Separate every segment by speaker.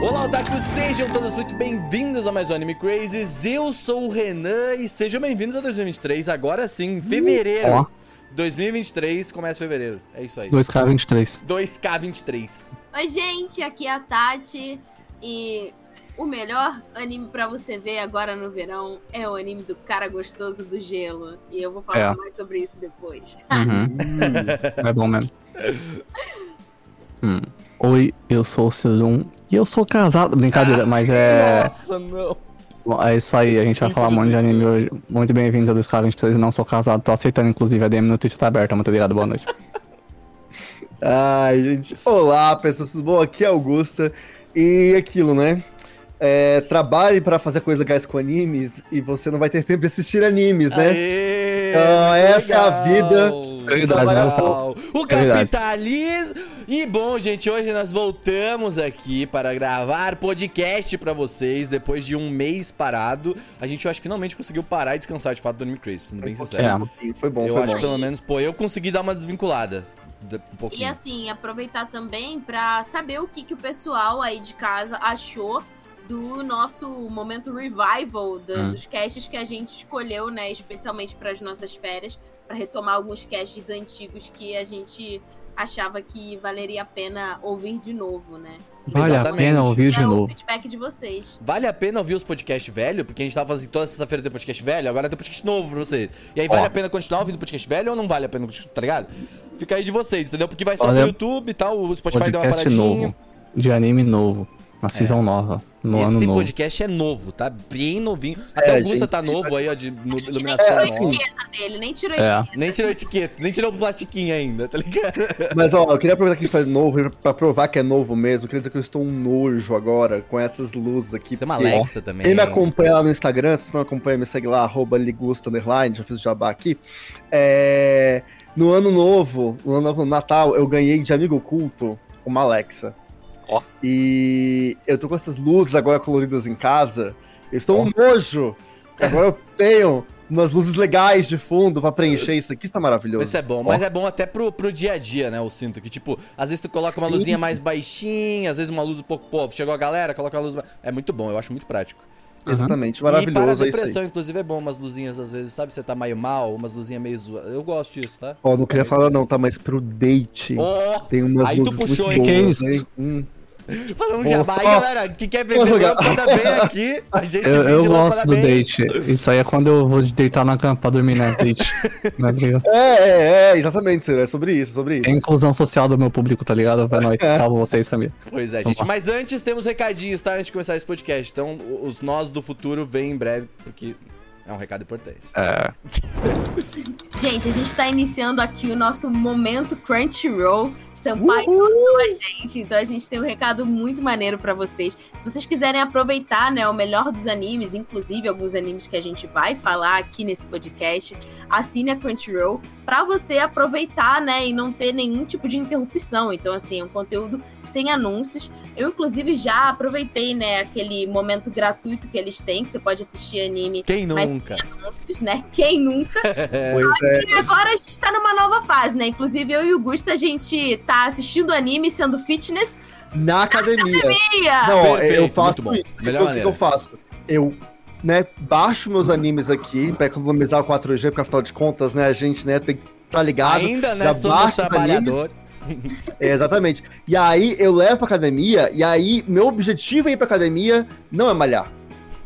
Speaker 1: Olá, otakus! Sejam todos muito bem-vindos a mais um Anime Crazes. Eu sou o Renan e sejam bem-vindos a 2023. Agora sim, fevereiro.
Speaker 2: Uhum. Ó.
Speaker 1: 2023 começa fevereiro. É isso aí.
Speaker 2: 2K23.
Speaker 1: 2K23.
Speaker 3: Oi, gente, aqui é a Tati e o melhor anime pra você ver agora no verão é o anime do cara gostoso do gelo. E eu vou falar
Speaker 2: É.
Speaker 3: mais sobre isso depois.
Speaker 1: Uhum.
Speaker 2: é bom mesmo. Hum. Oi, eu sou o Celum e eu sou casado. Brincadeira, mas é.
Speaker 1: Nossa, não.
Speaker 2: bom, É isso aí, a gente vai falar um monte de anime hoje. Muito bem-vindos a 2K23, não sou casado, tô aceitando inclusive a DM no Twitch tá aberta, muito obrigado, boa noite.
Speaker 4: Ai, gente. Olá, pessoas, tudo bom? Aqui é Augusta. E aquilo, né? É, trabalhe pra fazer coisas legais com animes e você não vai ter tempo de assistir animes, né?
Speaker 1: Aê,
Speaker 4: Ah,
Speaker 1: muito
Speaker 4: essa é a
Speaker 1: legal.
Speaker 2: Verdade,
Speaker 1: Legal.
Speaker 2: né, Gustavo?
Speaker 1: O
Speaker 2: Verdade.
Speaker 1: capitalismo. E bom, gente, hoje nós voltamos aqui para gravar podcast pra vocês depois de um mês parado. A gente, eu acho, finalmente conseguiu parar e descansar de fato do Anime Crazy, sendo bem sincero.
Speaker 2: É.
Speaker 4: Sim, Foi bom,
Speaker 1: eu
Speaker 4: foi
Speaker 1: acho
Speaker 4: bom.
Speaker 1: que pelo menos, pô, eu consegui dar uma desvinculada. de- Um
Speaker 3: E
Speaker 1: pouquinho.
Speaker 3: assim, aproveitar também pra saber o que, que o pessoal aí de casa achou do nosso momento revival do-
Speaker 2: Hum.
Speaker 3: dos casts que a gente escolheu, né, especialmente para as nossas férias, pra retomar alguns casts antigos que a gente achava que valeria a pena ouvir de novo, né?
Speaker 2: Vale a
Speaker 1: Exatamente.
Speaker 2: pena ouvir de
Speaker 3: é o
Speaker 2: novo.
Speaker 3: feedback de vocês.
Speaker 1: Vale a pena ouvir os podcasts velho? Porque a gente tava fazendo toda sexta-feira tem podcast velho, agora tem podcast novo pra vocês. E aí, vale
Speaker 2: Ó.
Speaker 1: a pena continuar ouvindo podcast velho ou não vale a pena, tá ligado? Fica aí de vocês, entendeu? Porque vai só
Speaker 2: Olha,
Speaker 1: pro YouTube e tal, o Spotify deu uma
Speaker 2: Podcast
Speaker 1: paradinha. É.
Speaker 2: novo, de anime novo, uma season nova, no ano
Speaker 1: Esse
Speaker 2: novo.
Speaker 1: podcast é novo, tá? Bem novinho. Até o Augusta
Speaker 4: gente,
Speaker 1: tá novo aí, ó, de nu-
Speaker 3: A gente nem
Speaker 1: iluminação. né?
Speaker 3: tirou a
Speaker 1: nova.
Speaker 3: etiqueta dele, nem tirou a
Speaker 2: É.
Speaker 3: etiqueta.
Speaker 1: Nem tirou etiqueta, nem tirou o plastiquinho ainda, tá ligado?
Speaker 4: Mas ó, eu queria aproveitar que a gente tá de novo pra provar que é novo mesmo. Eu queria dizer que eu estou um nojo agora com essas luzes aqui.
Speaker 1: Isso é uma
Speaker 4: porque-
Speaker 1: Alexa também.
Speaker 4: Quem me acompanha lá no Instagram, se você não acompanha, me segue lá, arroba ligusta, underline, já fiz o jabá aqui. É, No ano novo, no ano novo, no Natal, eu ganhei de amigo oculto uma Alexa.
Speaker 5: Ó.
Speaker 4: E eu tô com essas luzes agora coloridas em casa. Eu estou um nojo. Agora eu tenho umas luzes legais de fundo pra preencher isso aqui, está maravilhoso.
Speaker 1: Isso é bom, mas é bom até pro, pro dia a dia, né? Eu sinto que, tipo, às vezes tu coloca uma
Speaker 4: Sim.
Speaker 1: luzinha mais baixinha, às vezes uma luz um pouco. Pô, chegou a galera, coloca uma luz. mais- É muito bom, eu acho muito prático.
Speaker 4: Exatamente,
Speaker 1: e para a
Speaker 4: maravilhoso, é isso aí.
Speaker 1: depressão, inclusive, é bom umas luzinhas às vezes, sabe? Você tá meio mal, umas luzinhas meio zoadas. Eu gosto disso, tá?
Speaker 4: Ó,
Speaker 1: Você
Speaker 4: não
Speaker 1: tá
Speaker 4: queria
Speaker 1: meio-
Speaker 4: falar assim. não, tá? Mas pro date,
Speaker 1: Ó,
Speaker 4: tem umas
Speaker 1: aí tu
Speaker 4: luzes muito
Speaker 1: puxou,
Speaker 4: boas,
Speaker 1: hein?
Speaker 2: Que é isso?
Speaker 4: hein? Hum.
Speaker 1: falando
Speaker 4: Bom,
Speaker 1: jabá aí,
Speaker 4: só-
Speaker 1: galera. Que quer
Speaker 4: só
Speaker 1: ver
Speaker 4: jogar.
Speaker 1: cada bem aqui, a gente
Speaker 2: Eu,
Speaker 1: vende
Speaker 2: eu
Speaker 1: lá
Speaker 2: gosto do
Speaker 1: parabéns.
Speaker 2: date. Isso aí é quando eu vou deitar na cama pra dormir na date. Não é briga.
Speaker 4: É, é, é, exatamente, Ciro, é sobre isso, sobre
Speaker 2: É a
Speaker 4: isso. É.
Speaker 2: inclusão social do meu público, tá ligado? Vai nós, salvo vocês, família.
Speaker 1: Pois é,
Speaker 2: Vamos
Speaker 1: gente.
Speaker 2: lá.
Speaker 1: Mas antes temos recadinhos, tá? Antes de começar esse podcast. Então, o- os nós do futuro vêm em breve, porque é um recado importante.
Speaker 2: É.
Speaker 3: Gente, a gente tá iniciando aqui o nosso momento Crunchyroll. Sampaio mandou a gente, então a gente tem um recado muito maneiro pra vocês. Se vocês quiserem aproveitar, né, o melhor dos animes, inclusive alguns animes que a gente vai falar aqui nesse podcast, assine a Crunchyroll pra você aproveitar, né, e não ter nenhum tipo de interrupção. Então, assim, é um conteúdo sem anúncios. Eu, inclusive, já aproveitei, né, aquele momento gratuito que eles têm, que você pode assistir anime
Speaker 1: Quem
Speaker 3: Mas-
Speaker 1: nunca?
Speaker 3: anúncios, né? Quem nunca?
Speaker 4: Pois é,
Speaker 3: E agora a gente tá numa nova fase, né? Inclusive, eu e o Gusta, a gente tá assistindo anime sendo fitness. ah,
Speaker 4: na academia.
Speaker 3: Ia!
Speaker 4: Não, ó,
Speaker 1: Perfeito,
Speaker 4: eu
Speaker 1: muito
Speaker 4: faço
Speaker 1: bom.
Speaker 4: isso.
Speaker 1: Melhor
Speaker 4: Então, o que,
Speaker 1: maneira.
Speaker 4: eu faço? Eu, né, baixo meus animes aqui pra economizar o 4G, porque afinal de contas, né, a gente, né, tem que tá ligado.
Speaker 1: Ainda, né?
Speaker 4: já
Speaker 1: Somos
Speaker 4: basta os
Speaker 1: trabalhadores.
Speaker 4: É, exatamente. E aí eu levo pra academia, e aí meu objetivo é ir pra academia não é malhar.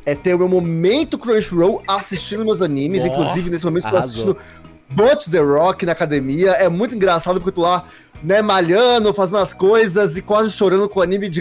Speaker 4: É ter o meu momento Crunchyroll assistindo meus animes.
Speaker 1: Ó,
Speaker 4: Inclusive, nesse momento, eu tô
Speaker 1: arrasou.
Speaker 4: assistindo Bot The Rock na academia. É muito engraçado porque eu tô lá, né, malhando, fazendo as coisas e quase chorando com anime de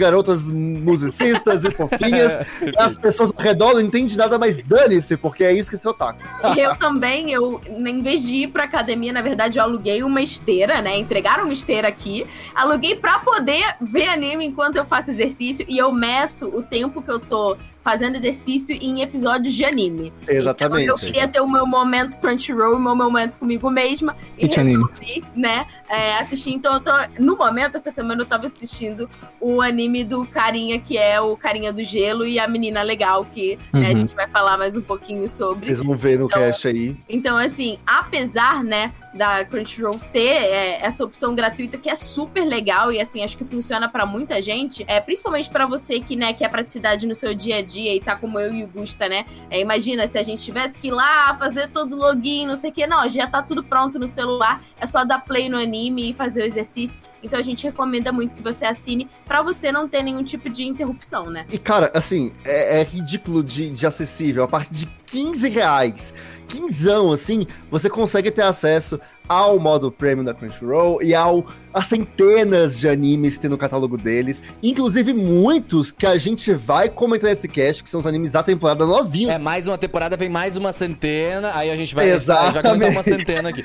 Speaker 4: garotas musicistas e
Speaker 1: É,
Speaker 4: fofinhas. As pessoas ao redor não entendem nada, mas dane-se, porque é isso que é seu otaku.
Speaker 3: Eu também, eu, né, em vez de ir pra academia, na verdade, eu aluguei uma esteira, né? Entregaram uma esteira aqui. Aluguei pra poder ver anime enquanto eu faço exercício. E eu meço o tempo que eu tô fazendo exercício em episódios de anime.
Speaker 4: Exatamente.
Speaker 3: Então, eu queria ter o meu momento Crunchyroll, o meu momento comigo mesma. E
Speaker 2: Kit anime.
Speaker 3: resolvi, né, é, assistir. Então, eu tô, no momento, essa semana eu tava assistindo o anime do carinha que é o Carinha do Gelo e a Menina Legal, que né, a
Speaker 2: Uhum.
Speaker 3: gente vai falar mais um pouquinho sobre.
Speaker 4: Vocês vão ver no
Speaker 3: Então-
Speaker 4: cast aí.
Speaker 3: Então, assim, apesar, né, da Crunchyroll ter é, essa opção gratuita que é super legal e assim acho que funciona pra muita gente é principalmente pra você que né quer praticidade no seu dia a dia e tá como eu e o Gusta né é, imagina se a gente tivesse que ir lá fazer todo o login não sei o que não já tá tudo pronto no celular é só dar play no anime e fazer o exercício então a gente recomenda muito que você assine pra você não ter nenhum tipo de interrupção né
Speaker 4: E, cara, assim, é, é ridículo de, de acessível. A partir de 15 reais, quinzão, assim, você consegue ter acesso ao modo premium da Crunchyroll e ao, a centenas de animes que tem no catálogo deles. Inclusive, muitos que a gente vai comentar nesse cast, que são os animes da temporada novinhos.
Speaker 1: É mais uma temporada, vem mais uma centena, aí a gente vai, a gente vai
Speaker 4: Exatamente.
Speaker 1: comentar uma centena aqui.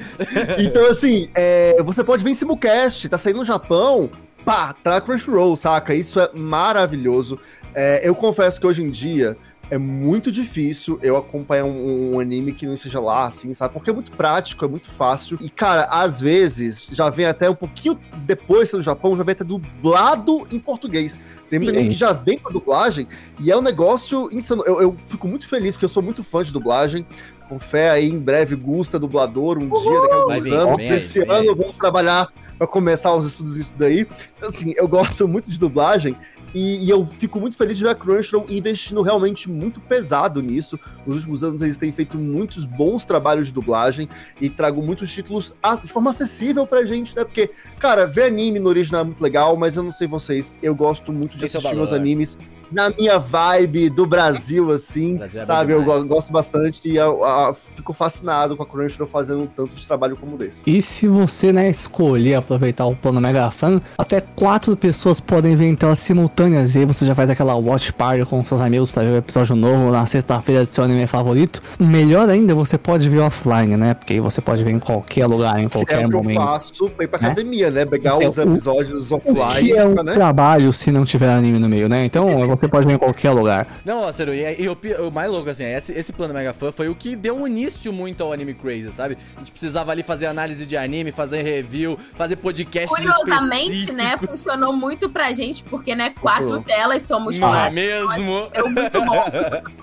Speaker 4: Então, assim, é, você pode vir em simulcast, tá saindo no Japão, pá, tá na Crunchyroll, saca? Isso é maravilhoso. É, eu confesso que hoje em dia é muito difícil eu acompanhar um, um anime que não seja lá, assim, sabe? Porque é muito prático, é muito fácil. E, cara, às vezes já vem até um pouquinho depois tá no Japão, já vem até dublado em português. Tem muita
Speaker 3: Sim.
Speaker 4: gente que já vem com a dublagem e é um negócio insano. Eu, eu fico muito feliz, porque eu sou muito fã de dublagem. Com fé aí, em breve, Gusta, dublador, um dia, daqui a
Speaker 1: Vai
Speaker 4: alguns
Speaker 1: vir,
Speaker 4: anos.
Speaker 1: vem aí,
Speaker 4: Esse
Speaker 1: vem aí.
Speaker 4: ano vamos trabalhar pra começar os estudos disso daí. Assim, eu gosto muito de dublagem e, e eu fico muito feliz de ver a Crunchyroll investindo realmente muito pesado nisso. Nos últimos anos eles têm feito muitos bons trabalhos de dublagem e trago muitos títulos a- de forma acessível pra gente, né? Porque, cara, ver anime no original é muito legal, mas eu não sei vocês, eu gosto muito de
Speaker 1: Esse é o
Speaker 4: assistir meus
Speaker 1: valor.
Speaker 4: animes na minha vibe do Brasil, assim,
Speaker 1: Brasil é bom
Speaker 4: sabe? Eu
Speaker 1: demais.
Speaker 4: go- gosto bastante e eu- a- fico fascinado com a Crunchyroll fazendo um tanto de trabalho como desse.
Speaker 2: E se você, né, escolher aproveitar o plano Mega Fan, até quatro pessoas podem ver em telas simultâneas. E aí você já faz aquela watch party com seus amigos pra ver o episódio novo na sexta-feira do seu anime favorito. Melhor ainda, você pode ver offline, né? Porque aí você pode ver em qualquer lugar, em
Speaker 4: É
Speaker 2: qualquer
Speaker 4: o que eu
Speaker 2: momento.
Speaker 4: faço pra ir pra
Speaker 2: né?
Speaker 4: academia, né? Pegar
Speaker 2: Então,
Speaker 4: os
Speaker 2: o-
Speaker 4: episódios
Speaker 2: O
Speaker 4: offline,
Speaker 2: que é um
Speaker 4: né?
Speaker 2: trabalho se não tiver anime no meio, né? Então você pode ver em qualquer lugar.
Speaker 1: Não, ó, Ciro, e, e o, pi- o mais louco, assim, é esse, esse plano Mega Fan foi o que deu um início muito ao Anime Crazy, sabe? A gente precisava ali fazer análise de anime, fazer review, fazer podcast
Speaker 3: Curiosamente, né, funcionou muito pra gente, porque, né, quatro
Speaker 4: Funcionou.
Speaker 3: telas somos
Speaker 1: Não é
Speaker 3: quatro.
Speaker 1: mesmo?
Speaker 3: Deu muito bom.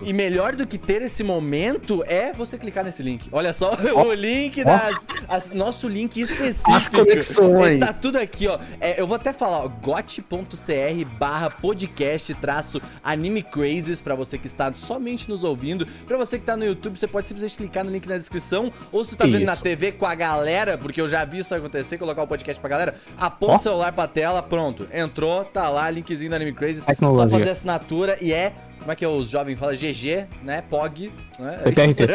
Speaker 1: E melhor do que ter esse momento é você clicar nesse link. Olha só, o link
Speaker 2: Ó.
Speaker 1: das. as- nosso link específico.
Speaker 4: As conexões.
Speaker 1: Está tudo aqui, ó. É, eu vou até falar, ó, got.cr barra podcast traço anime crazes pra você que está somente nos ouvindo. Pra você que tá no YouTube, você pode simplesmente clicar no link na descrição. Ou se tu tá vendo na
Speaker 2: Isso.
Speaker 1: TV com a galera, porque eu já vi isso acontecer, colocar o podcast pra galera, aponta o
Speaker 2: Ó.
Speaker 1: celular pra tela, pronto. Entrou, tá lá, linkzinho do Anime Crazes. Só
Speaker 2: Tecnologia.
Speaker 1: fazer assinatura e é. Como é que os jovens falam? GG, né? POG, né?
Speaker 2: PPRT.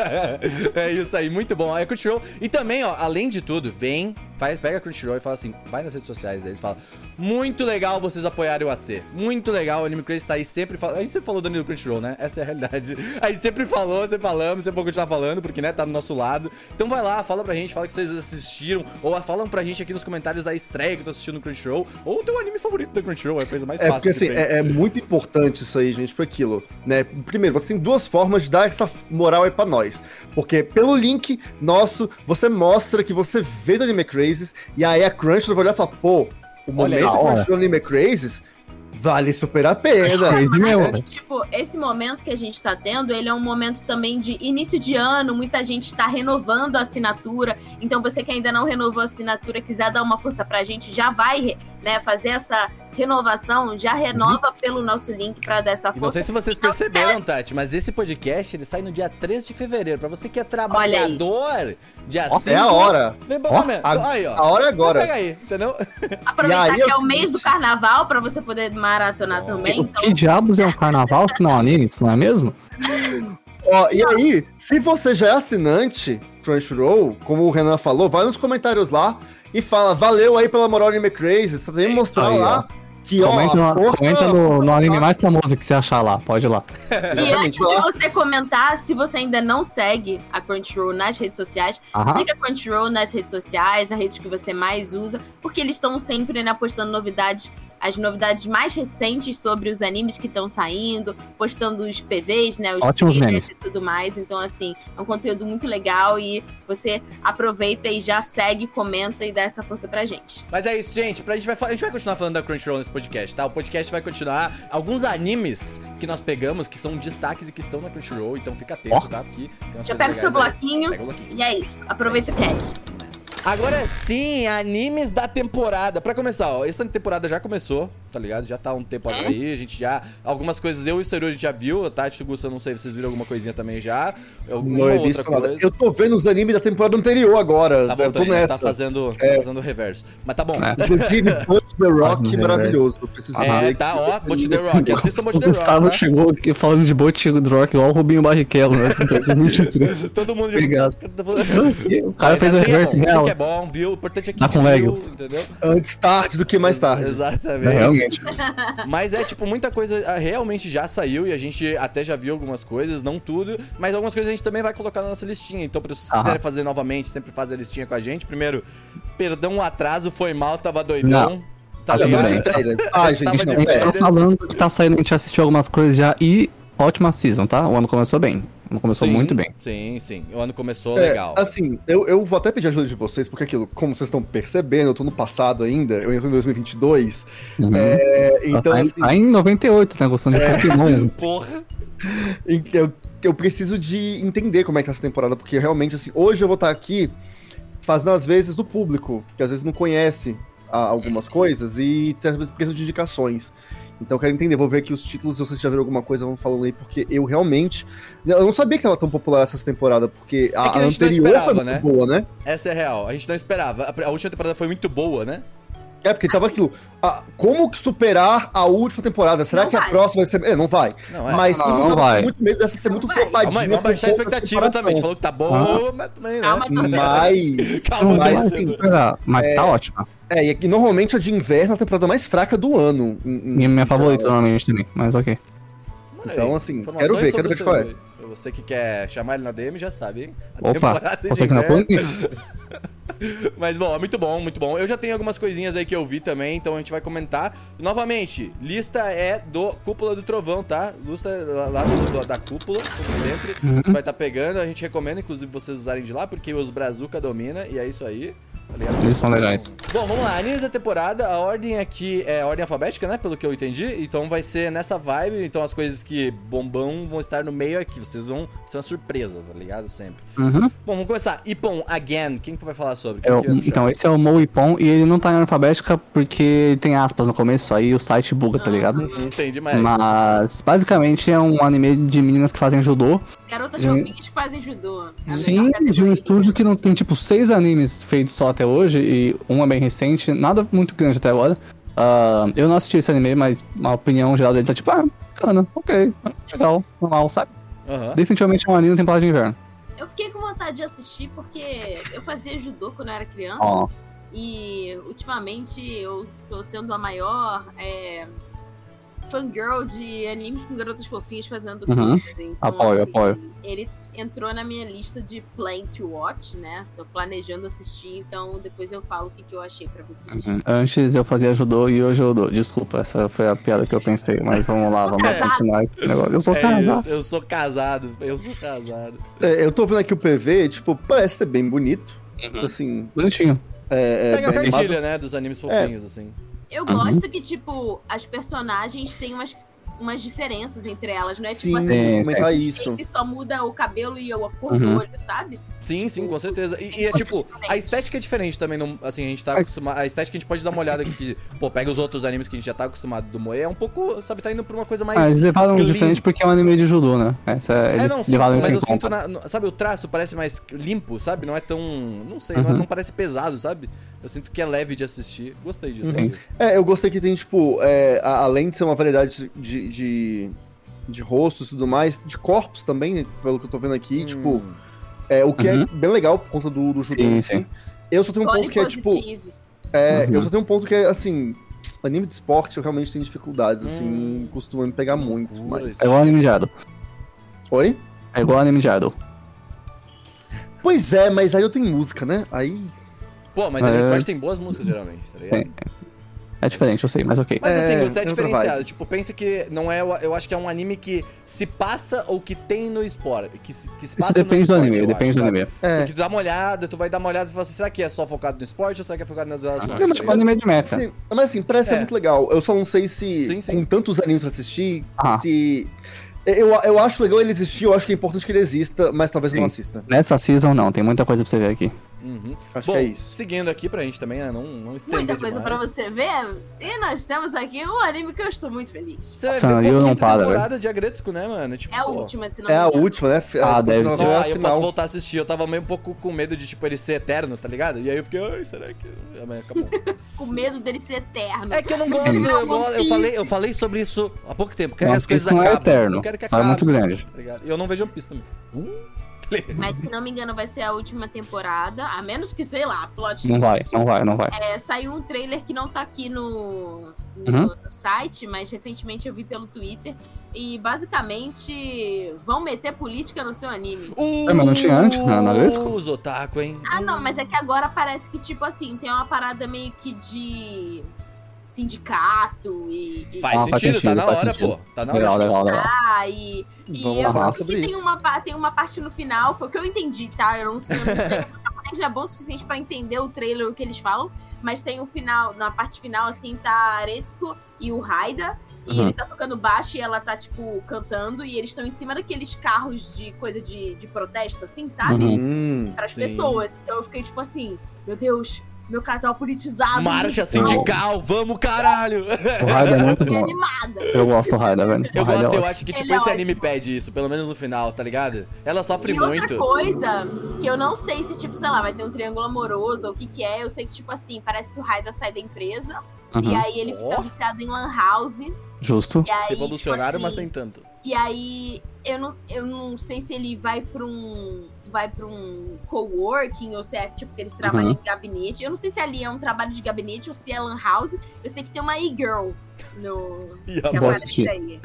Speaker 1: É isso aí, muito bom. Aí a Crunchyroll. E também, ó, além de tudo, vem, faz, pega a Crunchyroll e fala assim, vai nas redes sociais deles e fala: Muito legal vocês apoiarem o AC. Muito legal, o Anime Crazy tá aí sempre falando. A gente sempre falou do Anime Crunchyroll, né? Essa é a realidade. A gente sempre falou, sempre falamos, sempre vou continuar falando, porque, né, tá do nosso lado. Então vai lá, fala pra gente, fala que vocês assistiram, ou falam pra gente aqui nos comentários a estreia que tu assistiu no Crunchyroll, ou o teu anime favorito da Crunchyroll, é a coisa mais
Speaker 4: É,
Speaker 1: fácil.
Speaker 4: porque
Speaker 1: que
Speaker 4: assim,
Speaker 1: tem.
Speaker 4: é, é muito importante isso aí, gente, pra aquilo, né? Primeiro, você tem duas formas de dar essa moral aí pra nós. Porque é pelo link nosso, você mostra que você vê do Anime Crazes, e aí a Crunchyroll vai olhar e falar, pô, o
Speaker 2: Olha aí,
Speaker 4: momento que
Speaker 2: ó.
Speaker 4: você assistiu Anime Crazes vale super a pena.
Speaker 2: Crazy mesmo.
Speaker 3: E, tipo, esse momento que a gente tá tendo, ele é um momento também de início de ano, muita gente tá renovando a assinatura. Então, você que ainda não renovou a assinatura, quiser dar uma força pra gente, já vai, né, fazer essa renovação, já renova
Speaker 4: Uhum.
Speaker 3: pelo nosso link pra dar essa
Speaker 1: E não
Speaker 3: força.
Speaker 1: sei se vocês
Speaker 3: Então,
Speaker 1: perceberam, Tati, mas esse podcast ele sai no dia 3 de fevereiro. Pra você que é
Speaker 3: Olha aí.
Speaker 1: trabalhador, dia 5.
Speaker 4: É a hora.
Speaker 1: Vem pra
Speaker 4: Ó,
Speaker 1: momento.
Speaker 4: a-
Speaker 1: aí, ó.
Speaker 4: A hora é agora.
Speaker 1: Pega aí, entendeu?
Speaker 4: E
Speaker 3: Aproveitar
Speaker 4: aí
Speaker 3: que
Speaker 4: é o
Speaker 3: é o mês
Speaker 4: seguinte-
Speaker 3: do carnaval pra você poder maratonar
Speaker 1: Ó.
Speaker 3: também.
Speaker 2: O
Speaker 3: Então,
Speaker 2: que diabos é um carnaval se não animes, não é mesmo?
Speaker 4: Ó, e aí, se você já é assinante Crunchyroll, como o Renan falou, vai nos comentários lá e fala, valeu aí pela moral Anime Crazy, você também mostrar
Speaker 2: aí,
Speaker 4: lá que, ó,
Speaker 2: Comenta,
Speaker 4: a
Speaker 2: no,
Speaker 4: força...
Speaker 2: comenta no, no anime
Speaker 4: tá-
Speaker 2: mais famoso que você achar lá, pode ir lá.
Speaker 3: E antes
Speaker 4: Exatamente,
Speaker 3: de
Speaker 4: vai lá.
Speaker 3: você comentar, se você ainda não segue a Crunchyroll nas redes sociais,
Speaker 2: Aham.
Speaker 3: siga a Crunchyroll nas redes sociais, a rede que você mais usa, porque eles estão sempre né, postando novidades, as novidades mais recentes sobre os animes que estão saindo, postando os PVs, né? Os
Speaker 2: Ótimos
Speaker 3: trailers
Speaker 2: memes.
Speaker 3: e tudo mais. Então, assim, é um conteúdo muito legal e você aproveita e já segue, comenta e dá essa força pra gente.
Speaker 1: Mas é isso, gente. Pra gente vai, fa- a gente vai continuar falando da Crunchyroll nesse podcast, tá? O podcast vai continuar. Alguns animes que nós pegamos, que são destaques e que estão na Crunchyroll, então fica atento,
Speaker 2: Ó.
Speaker 1: tá? Porque tem umas coisas
Speaker 3: Já pega o seu
Speaker 1: legais aí.
Speaker 3: bloquinho
Speaker 1: Pega o bloquinho.
Speaker 3: e é isso. Aproveita o cast.
Speaker 1: Agora sim, animes da temporada. Pra começar, ó, essa temporada já começou, tá ligado? Já tá um tempo aí, a gente já. Algumas coisas eu e o Seru a gente já viu, a Tati, o Gusta, não sei, vocês viram alguma coisinha também já. Alguma
Speaker 4: Não é
Speaker 1: outra
Speaker 4: visto nada.
Speaker 1: coisa.
Speaker 4: Eu tô vendo os animes da temporada anterior agora.
Speaker 1: Tá
Speaker 4: eu tô
Speaker 1: voltando,
Speaker 4: nessa. É.
Speaker 1: tá fazendo, tá fazendo reverso. Mas tá bom.
Speaker 2: É.
Speaker 4: Inclusive, Punch the Rock maravilhoso. Eu preciso
Speaker 1: É,
Speaker 4: dizer.
Speaker 1: tá, ó, Bot The Rock, assista Bot
Speaker 2: O
Speaker 1: The Rock.
Speaker 2: Gustavo
Speaker 4: né?
Speaker 1: tá?
Speaker 2: chegou aqui falando de Bot Rock, igual o Rubinho Barrichello, né? Em 2023.
Speaker 1: Todo mundo Tá
Speaker 2: Obrigado. O cara
Speaker 1: Mas
Speaker 2: fez o
Speaker 1: assim é
Speaker 2: reverse
Speaker 1: bom, assim
Speaker 2: real.
Speaker 1: que é bom, viu? O importante é que
Speaker 2: Tá com
Speaker 1: viu,
Speaker 2: Legos.
Speaker 1: entendeu?
Speaker 4: Antes tarde do que mais tarde.
Speaker 1: Exatamente.
Speaker 2: É, realmente.
Speaker 1: Mas é tipo, muita coisa ah, realmente já saiu e a gente até já viu algumas coisas, não tudo, mas algumas coisas a gente também vai colocar na nossa listinha. Então, pra vocês
Speaker 2: Aham.
Speaker 1: quiserem fazer novamente, sempre faz a listinha com a gente. Primeiro, perdão o atraso, foi mal, tava doidão. Tá
Speaker 2: Assim,
Speaker 4: Olha,
Speaker 2: né?
Speaker 1: ligado?
Speaker 4: mano,
Speaker 1: Então,
Speaker 4: férias. Ah, gente,
Speaker 1: Tava
Speaker 4: não,
Speaker 2: A
Speaker 1: de
Speaker 2: gente
Speaker 4: férias.
Speaker 2: tá falando que tá saindo, a gente já assistiu algumas coisas já e ótima season, tá? O ano começou bem. O ano começou
Speaker 1: sim,
Speaker 2: muito bem.
Speaker 1: Sim, sim. O ano começou
Speaker 4: É,
Speaker 1: legal.
Speaker 4: Assim, eu, eu vou até pedir ajuda de vocês, porque aquilo, como vocês estão percebendo, eu tô no passado ainda, eu entro em 2022.
Speaker 2: Uhum.
Speaker 4: é,
Speaker 2: Ela
Speaker 4: então,
Speaker 2: tá, em-
Speaker 4: assim, É.
Speaker 2: tá em 98, né? Gostando de Pokémon.
Speaker 1: Porra.
Speaker 4: em- eu, eu preciso de entender como é que tá essa temporada, porque realmente, assim, hoje eu vou estar aqui fazendo as vezes do público, que às vezes não conhece ah, algumas
Speaker 1: Uhum.
Speaker 4: coisas e tem, às vezes precisa de indicações. Então eu quero entender, vou ver aqui os títulos, se vocês já viram alguma coisa, vão falando aí, porque eu realmente. Eu não sabia que ela era tão popular essa temporada, porque a,
Speaker 1: É que a
Speaker 4: a
Speaker 1: gente não
Speaker 4: anterior
Speaker 1: esperava,
Speaker 4: foi muito
Speaker 1: né?
Speaker 4: boa, né?
Speaker 1: Essa é real. A gente não esperava. A pr- A última temporada foi muito boa, né?
Speaker 4: É, porque tava aquilo. ah, como superar a última temporada? Será
Speaker 3: Não
Speaker 4: que a
Speaker 3: vai.
Speaker 4: próxima vai ser. É, não vai.
Speaker 1: Não, é.
Speaker 4: Mas
Speaker 2: Não,
Speaker 4: todo mundo
Speaker 2: não
Speaker 4: tava
Speaker 2: vai.
Speaker 4: com muito medo dessa ser muito
Speaker 3: Não vai.
Speaker 4: flopadinha.
Speaker 1: Calma aí, vamos
Speaker 4: por
Speaker 1: baixar a
Speaker 4: conta dessa
Speaker 1: expectativa também. A gente
Speaker 4: separação.
Speaker 1: falou que tá bom, mas também, né?
Speaker 3: Calma,
Speaker 4: tá
Speaker 3: tô
Speaker 4: Mas.
Speaker 2: Então,
Speaker 1: Calma,
Speaker 4: mas,
Speaker 1: tô
Speaker 4: assim,
Speaker 1: sendo-
Speaker 2: Ah, Mas tá ótima.
Speaker 4: é, e aqui, normalmente a de inverno é a temporada mais fraca do ano. em- em-
Speaker 2: Minha, minha favorita normalmente também, mas ok.
Speaker 1: Mano,
Speaker 4: Então,
Speaker 1: aí,
Speaker 4: assim,
Speaker 1: informações
Speaker 4: quero ver, quero
Speaker 1: sobre
Speaker 4: ver qual é.
Speaker 1: o seu- Você que quer chamar ele na DM já sabe, hein? A
Speaker 2: Opa,
Speaker 1: temporada é de
Speaker 2: você que não é
Speaker 1: inverno.
Speaker 2: põe?
Speaker 1: Mas bom, é muito bom, muito bom. Eu já tenho algumas coisinhas aí que eu vi também, então a gente vai comentar. Novamente, lista é do Cúpula do Trovão, tá? Lista lá- lá do- do- da Cúpula, como sempre.
Speaker 2: Uhum.
Speaker 1: A gente vai estar pegando, a gente recomenda, inclusive, vocês usarem de lá, porque os Brazuca domina, e é isso aí. tá ligado?
Speaker 2: Eles são legais.
Speaker 1: Bom, vamos lá. Animes da temporada, a ordem aqui é ordem alfabética, né? Pelo que eu entendi. Então vai ser nessa vibe. Então as coisas que bombam vão estar no meio aqui. Vocês vão ser uma surpresa, tá ligado? Sempre.
Speaker 2: Uhum.
Speaker 1: Bom, vamos começar. Ippon Again. Quem que vai falar sobre? Quem
Speaker 2: É o-
Speaker 1: que vai puxar?
Speaker 2: então, esse é o Moipon e ele não tá em alfabética porque tem aspas no começo, aí o site buga, tá ligado?
Speaker 1: Não é. entendi, mas.
Speaker 2: Mas basicamente é um anime de meninas que fazem
Speaker 1: É
Speaker 2: judô.
Speaker 3: Garotas
Speaker 2: Hum.
Speaker 3: fofinhas que fazem judô. A melhor
Speaker 2: Sim, de um
Speaker 3: categoria.
Speaker 2: estúdio que não tem tipo seis animes feitos só até hoje, e um é bem recente, nada muito grande até agora. Ah, eu não assisti esse anime, mas a opinião geral dele tá tipo, ah, bacana, ok, legal, normal, sabe?
Speaker 1: Aham.
Speaker 2: Definitivamente é um anime na temporada de inverno.
Speaker 3: Eu fiquei com vontade de assistir porque eu fazia judô quando eu era criança.
Speaker 2: Ó,
Speaker 3: E ultimamente eu tô sendo a maior é, fangirl de animes com garotas fofinhas fazendo
Speaker 2: Uhum.
Speaker 3: coisas. Então,
Speaker 2: Apoio, apoio.
Speaker 3: Ele entrou na minha lista de plan to watch, né? Tô planejando assistir, então depois eu falo o que, que eu achei pra vocês.
Speaker 2: uhum. Antes eu fazia judô e hoje eu dou. Desculpa, essa foi a piada que eu pensei, mas vamos lá, vamos
Speaker 3: Casado.
Speaker 2: continuar esse negócio. Eu sou tá?
Speaker 1: É
Speaker 2: casado.
Speaker 1: isso, eu sou casado, eu sou casado.
Speaker 4: É, eu tô vendo aqui o PV, tipo, parece ser bem bonito.
Speaker 2: Uhum.
Speaker 4: Assim,
Speaker 2: Bonitinho.
Speaker 4: é, é
Speaker 1: Segue a
Speaker 4: bem animado.
Speaker 1: cartilha, né? Dos animes
Speaker 2: É.
Speaker 1: fofinhos, assim.
Speaker 3: Eu
Speaker 2: Uhum.
Speaker 3: gosto que, tipo, as personagens têm umas, umas diferenças entre elas, não é
Speaker 4: Sim,
Speaker 3: tipo assim,
Speaker 2: assim,
Speaker 4: comentar
Speaker 2: é.
Speaker 4: isso.
Speaker 3: que só muda o cabelo e a cor
Speaker 2: Uhum.
Speaker 3: do olho, sabe?
Speaker 1: Sim, sim, com certeza. E, e é tipo, a estética é diferente também. Não, assim, a gente tá acostumado. A estética a gente pode dar uma olhada aqui. que, Pô, pega os outros animes que a gente já tá acostumado do Moe. É um pouco, sabe, tá indo pra uma coisa mais.
Speaker 2: Mas eles levaram
Speaker 1: clean.
Speaker 2: diferente porque é um anime de judô, né? Essa, eles
Speaker 1: É, não, sim,
Speaker 2: levaram
Speaker 1: mas
Speaker 2: isso em
Speaker 1: eu
Speaker 2: conta.
Speaker 1: sinto, na, no- sabe, o traço parece mais limpo, sabe? Não é tão, não sei, não, é-
Speaker 2: Uhum.
Speaker 1: não parece pesado, sabe? Eu sinto que é leve de assistir. Gostei disso.
Speaker 2: Sim.
Speaker 1: sabe?
Speaker 4: É, eu gostei que tem, tipo, é, a- além de ser uma variedade de, de, de rostos e tudo mais, de corpos também, pelo que eu tô vendo aqui, tipo,
Speaker 1: Hum.
Speaker 4: é, o que
Speaker 2: Uhum.
Speaker 4: é bem legal por conta do, do judô,
Speaker 2: Sim,
Speaker 4: assim.
Speaker 2: sim.
Speaker 4: Eu só tenho um ponto que é, tipo,
Speaker 3: Positive.
Speaker 4: é,
Speaker 2: Uhum.
Speaker 4: eu só tenho um ponto que é, assim, anime de esporte eu realmente tenho dificuldades, assim,
Speaker 1: Hum.
Speaker 4: não costuma me pegar muito,
Speaker 1: Loucura
Speaker 4: mas...
Speaker 1: isso.
Speaker 2: É igual anime de idol.
Speaker 4: Oi?
Speaker 2: É igual anime de idol.
Speaker 4: Pois é, mas aí eu tenho música, né? Aí...
Speaker 1: Pô, mas a
Speaker 2: É.
Speaker 1: gente pode tem boas músicas, geralmente, tá ligado?
Speaker 2: Sim. É diferente, eu sei, mas ok.
Speaker 1: Mas assim,
Speaker 4: É,
Speaker 1: gostei é
Speaker 4: outra
Speaker 1: diferenciado.
Speaker 4: vibe.
Speaker 1: Tipo, pensa que não é. Eu acho que é um anime que se passa ou que tem no esporte. Que se, que se
Speaker 2: Isso
Speaker 1: passa
Speaker 2: depende
Speaker 1: no
Speaker 2: do
Speaker 1: esporte,
Speaker 2: anime,
Speaker 1: eu
Speaker 2: depende
Speaker 1: acho,
Speaker 2: do
Speaker 1: sabe?
Speaker 2: anime.
Speaker 4: É...
Speaker 1: Porque tu dá uma olhada, tu vai dar uma olhada e fala assim, será que é só focado no esporte ou será que é focado nas relações?
Speaker 2: Não, mas
Speaker 1: Tá
Speaker 2: tipo,
Speaker 1: ligado?
Speaker 2: anime de meta.
Speaker 4: Sim, mas assim, parece ser
Speaker 1: É.
Speaker 4: muito legal. Eu só não sei se,
Speaker 1: Sim, sim.
Speaker 4: com tantos animes pra assistir,
Speaker 2: Ah.
Speaker 4: se. Eu, eu acho legal ele existir, eu acho que é importante que ele exista, mas talvez eu não
Speaker 2: Sim.
Speaker 4: assista.
Speaker 2: Nessa season, não. Tem muita coisa pra você ver aqui.
Speaker 1: Uhum.
Speaker 4: Acho
Speaker 1: Bom,
Speaker 4: que é isso.
Speaker 1: seguindo aqui pra gente também, né? Não, não estender
Speaker 3: Muita coisa pra
Speaker 1: demais.
Speaker 3: você ver. E nós temos aqui um anime que eu estou muito feliz.
Speaker 1: Você vai
Speaker 2: Nossa,
Speaker 1: ver, pô,
Speaker 2: eu não
Speaker 1: quinta
Speaker 2: paro,
Speaker 1: temporada de Agretsuko, né, mano? Tipo,
Speaker 3: É a
Speaker 1: pô,
Speaker 3: última, se não
Speaker 4: É
Speaker 3: me
Speaker 4: a
Speaker 3: engano.
Speaker 4: última, né?
Speaker 2: Ah,
Speaker 4: A
Speaker 2: deve ser.
Speaker 4: continuação
Speaker 1: Só,
Speaker 4: é a
Speaker 1: eu posso
Speaker 4: final.
Speaker 1: voltar a assistir. Eu tava meio um pouco com medo de, tipo, ele ser eterno, tá ligado? E aí eu fiquei, ai, será que. Amanhã acabou.
Speaker 3: Com medo dele ser eterno.
Speaker 1: É que eu não gosto,
Speaker 3: Ele
Speaker 1: eu,
Speaker 3: não
Speaker 1: gosto- eu
Speaker 3: quis.
Speaker 1: falei, eu falei sobre isso há pouco tempo. Quero que
Speaker 2: Não,
Speaker 1: as coisas
Speaker 2: isso não é
Speaker 1: acabem.
Speaker 2: eterno.
Speaker 1: Eu quero que
Speaker 2: Só é
Speaker 1: acabe.
Speaker 2: muito É, grande.
Speaker 1: tá ligado? E eu não vejo One Piece também. Uh,
Speaker 3: Mas se não me engano, vai ser a última temporada. A menos que, sei lá, plot
Speaker 2: Não vai, não vai, não vai.
Speaker 3: É, saiu um trailer que não tá aqui no, no,
Speaker 2: Uhum.
Speaker 3: no site, mas recentemente eu vi pelo Twitter. E basicamente vão meter política no seu anime.
Speaker 1: uh,
Speaker 2: É, mas não tinha antes, né, na Agretsuko?
Speaker 1: Os otaku, hein?
Speaker 3: Ah, não, mas é que agora parece que, tipo assim, tem uma parada meio que de sindicato e. e
Speaker 1: Faz,
Speaker 2: Ah,
Speaker 1: sentido,
Speaker 2: faz
Speaker 1: tá
Speaker 2: sentido,
Speaker 1: na
Speaker 2: faz
Speaker 1: hora,
Speaker 2: sentido.
Speaker 1: pô. Tá na hora.
Speaker 2: Legal, legal, legal.
Speaker 3: ah, e, e
Speaker 4: Vamos
Speaker 3: eu
Speaker 4: falar
Speaker 3: só sei
Speaker 4: sobre
Speaker 3: que tem
Speaker 4: isso.
Speaker 3: uma, pa- tem uma parte no final, foi o que eu entendi, tá? Eu não sei, eu não sei. o meu japonês não é bom o suficiente pra entender o trailer, o que eles falam, mas tem o final, na parte final, assim, tá a Aretsuko e o Raida, e
Speaker 2: Uhum.
Speaker 3: ele tá tocando baixo e ela tá, tipo, cantando, e eles estão em cima daqueles carros de coisa de, de protesto, assim, sabe?
Speaker 2: Uhum.
Speaker 4: Hum,
Speaker 3: Para as
Speaker 1: Sim.
Speaker 3: pessoas. Então eu fiquei, tipo assim, meu Deus, meu casal politizado.
Speaker 1: Marcha
Speaker 3: musical,
Speaker 1: sindical, vamos, caralho!
Speaker 2: O Raida é muito
Speaker 3: e
Speaker 2: bom.
Speaker 3: animada.
Speaker 2: Eu gosto do Raida, velho. O
Speaker 1: tá. Eu
Speaker 2: Raida é
Speaker 1: gosto, eu
Speaker 2: ótimo.
Speaker 1: acho que, tipo,
Speaker 3: Ele é
Speaker 1: esse anime
Speaker 3: ótimo.
Speaker 1: pede isso, pelo menos no final, tá ligado? Ela sofre
Speaker 3: E outra
Speaker 1: muito.
Speaker 3: coisa que eu não sei se, tipo, sei lá, vai ter um triângulo amoroso ou o que que é. Eu sei que, tipo assim, parece que o Raida sai da empresa e
Speaker 2: Uhum.
Speaker 3: aí ele
Speaker 1: Ó.
Speaker 3: fica viciado em Lan House. E
Speaker 2: Justo.
Speaker 3: aí,
Speaker 1: Revolucionário,
Speaker 3: tipo
Speaker 1: mas
Speaker 3: assim,
Speaker 1: nem tanto.
Speaker 3: E aí eu não, eu não sei se ele vai pra um. Vai pra um coworking, ou se é tipo que eles
Speaker 1: Uhum.
Speaker 3: trabalham em gabinete. Eu não sei se ali é um trabalho de gabinete ou se é Lan House. Eu sei que tem uma e-girl no.
Speaker 1: E
Speaker 3: Que
Speaker 1: a
Speaker 2: Vou
Speaker 1: voz.
Speaker 3: aparece
Speaker 2: assistir.
Speaker 3: aí.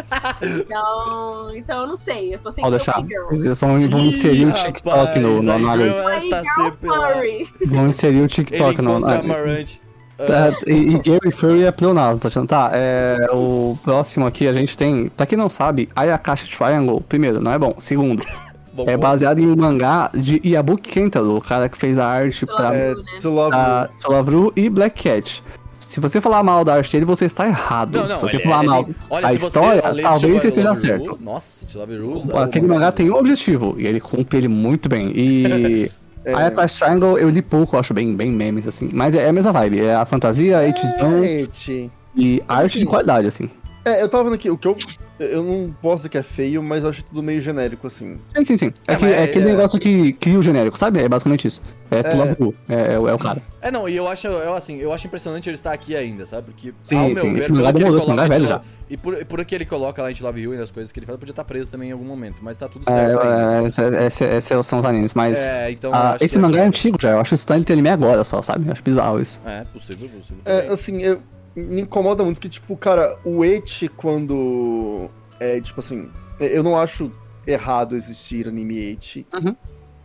Speaker 3: Então, então eu não sei. Eu só sei
Speaker 2: Pode
Speaker 3: que tem
Speaker 2: deixar.
Speaker 3: uma e-girl.
Speaker 2: Eles só vão vão inserir o TikTok no,
Speaker 1: é
Speaker 2: no, no Agretsuko.
Speaker 1: Está sempre lá.
Speaker 3: Furry.
Speaker 2: Vão inserir o
Speaker 1: Ele
Speaker 2: TikTok no,
Speaker 1: encontra a
Speaker 2: no,
Speaker 1: Marant.
Speaker 2: Tá, e, e Gary Fury é pleonasmo, tá achando? Tá, é, o próximo aqui a gente tem. Pra quem não sabe, Ayakashi Triangle, primeiro, não é bom. Segundo,
Speaker 1: Bom,
Speaker 2: é baseado em um mangá de Iabuki Kentaro, o cara que fez a arte pra
Speaker 4: é,
Speaker 3: né?
Speaker 4: To Love
Speaker 2: pra Solavru e Black Cat. Se você falar mal da arte dele, você está errado.
Speaker 1: Não, não,
Speaker 2: se você
Speaker 1: ele- é,
Speaker 2: falar
Speaker 1: ele-
Speaker 2: mal
Speaker 1: olha,
Speaker 2: a
Speaker 1: se você
Speaker 2: história,
Speaker 1: lê tipo,
Speaker 2: talvez
Speaker 1: Chivalry
Speaker 2: você esteja
Speaker 1: Love
Speaker 2: certo.
Speaker 1: Ru- Nossa, Chivalry Rules. é
Speaker 2: Aquele mangá tem um objetivo, e ele cumpre ele muito bem. E.
Speaker 4: É.
Speaker 2: Aí a Clash Triangle eu li pouco, eu acho bem, bem memes, assim. Mas é a mesma vibe, é a fantasia, a itzão
Speaker 4: É. Gente.
Speaker 2: e arte de
Speaker 4: assim,
Speaker 2: qualidade, assim.
Speaker 4: É, eu tava vendo aqui, o que eu. Eu não posso dizer que é feio, mas eu acho tudo meio genérico, assim.
Speaker 2: Sim, sim, sim. É,
Speaker 1: É,
Speaker 2: que-
Speaker 1: mas
Speaker 2: é
Speaker 1: é-
Speaker 2: aquele
Speaker 1: é-
Speaker 2: negócio que cria o genérico, sabe? É basicamente isso. É tu lava o cu. É, é o é o cara.
Speaker 1: É, não, e eu acho, eu, assim, eu acho impressionante ele estar aqui ainda, sabe? Porque,
Speaker 2: Sim, sim, esse
Speaker 1: pelo
Speaker 2: mangá
Speaker 1: que ele
Speaker 2: demorou, esse
Speaker 1: coloca
Speaker 2: mangá é velho
Speaker 1: de
Speaker 2: já.
Speaker 1: Love- E por, e por que ele coloca lá em Love Hill e as coisas que ele fala, podia estar preso também em algum momento, mas tá tudo certo ainda.
Speaker 2: É, é, esse- esse são os animes, mas.
Speaker 1: É, então eu
Speaker 2: ah,
Speaker 1: acho
Speaker 2: esse
Speaker 1: que
Speaker 2: mangá é
Speaker 1: foda.
Speaker 2: antigo já, eu acho estranho ele ter anime agora só, sabe? Eu acho bizarro isso.
Speaker 1: É, possível, possível.
Speaker 4: É,
Speaker 1: também.
Speaker 4: assim, eu- me incomoda muito que, tipo, cara, o et quando. É, tipo assim, eu não acho errado existir anime et.
Speaker 2: Uhum.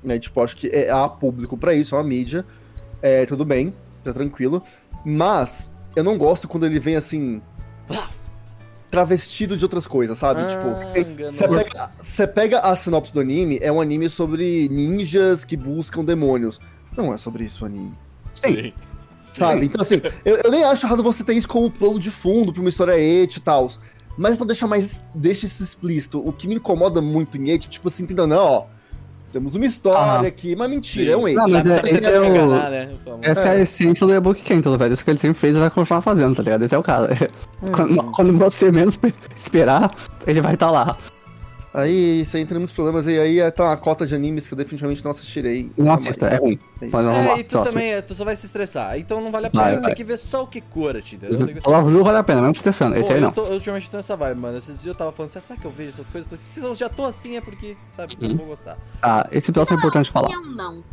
Speaker 4: Né? Tipo, acho que é, há público pra isso, é uma mídia. É, tudo bem, tá tranquilo. Mas, eu não gosto quando ele vem assim. Travestido de outras coisas, sabe? tipo.
Speaker 1: Ah,
Speaker 2: tipo,
Speaker 1: enganou.
Speaker 4: Você pega, cê pega a sinopse do anime, é um anime sobre ninjas que buscam demônios. Não é sobre isso o anime.
Speaker 2: Sim.
Speaker 4: Sabe? Então, assim, eu, eu nem acho errado você ter isso como plano de fundo pra uma história et e tal. Mas não deixa mais. Deixa isso explícito. O que me incomoda muito em et, tipo assim, entenda, não, ó. Temos uma história
Speaker 2: Aham.
Speaker 4: aqui, mas
Speaker 1: Sim.
Speaker 4: mentira, é um et.
Speaker 2: Ah, Não, mas
Speaker 1: Sabe,
Speaker 2: é-
Speaker 1: você
Speaker 2: esse
Speaker 1: quer
Speaker 2: é
Speaker 1: me
Speaker 2: o-
Speaker 1: enganar, né? O famoso.
Speaker 2: Essa é, a essência do Ebook Kentalo, velho. Isso que ele sempre fez e vai continuar fazendo, tá ligado? Esse é o cara.
Speaker 4: Uhum.
Speaker 2: Quando, quando você menos pe- esperar, ele vai estar lá.
Speaker 4: Aí você entra em muitos problemas e aí é, tá uma cota de animes que eu definitivamente não assistirei.
Speaker 2: Não assista, é ruim. Mas
Speaker 4: Mas...
Speaker 2: vamos lá,
Speaker 1: É, e tu
Speaker 2: próximo.
Speaker 1: também, é, tu só vai se estressar. Então não vale a
Speaker 2: Vai,
Speaker 1: pena,
Speaker 2: vai.
Speaker 1: tem que ver só o que cura, te entendeu? Tem que-
Speaker 2: Uhum. O Love Ru vale a pena, mesmo estressando. Esse
Speaker 1: Pô,
Speaker 2: aí
Speaker 1: eu
Speaker 2: não.
Speaker 1: tô- eu ultimamente tô nessa vibe, mano. Esses dias eu tava falando, assim, será que eu vejo essas coisas? Eu falei, se eu já tô assim é porque, sabe, eu não vou gostar.
Speaker 2: Tá, esse próximo é importante falar.
Speaker 3: Eu não.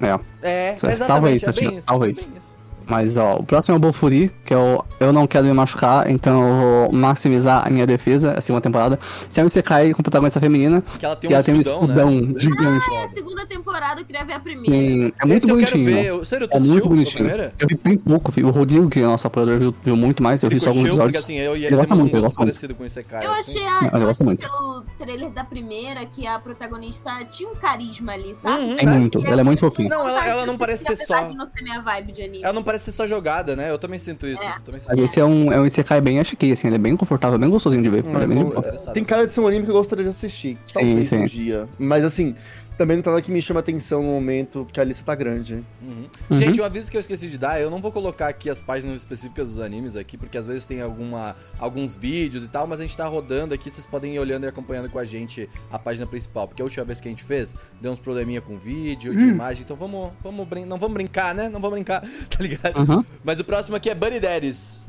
Speaker 2: É.
Speaker 1: É,
Speaker 2: Certo,
Speaker 1: exatamente,
Speaker 2: talvez,
Speaker 1: é
Speaker 2: Tatiana,
Speaker 1: bem isso.
Speaker 2: talvez.
Speaker 1: é bem isso.
Speaker 2: Mas ó, o próximo é o Bofuri, que é o Eu Não Quero Me Machucar, então eu vou maximizar a minha defesa, a segunda temporada. Se a MC cai com protagonista feminina,
Speaker 1: Que ela tem
Speaker 2: e
Speaker 1: um
Speaker 2: ela tem um
Speaker 1: escudão, né?
Speaker 2: escudão gigante.
Speaker 3: É a segunda temporada, eu queria ver a primeira.
Speaker 2: Tem- É muito
Speaker 1: Esse eu quero
Speaker 2: bonitinho.
Speaker 1: ver.
Speaker 2: né?
Speaker 1: Eu- Sério, tu
Speaker 2: É
Speaker 1: assistiu
Speaker 2: muito
Speaker 1: a
Speaker 2: bonitinho.
Speaker 1: primeira?
Speaker 2: Eu vi bem pouco, vi. o Rodrigo, que é nosso apoiador, viu, viu muito mais, eu vi só alguns
Speaker 1: curtiu, porque
Speaker 2: episódios.
Speaker 1: assim, eu e
Speaker 2: Ele
Speaker 1: ele
Speaker 2: gosta
Speaker 1: temos um
Speaker 2: muito, ele
Speaker 1: gosto
Speaker 2: gosta muito.
Speaker 1: parecido com esse cara.
Speaker 3: Eu
Speaker 1: assim.
Speaker 3: achei,
Speaker 2: Não,
Speaker 3: a,
Speaker 2: eu
Speaker 3: eu
Speaker 2: gosto
Speaker 3: achei
Speaker 2: muito.
Speaker 3: pelo trailer da primeira que a protagonista tinha um carisma ali, sabe?
Speaker 1: Uhum.
Speaker 2: É muito,
Speaker 3: E
Speaker 2: ela é muito
Speaker 3: eu-
Speaker 2: fofinha.
Speaker 1: Não, ela- ela não
Speaker 3: Apesar
Speaker 1: parece ser
Speaker 3: de
Speaker 1: só-
Speaker 3: não ser minha vibe de anime.
Speaker 1: Ela não parece ser só jogada, né? Eu também sinto isso.
Speaker 3: É.
Speaker 1: eu também sinto
Speaker 2: Mas esse é um, é um Isekai bem achiquei, assim, ele é bem confortável, bem
Speaker 1: Hum,
Speaker 4: eh,
Speaker 2: gostosinho de ver. ele é bem de boa.
Speaker 1: isso.
Speaker 4: Tem cara de ser um anime que eu gostaria de assistir.
Speaker 2: Sim,
Speaker 4: Talvez
Speaker 2: sim.
Speaker 4: um dia. Mas assim, Também não tá nada que me chama atenção no momento, porque a lista tá grande. hein?
Speaker 1: Uhum.
Speaker 2: Uhum.
Speaker 1: Gente, o aviso que eu esqueci de dar, eu não vou colocar aqui as páginas específicas dos animes aqui, porque às vezes tem alguma, alguns vídeos e tal, mas a gente tá rodando aqui, vocês podem ir olhando e acompanhando com a gente a página principal, porque a última vez que a gente fez, deu uns probleminha com vídeo,
Speaker 2: Hum.
Speaker 1: de imagem, então vamos, vamos brin não vamos brincar, né? Não vamos brincar, tá ligado?
Speaker 2: Aham.
Speaker 1: Mas o próximo aqui é Bunny Daddies.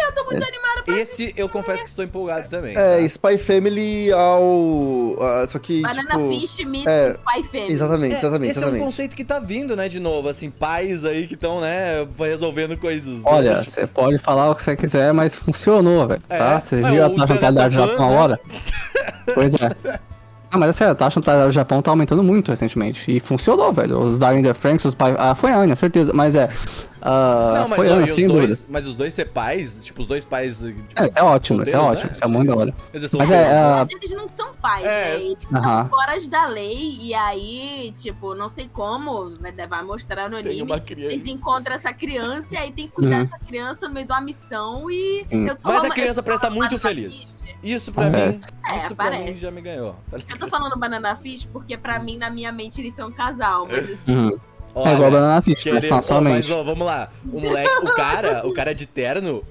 Speaker 3: Eu tô muito animada pra
Speaker 1: Esse eu confesso que estou empolgado também. tá?
Speaker 4: É, Spy Family ao. ah, só que.
Speaker 3: Banana
Speaker 4: tipo,
Speaker 3: Fish né? meets
Speaker 4: é,
Speaker 3: Spy Family.
Speaker 4: Exatamente,
Speaker 1: É,
Speaker 4: exatamente,
Speaker 1: esse é um
Speaker 4: exatamente.
Speaker 1: conceito que tá vindo, né, de novo, assim, pais aí que estão, né, resolvendo coisas. né?
Speaker 2: Olha, você pode falar o que você quiser, mas funcionou, velho.
Speaker 1: É,
Speaker 2: Tá? Você
Speaker 1: mas
Speaker 2: viu
Speaker 1: o
Speaker 2: a taxa
Speaker 1: The Last
Speaker 2: da
Speaker 1: of Us,
Speaker 2: Japão
Speaker 1: né?
Speaker 2: agora? pois é. Não, mas é sério, a taxa do Japão tá aumentando muito recentemente. E funcionou, velho. Os Darwin the Franks, os pais. Ah, foi a Anya, certeza. Mas é. ah,
Speaker 1: Não, mas,
Speaker 2: foi a
Speaker 1: olha,
Speaker 2: Anya,
Speaker 1: os
Speaker 2: sem dúvida.
Speaker 1: dois, mas os dois ser pais, tipo, os dois pais. eh, Tipo,
Speaker 2: É, isso é ótimo, isso é
Speaker 1: solteiros,
Speaker 2: ótimo.
Speaker 1: né?
Speaker 2: Isso é muito da hora.
Speaker 1: Quer dizer,
Speaker 2: Mas
Speaker 1: solteiros,
Speaker 2: é,
Speaker 1: né?
Speaker 2: ah,
Speaker 3: Mas eles não são pais,
Speaker 1: É.
Speaker 3: né? Eles
Speaker 2: Aham.
Speaker 3: são fora da lei. E aí, tipo, não sei como, vai vai mostrar no
Speaker 2: é.
Speaker 1: Tem
Speaker 3: anime.
Speaker 1: uma criança.
Speaker 3: Eles encontram essa criança e aí tem que cuidar
Speaker 2: Uhum.
Speaker 3: dessa criança no meio de uma missão e.
Speaker 2: Hum.
Speaker 3: Eu tô
Speaker 1: Mas a
Speaker 3: roma-
Speaker 1: criança
Speaker 3: eu tô
Speaker 1: parece estar
Speaker 3: falando
Speaker 1: muito
Speaker 3: Banana
Speaker 1: feliz.
Speaker 3: Fish.
Speaker 1: Isso pra
Speaker 2: Parece.
Speaker 1: mim.
Speaker 3: É,
Speaker 1: Isso pra mim
Speaker 3: parece.
Speaker 1: já me ganhou. tá ligado?
Speaker 3: Eu tô falando Banana Fish porque, pra mim, na minha mente, eles são um casal. Mas assim,
Speaker 2: Uhum.
Speaker 1: Olha,
Speaker 2: é igual a Banana Fish,
Speaker 1: querer-
Speaker 2: né? Só,
Speaker 1: Ó, Mas
Speaker 2: somente.
Speaker 1: ó, vamos lá. O moleque, o cara, o cara de terno,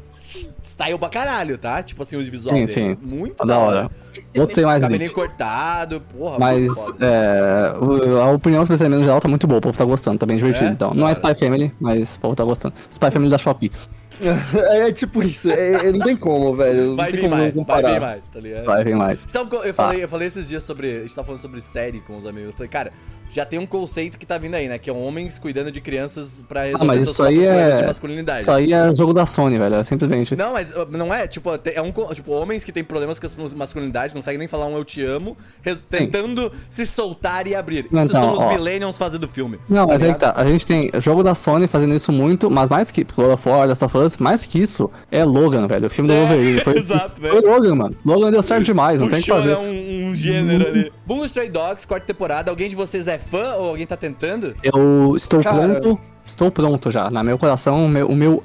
Speaker 1: style pra caralho, tá? Tipo assim, o visual
Speaker 2: Sim,
Speaker 1: dele.
Speaker 2: sim.
Speaker 1: Muito
Speaker 2: Tá da hora. Outro tem mais
Speaker 1: Cabelinho
Speaker 2: link.
Speaker 1: cortado, porra.
Speaker 2: Mas
Speaker 1: muito foda.
Speaker 2: é, o- a opinião dos pensamentos geral tá muito boa, o povo tá gostando, tá bem divertido.
Speaker 1: É?
Speaker 2: Então, não é
Speaker 1: Cara.
Speaker 2: Spy Family, mas o povo tá gostando. Spy Family da Shopee.
Speaker 4: é, tipo isso, é- é- não tem como, velho. Não
Speaker 1: Vai
Speaker 4: tem
Speaker 1: vir
Speaker 4: como não
Speaker 1: mais, vai vir
Speaker 4: comparar.
Speaker 1: mais, tá ligado?
Speaker 2: Vai, Tá. vem mais.
Speaker 1: Sabe o que eu- eu falei, eu falei esses dias sobre. A gente tava falando sobre série com os amigos. Eu falei, cara, já tem um conceito que tá vindo aí, né? Que é homens cuidando de crianças pra resolver
Speaker 2: Ah, mas
Speaker 1: seus
Speaker 2: isso aí
Speaker 1: próprios problemas de
Speaker 2: é.
Speaker 1: masculinidade.
Speaker 2: Isso aí é jogo da Sony, velho. é Simplesmente.
Speaker 1: Não, mas uh, não é, tipo, te- é um, co- tipo, homens que têm problemas com a sua masculinidade, não conseguem nem falar um eu te amo, res- tentando se soltar e abrir. Isso
Speaker 2: Não, então,
Speaker 1: são os
Speaker 2: ó.
Speaker 1: millennials fazendo filme.
Speaker 2: Não, mas aí que
Speaker 1: ligado?
Speaker 2: tá. A gente tem jogo da Sony fazendo isso muito, mas mais que God of War, Last of Us, mais que isso, é Logan, velho. O filme do
Speaker 1: É,
Speaker 2: Wolverine. Foi,
Speaker 1: exato, né?
Speaker 2: foi Logan, mano. Logan deu certo demais, não tem o que
Speaker 1: Puxou,
Speaker 2: fazer. Uhum.
Speaker 1: né, um, um gênero ali. Bungo Stray Dogs, quarta temporada. Alguém de vocês é fã ou alguém tá tentando?
Speaker 2: Eu estou
Speaker 4: Cara.
Speaker 2: pronto, estou pronto já. Na meu coração, o meu, o meu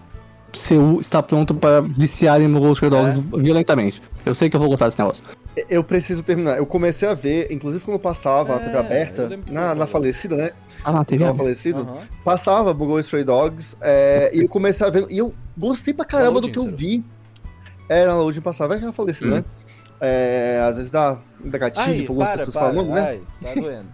Speaker 2: CU está pronto para viciar em Ghost Recon Dogs violentamente. Eu sei que eu vou gostar desse negócio.
Speaker 4: Eu preciso terminar. Eu comecei a ver, inclusive quando passava a
Speaker 1: É,
Speaker 4: TV aberta,
Speaker 1: eu lembro que
Speaker 4: na,
Speaker 1: você
Speaker 4: na
Speaker 1: falou.
Speaker 4: falecida, né?
Speaker 2: Ah, na TV.
Speaker 4: Tava falecido.
Speaker 1: Aham.
Speaker 4: Passava Bugou Stray Dogs, é, e eu comecei a ver. E eu gostei pra caramba do
Speaker 1: Downloading,
Speaker 4: que eu
Speaker 1: será?
Speaker 4: vi. É, na loading passava, é que ela falecida,
Speaker 2: Hum.
Speaker 4: né? É, às vezes dá, dá gatilho
Speaker 1: Ai,
Speaker 4: pra algumas
Speaker 1: para,
Speaker 4: pessoas
Speaker 1: para,
Speaker 4: falando, né?
Speaker 1: ai, tá doendo.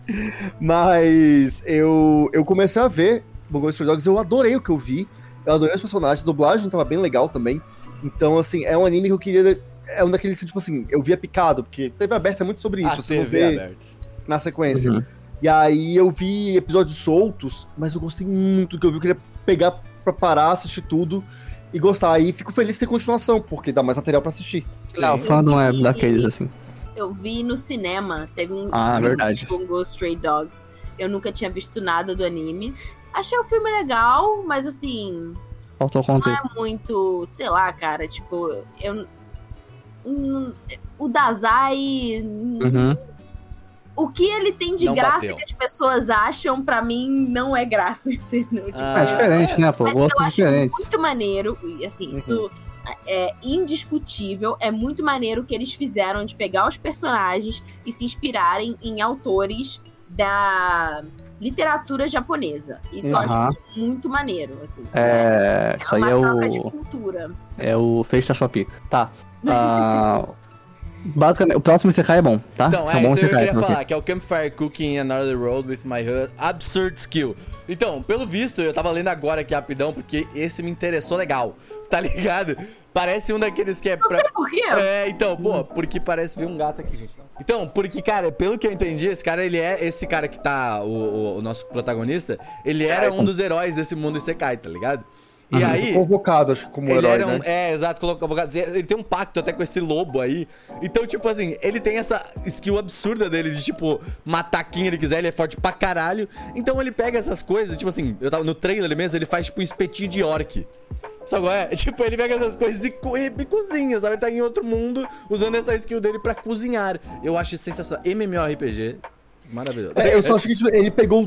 Speaker 4: Mas eu, eu comecei a ver Bugou Stray Dogs, eu adorei o que eu vi. Eu adorei os personagens, a dublagem tava bem legal também. Então, assim, é um anime que eu queria. É um daqueles, tipo assim, eu via picado, porque TV aberta é muito sobre isso,
Speaker 1: a né?
Speaker 4: você não
Speaker 1: TV
Speaker 4: vê
Speaker 1: aberta.
Speaker 4: na sequência.
Speaker 2: Uhum.
Speaker 4: E aí eu vi episódios soltos, mas eu gostei muito do que eu vi. Eu queria pegar pra parar, assistir tudo e gostar. E fico feliz que tem continuação, porque dá mais material pra assistir.
Speaker 2: Não, o fã não é daqueles assim.
Speaker 3: eu vi no cinema. Teve um
Speaker 2: Ah,
Speaker 3: filme
Speaker 2: verdade.
Speaker 3: com Ghost Stray Dogs. Eu nunca tinha visto nada do anime. Achei o filme legal, mas assim,
Speaker 2: Faltou contexto.
Speaker 3: muito, sei lá, cara, tipo, eu hum, o Dazai, hum,
Speaker 2: Uhum.
Speaker 3: o que ele tem de
Speaker 1: Não
Speaker 3: graça
Speaker 1: bateu.
Speaker 3: que as pessoas acham, pra mim não é graça, entendeu? Tipo,
Speaker 1: Ah,
Speaker 2: É diferente, né, pô?
Speaker 3: mas eu
Speaker 2: Gostos
Speaker 3: acho
Speaker 2: diferentes.
Speaker 3: muito maneiro, e
Speaker 2: Uhum.
Speaker 3: assim, isso é indiscutível, é muito maneiro o que eles fizeram de pegar os personagens e se inspirarem em autores da literatura japonesa. Isso eu
Speaker 2: Aham.
Speaker 3: acho muito maneiro, assim. sabe?
Speaker 2: É, isso aí
Speaker 3: uma
Speaker 2: é
Speaker 3: troca de
Speaker 2: o.
Speaker 3: cultura.
Speaker 2: É o Face da Shopee. Tá. Ah, basicamente, o próximo Isekai é bom, tá?
Speaker 1: Então,
Speaker 2: São
Speaker 1: é
Speaker 2: bons
Speaker 1: isso aí que eu
Speaker 2: Isekais,
Speaker 1: queria
Speaker 2: assim.
Speaker 1: falar, que é o Campfire Cooking in Another Road with My Hu- Absurd Skill. Então, pelo visto, eu tava lendo agora aqui rapidão, porque esse me interessou legal, tá ligado? Parece um daqueles que é pra...
Speaker 3: Por quê?
Speaker 1: É, então, pô, porque parece vir um gato aqui, gente. Então, porque, cara, pelo que eu entendi, esse cara, ele é esse cara que tá, o, o- o nosso protagonista, ele era um dos heróis desse mundo Isekai, tá ligado? E
Speaker 2: Aham.
Speaker 1: aí,
Speaker 4: Convocado, acho que como
Speaker 1: ele
Speaker 4: herói,
Speaker 1: era um,
Speaker 4: né?
Speaker 1: É, exato, colocou advogado. Ele tem um pacto até com esse lobo aí. Então, tipo assim, ele tem essa skill absurda dele de, tipo, matar quem ele quiser, ele é forte pra caralho. Então ele pega essas coisas, tipo assim, eu tava no trailer mesmo, ele faz tipo um espetinho de orc. Sabe qual é? Tipo, ele pega essas coisas e, co- e cozinha, sabe? Ele tá em outro mundo usando essa skill dele pra cozinhar. Eu acho sensacional. MMORPG Maravilhoso.
Speaker 4: É, eu só acho que isso- ele pegou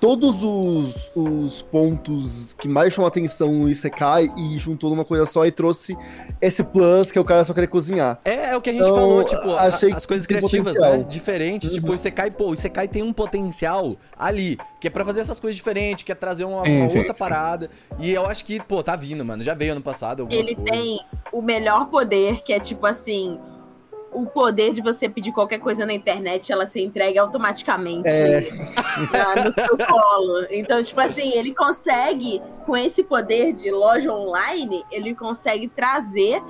Speaker 4: todos os, os pontos que mais chamam atenção no Isekai e juntou numa coisa só e trouxe esse plus que é o cara só querer cozinhar.
Speaker 1: É, é o que a gente
Speaker 4: Então,
Speaker 1: falou, tipo, a-
Speaker 4: achei
Speaker 1: as
Speaker 4: que
Speaker 1: coisas
Speaker 4: tem
Speaker 1: criativas,
Speaker 4: potencial. Uhum.
Speaker 1: né? Diferentes, tipo, o Isekai, pô, o Isekai tem um potencial ali, que é pra fazer essas coisas diferentes, que é trazer uma,
Speaker 2: Sim,
Speaker 1: uma
Speaker 2: sim,
Speaker 1: outra
Speaker 2: sim.
Speaker 1: parada. E eu acho que, pô, tá vindo, mano, já veio ano passado algumas
Speaker 3: Ele
Speaker 1: coisas.
Speaker 3: tem o melhor poder, que é tipo assim. O poder de você pedir qualquer coisa na internet, ela se entrega automaticamente
Speaker 4: É.
Speaker 3: na- no seu colo. Então, tipo assim, ele consegue, com esse poder de loja online, ele consegue trazer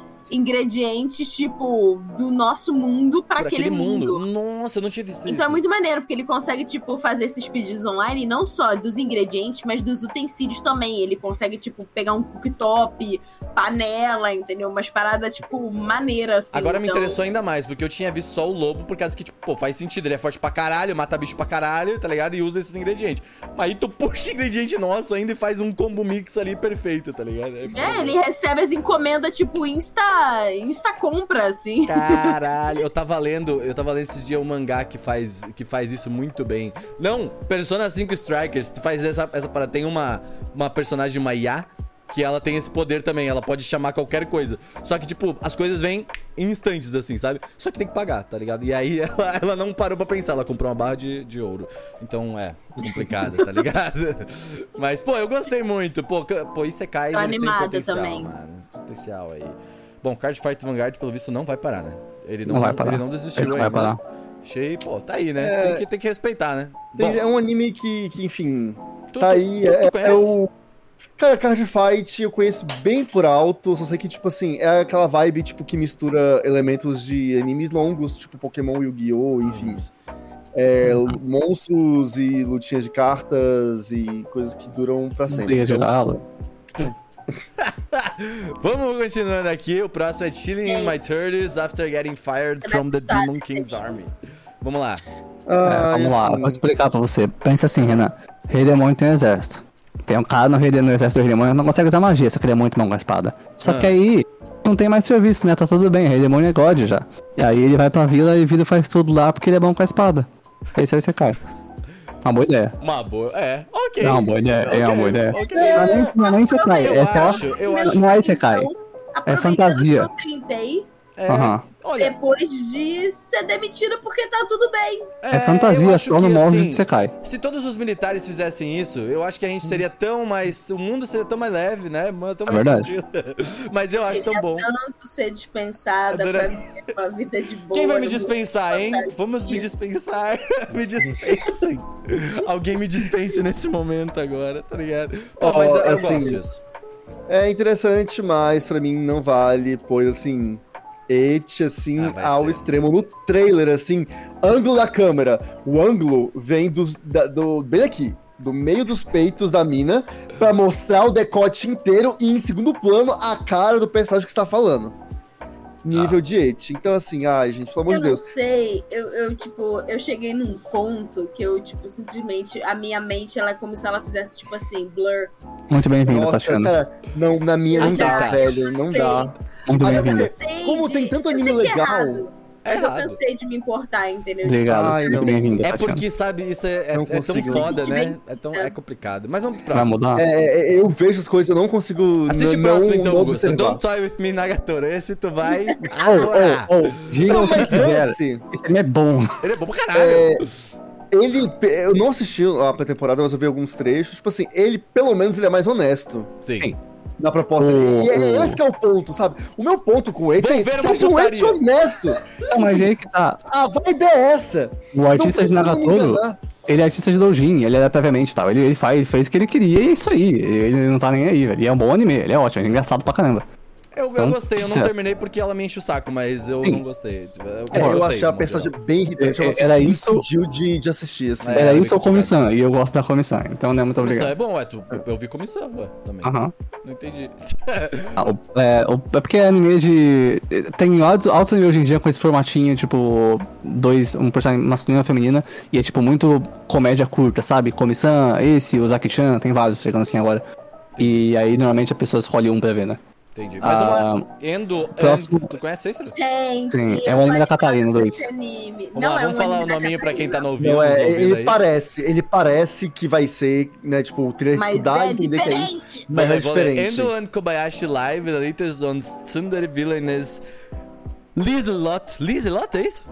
Speaker 3: ingredientes, tipo, do nosso mundo pra
Speaker 1: Pra
Speaker 3: aquele mundo.
Speaker 1: Nossa, eu não tinha visto isso.
Speaker 3: Então é muito maneiro, porque ele consegue, tipo, fazer esses pedidos online, não só dos ingredientes, mas dos utensílios também. Ele consegue, tipo, pegar um cooktop, panela, entendeu? Umas paradas, tipo, maneiras, assim.
Speaker 1: Agora me
Speaker 3: Então,
Speaker 1: interessou ainda mais, porque eu tinha visto só o lobo, por causa que, tipo, pô, faz sentido, ele é forte pra caralho, mata bicho pra caralho, tá ligado? E usa esses ingredientes. Mas aí tu puxa ingrediente nosso ainda e faz um combo mix ali perfeito, tá ligado?
Speaker 3: É, ele recebe as encomendas, tipo, insta, insta compra, assim.
Speaker 1: Caralho, eu tava lendo, eu tava lendo esses dias um mangá que faz, que faz isso muito bem. Não, Persona 5 Strikers tu faz essa, essa parada. Tem uma, uma personagem, uma IA, que ela tem esse poder também, ela pode chamar qualquer coisa. Só que, tipo, as coisas vêm em instantes, assim, sabe? Só que tem que pagar, tá ligado? E aí ela, ela não parou pra pensar, ela comprou uma barra de, de ouro. Então é, complicado, tá ligado? Mas, pô, eu gostei muito. Pô, ca- pô é Isekais,
Speaker 3: Tô
Speaker 1: eles têm
Speaker 3: animada
Speaker 1: potencial,
Speaker 3: também.
Speaker 1: mano. Potencial aí. Bom, Card Fight Vanguard, pelo visto, não vai parar, né? Ele não,
Speaker 2: Não vai parar.
Speaker 1: Ele não é desistiu
Speaker 2: Ele não vai
Speaker 1: ainda.
Speaker 2: parar.
Speaker 1: Achei, pô, tá aí, né?
Speaker 4: É.
Speaker 1: Tem, que, tem que respeitar, né?
Speaker 4: Tem-
Speaker 1: Bom,
Speaker 4: é um anime que, que, enfim,
Speaker 1: tu-
Speaker 4: tá
Speaker 1: tu-
Speaker 4: aí.
Speaker 1: tu- tu
Speaker 4: é, é
Speaker 1: conhece?
Speaker 4: o. Cara, Card Fight eu conheço bem por alto, só sei que, tipo assim, é aquela vibe tipo, que mistura elementos de animes longos, tipo Pokémon, Yu-Gi-Oh!, enfim.
Speaker 1: Uhum.
Speaker 4: É, monstros e lutinhas de cartas e coisas que duram pra sempre.
Speaker 1: Assim,
Speaker 2: Briga de
Speaker 4: Então,
Speaker 2: galo.
Speaker 1: Vamos continuando aqui. O próximo é Chilling in My
Speaker 3: Gente.
Speaker 1: 30s After Getting Fired
Speaker 3: Você vai
Speaker 1: from the
Speaker 3: gostar
Speaker 1: Demon
Speaker 3: desse
Speaker 1: King's
Speaker 3: anime.
Speaker 1: Army. Vamos lá.
Speaker 4: ah,
Speaker 2: É, vamos lá, eu
Speaker 4: enfim.
Speaker 2: vou explicar pra você. Pensa assim, Renan. Rei Demônio tem um exército. Tem um cara no, rei, no exército do Rei Demônio que não consegue usar magia, só que ele é muito mal com a espada. Só
Speaker 1: Ah.
Speaker 2: que aí não tem mais serviço, né? Tá tudo bem, Rei Demônio é God já. E aí ele vai pra vila e vila faz tudo lá porque ele é bom com a espada. Esse aí você cai. Uma boa ideia.
Speaker 1: Uma boa. É, ok.
Speaker 2: Não, boa ideia, é uma boa ideia.
Speaker 1: Ok.
Speaker 2: Não é nem- não é nem você cai,
Speaker 3: Eu então,
Speaker 2: é só.
Speaker 1: acho, eu acho.
Speaker 2: Não é esse Kai.
Speaker 3: aproveitando
Speaker 2: fantasia.
Speaker 3: que eu tentei,
Speaker 1: É,
Speaker 2: Aham.
Speaker 1: Olha,
Speaker 3: depois de ser demitido porque tá tudo bem.
Speaker 2: É, fantasia, só no molde que você cai.
Speaker 1: assim, Se todos os militares fizessem isso, eu acho que a gente seria tão mais. O mundo seria tão mais leve, né? Mano, tão
Speaker 2: É
Speaker 1: mais
Speaker 2: verdade.
Speaker 1: tranquilo. Mas eu acho tão bom.
Speaker 3: Tanto ser dispensada
Speaker 1: Adora-
Speaker 3: pra viver uma vida de boa.
Speaker 1: Quem vai me
Speaker 3: no mundo
Speaker 1: dispensar, hein?
Speaker 3: fantasia.
Speaker 1: Vamos me dispensar. me dispensem. Alguém me dispense nesse momento agora, tá ligado? Ó,
Speaker 4: Ó,
Speaker 1: mas eu, eu
Speaker 4: assim,
Speaker 1: gosto disso.
Speaker 4: É interessante, mas pra mim não vale, pois assim. Ete, assim,
Speaker 1: Ah, vai
Speaker 4: ao
Speaker 1: ser.
Speaker 4: extremo. No trailer, assim, ângulo da câmera. O ângulo vem dos, da- do. bem aqui. Do meio dos peitos da mina, pra mostrar o decote inteiro e, em segundo plano, a cara do personagem que está falando. Nível
Speaker 1: Ah.
Speaker 4: de Ete. Então, assim, ai, gente, pelo amor
Speaker 3: eu
Speaker 4: de Deus.
Speaker 3: não sei, eu, eu, tipo, eu cheguei num ponto que eu, tipo, simplesmente, a minha mente, ela é como se ela fizesse, tipo assim, blur.
Speaker 2: Muito
Speaker 1: tá
Speaker 2: bem-vindo,
Speaker 4: Nossa, tá,
Speaker 2: Tatiana.
Speaker 4: cara, não, na minha não
Speaker 1: Assim,
Speaker 4: dá,
Speaker 1: tá.
Speaker 4: velho. Não dá.
Speaker 2: Muito
Speaker 3: é
Speaker 4: Olha,
Speaker 2: bem-vindo.
Speaker 4: porque como tem tanto
Speaker 3: eu sei
Speaker 4: anime
Speaker 3: que é
Speaker 4: legal,
Speaker 3: errado,
Speaker 1: É
Speaker 3: mas eu
Speaker 1: errado.
Speaker 3: cansei de me importar, entendeu?
Speaker 2: Obrigado.
Speaker 4: Ai,
Speaker 2: muito
Speaker 4: não.
Speaker 2: bem-vindo,
Speaker 1: É
Speaker 2: Tatiana.
Speaker 1: porque, sabe, isso é, é-
Speaker 4: Não
Speaker 1: é tão
Speaker 4: consigo.
Speaker 1: foda,
Speaker 3: Me
Speaker 1: né?
Speaker 3: senti
Speaker 1: É, tão, é complicado. Mas vamos pro
Speaker 2: Vai
Speaker 1: próximo.
Speaker 2: mudar?
Speaker 4: É, é, eu vejo as coisas, eu não consigo.
Speaker 1: Assiste o
Speaker 4: n- não, um
Speaker 1: próximo, então,
Speaker 4: não
Speaker 1: Augusto.
Speaker 4: observar.
Speaker 1: Don't toy with me, Nagatoro. Esse tu vai adorar.
Speaker 2: Ah, Ô, ô, ô, diga
Speaker 1: Então,
Speaker 4: Não,
Speaker 2: o que
Speaker 4: mas
Speaker 2: quiser.
Speaker 4: esse,
Speaker 2: Esse anime é bom.
Speaker 1: Ele é bom pra caralho.
Speaker 4: ele. pe- Eu não assisti a pré-temporada, mas eu vi alguns trechos. Tipo assim, ele, pelo menos, ele é mais honesto
Speaker 1: Sim.
Speaker 2: sim.
Speaker 4: na proposta.
Speaker 2: O-
Speaker 4: E é,
Speaker 2: o-
Speaker 4: esse que é o ponto, sabe? O meu ponto com o Ed
Speaker 1: Vou
Speaker 4: é
Speaker 1: ver uma
Speaker 4: seja um Ed
Speaker 1: putaria.
Speaker 4: honesto.
Speaker 2: Não, mas aí que tá.
Speaker 4: A vibe é essa.
Speaker 2: O artista de
Speaker 4: precisa me
Speaker 2: Nagatoro,
Speaker 4: enganar.
Speaker 2: ele é artista de doujin, ele era previamente e tal. Ele, ele faz, ele fez o que ele queria e é isso aí. Ele, ele não tá nem aí, velho. E é um bom anime, ele é ótimo, ele é engraçado pra caramba.
Speaker 1: Eu, eu
Speaker 2: Então,
Speaker 1: gostei, eu não
Speaker 2: sucesso.
Speaker 1: terminei porque ela me enche o saco, mas eu
Speaker 2: Sim.
Speaker 1: não gostei. Eu,
Speaker 4: É, eu
Speaker 1: gostei,
Speaker 4: achei a
Speaker 1: no
Speaker 4: personagem
Speaker 1: geral.
Speaker 4: bem irritante. ela
Speaker 2: É, era
Speaker 4: me
Speaker 2: isso-
Speaker 4: impediu de, de assistir, assim.
Speaker 1: É,
Speaker 2: Era
Speaker 1: obrigado.
Speaker 2: isso ou comissão, e eu gosto da comissão, então né, muito
Speaker 1: Comissão
Speaker 2: obrigado.
Speaker 1: é bom, ué. tu- eu vi comissão, ué, também.
Speaker 4: Ah.
Speaker 2: Aham.
Speaker 1: Não entendi.
Speaker 2: Ah, o- é, o- é porque é anime de. Tem altos, altos animes hoje em dia com esse formatinho, tipo, dois, um personagem masculino e uma feminina, e é tipo muito comédia curta, sabe? Comissão, esse, o Zaki-chan, tem vários chegando assim agora. E aí normalmente a pessoa escolhe um pra ver, né?
Speaker 1: Entendi. Mas
Speaker 2: Ah,
Speaker 1: uma. Endo.
Speaker 2: próximo-
Speaker 1: Endo- Tu conhece esse? Cedric?
Speaker 3: Tipo, Gente.
Speaker 2: Sim, é o anime da Catarina, dois.
Speaker 3: esse anime.
Speaker 1: Vamos
Speaker 3: Não,
Speaker 1: lá, vamos
Speaker 3: é um anime
Speaker 1: falar o
Speaker 3: da
Speaker 1: nominho pra quem tá
Speaker 3: Catarina.
Speaker 1: no ouvido.
Speaker 4: Não, é,
Speaker 1: nos ouvindo
Speaker 4: ele
Speaker 1: aí.
Speaker 4: parece, ele parece que vai ser, né, tipo, o trailer
Speaker 3: Mas
Speaker 4: dá a
Speaker 3: é
Speaker 4: entender que é isso,
Speaker 3: diferente.
Speaker 1: Mas
Speaker 4: mas é
Speaker 1: eu vou ler.
Speaker 4: diferente.
Speaker 1: Endo and Kobayashi Live, the latest on Tsundere Villainess. Lizelot. Lizelot, é isso?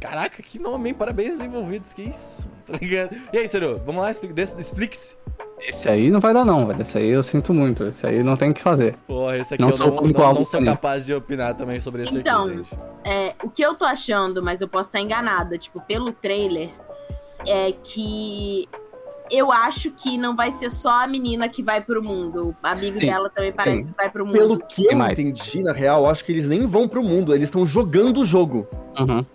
Speaker 1: Caraca, que nome, hein? Parabéns aos envolvidos, que isso? Tá ligado? E aí, Seru, vamos lá, explica- des- explique-se.
Speaker 2: Esse aí não vai dar, não, velho. Esse aí eu sinto muito. Esse aí não tem o que fazer.
Speaker 1: Porra, esse aqui
Speaker 2: Não
Speaker 1: eu
Speaker 2: sou
Speaker 1: não,
Speaker 2: o único
Speaker 1: não- não
Speaker 2: alvo
Speaker 1: sou
Speaker 2: também.
Speaker 1: capaz de opinar também sobre esse
Speaker 3: Então,
Speaker 1: aqui, gente.
Speaker 3: É, o que eu tô achando, mas eu posso estar enganada, tipo, pelo trailer, é que eu acho que não vai ser só a menina que vai pro mundo. O amigo
Speaker 2: Sim,
Speaker 3: dela também parece que vai pro mundo.
Speaker 4: Pelo que
Speaker 2: Tem
Speaker 4: eu
Speaker 2: mais.
Speaker 4: entendi, na real, acho que eles nem vão pro mundo, eles estão jogando o jogo.
Speaker 2: Uhum.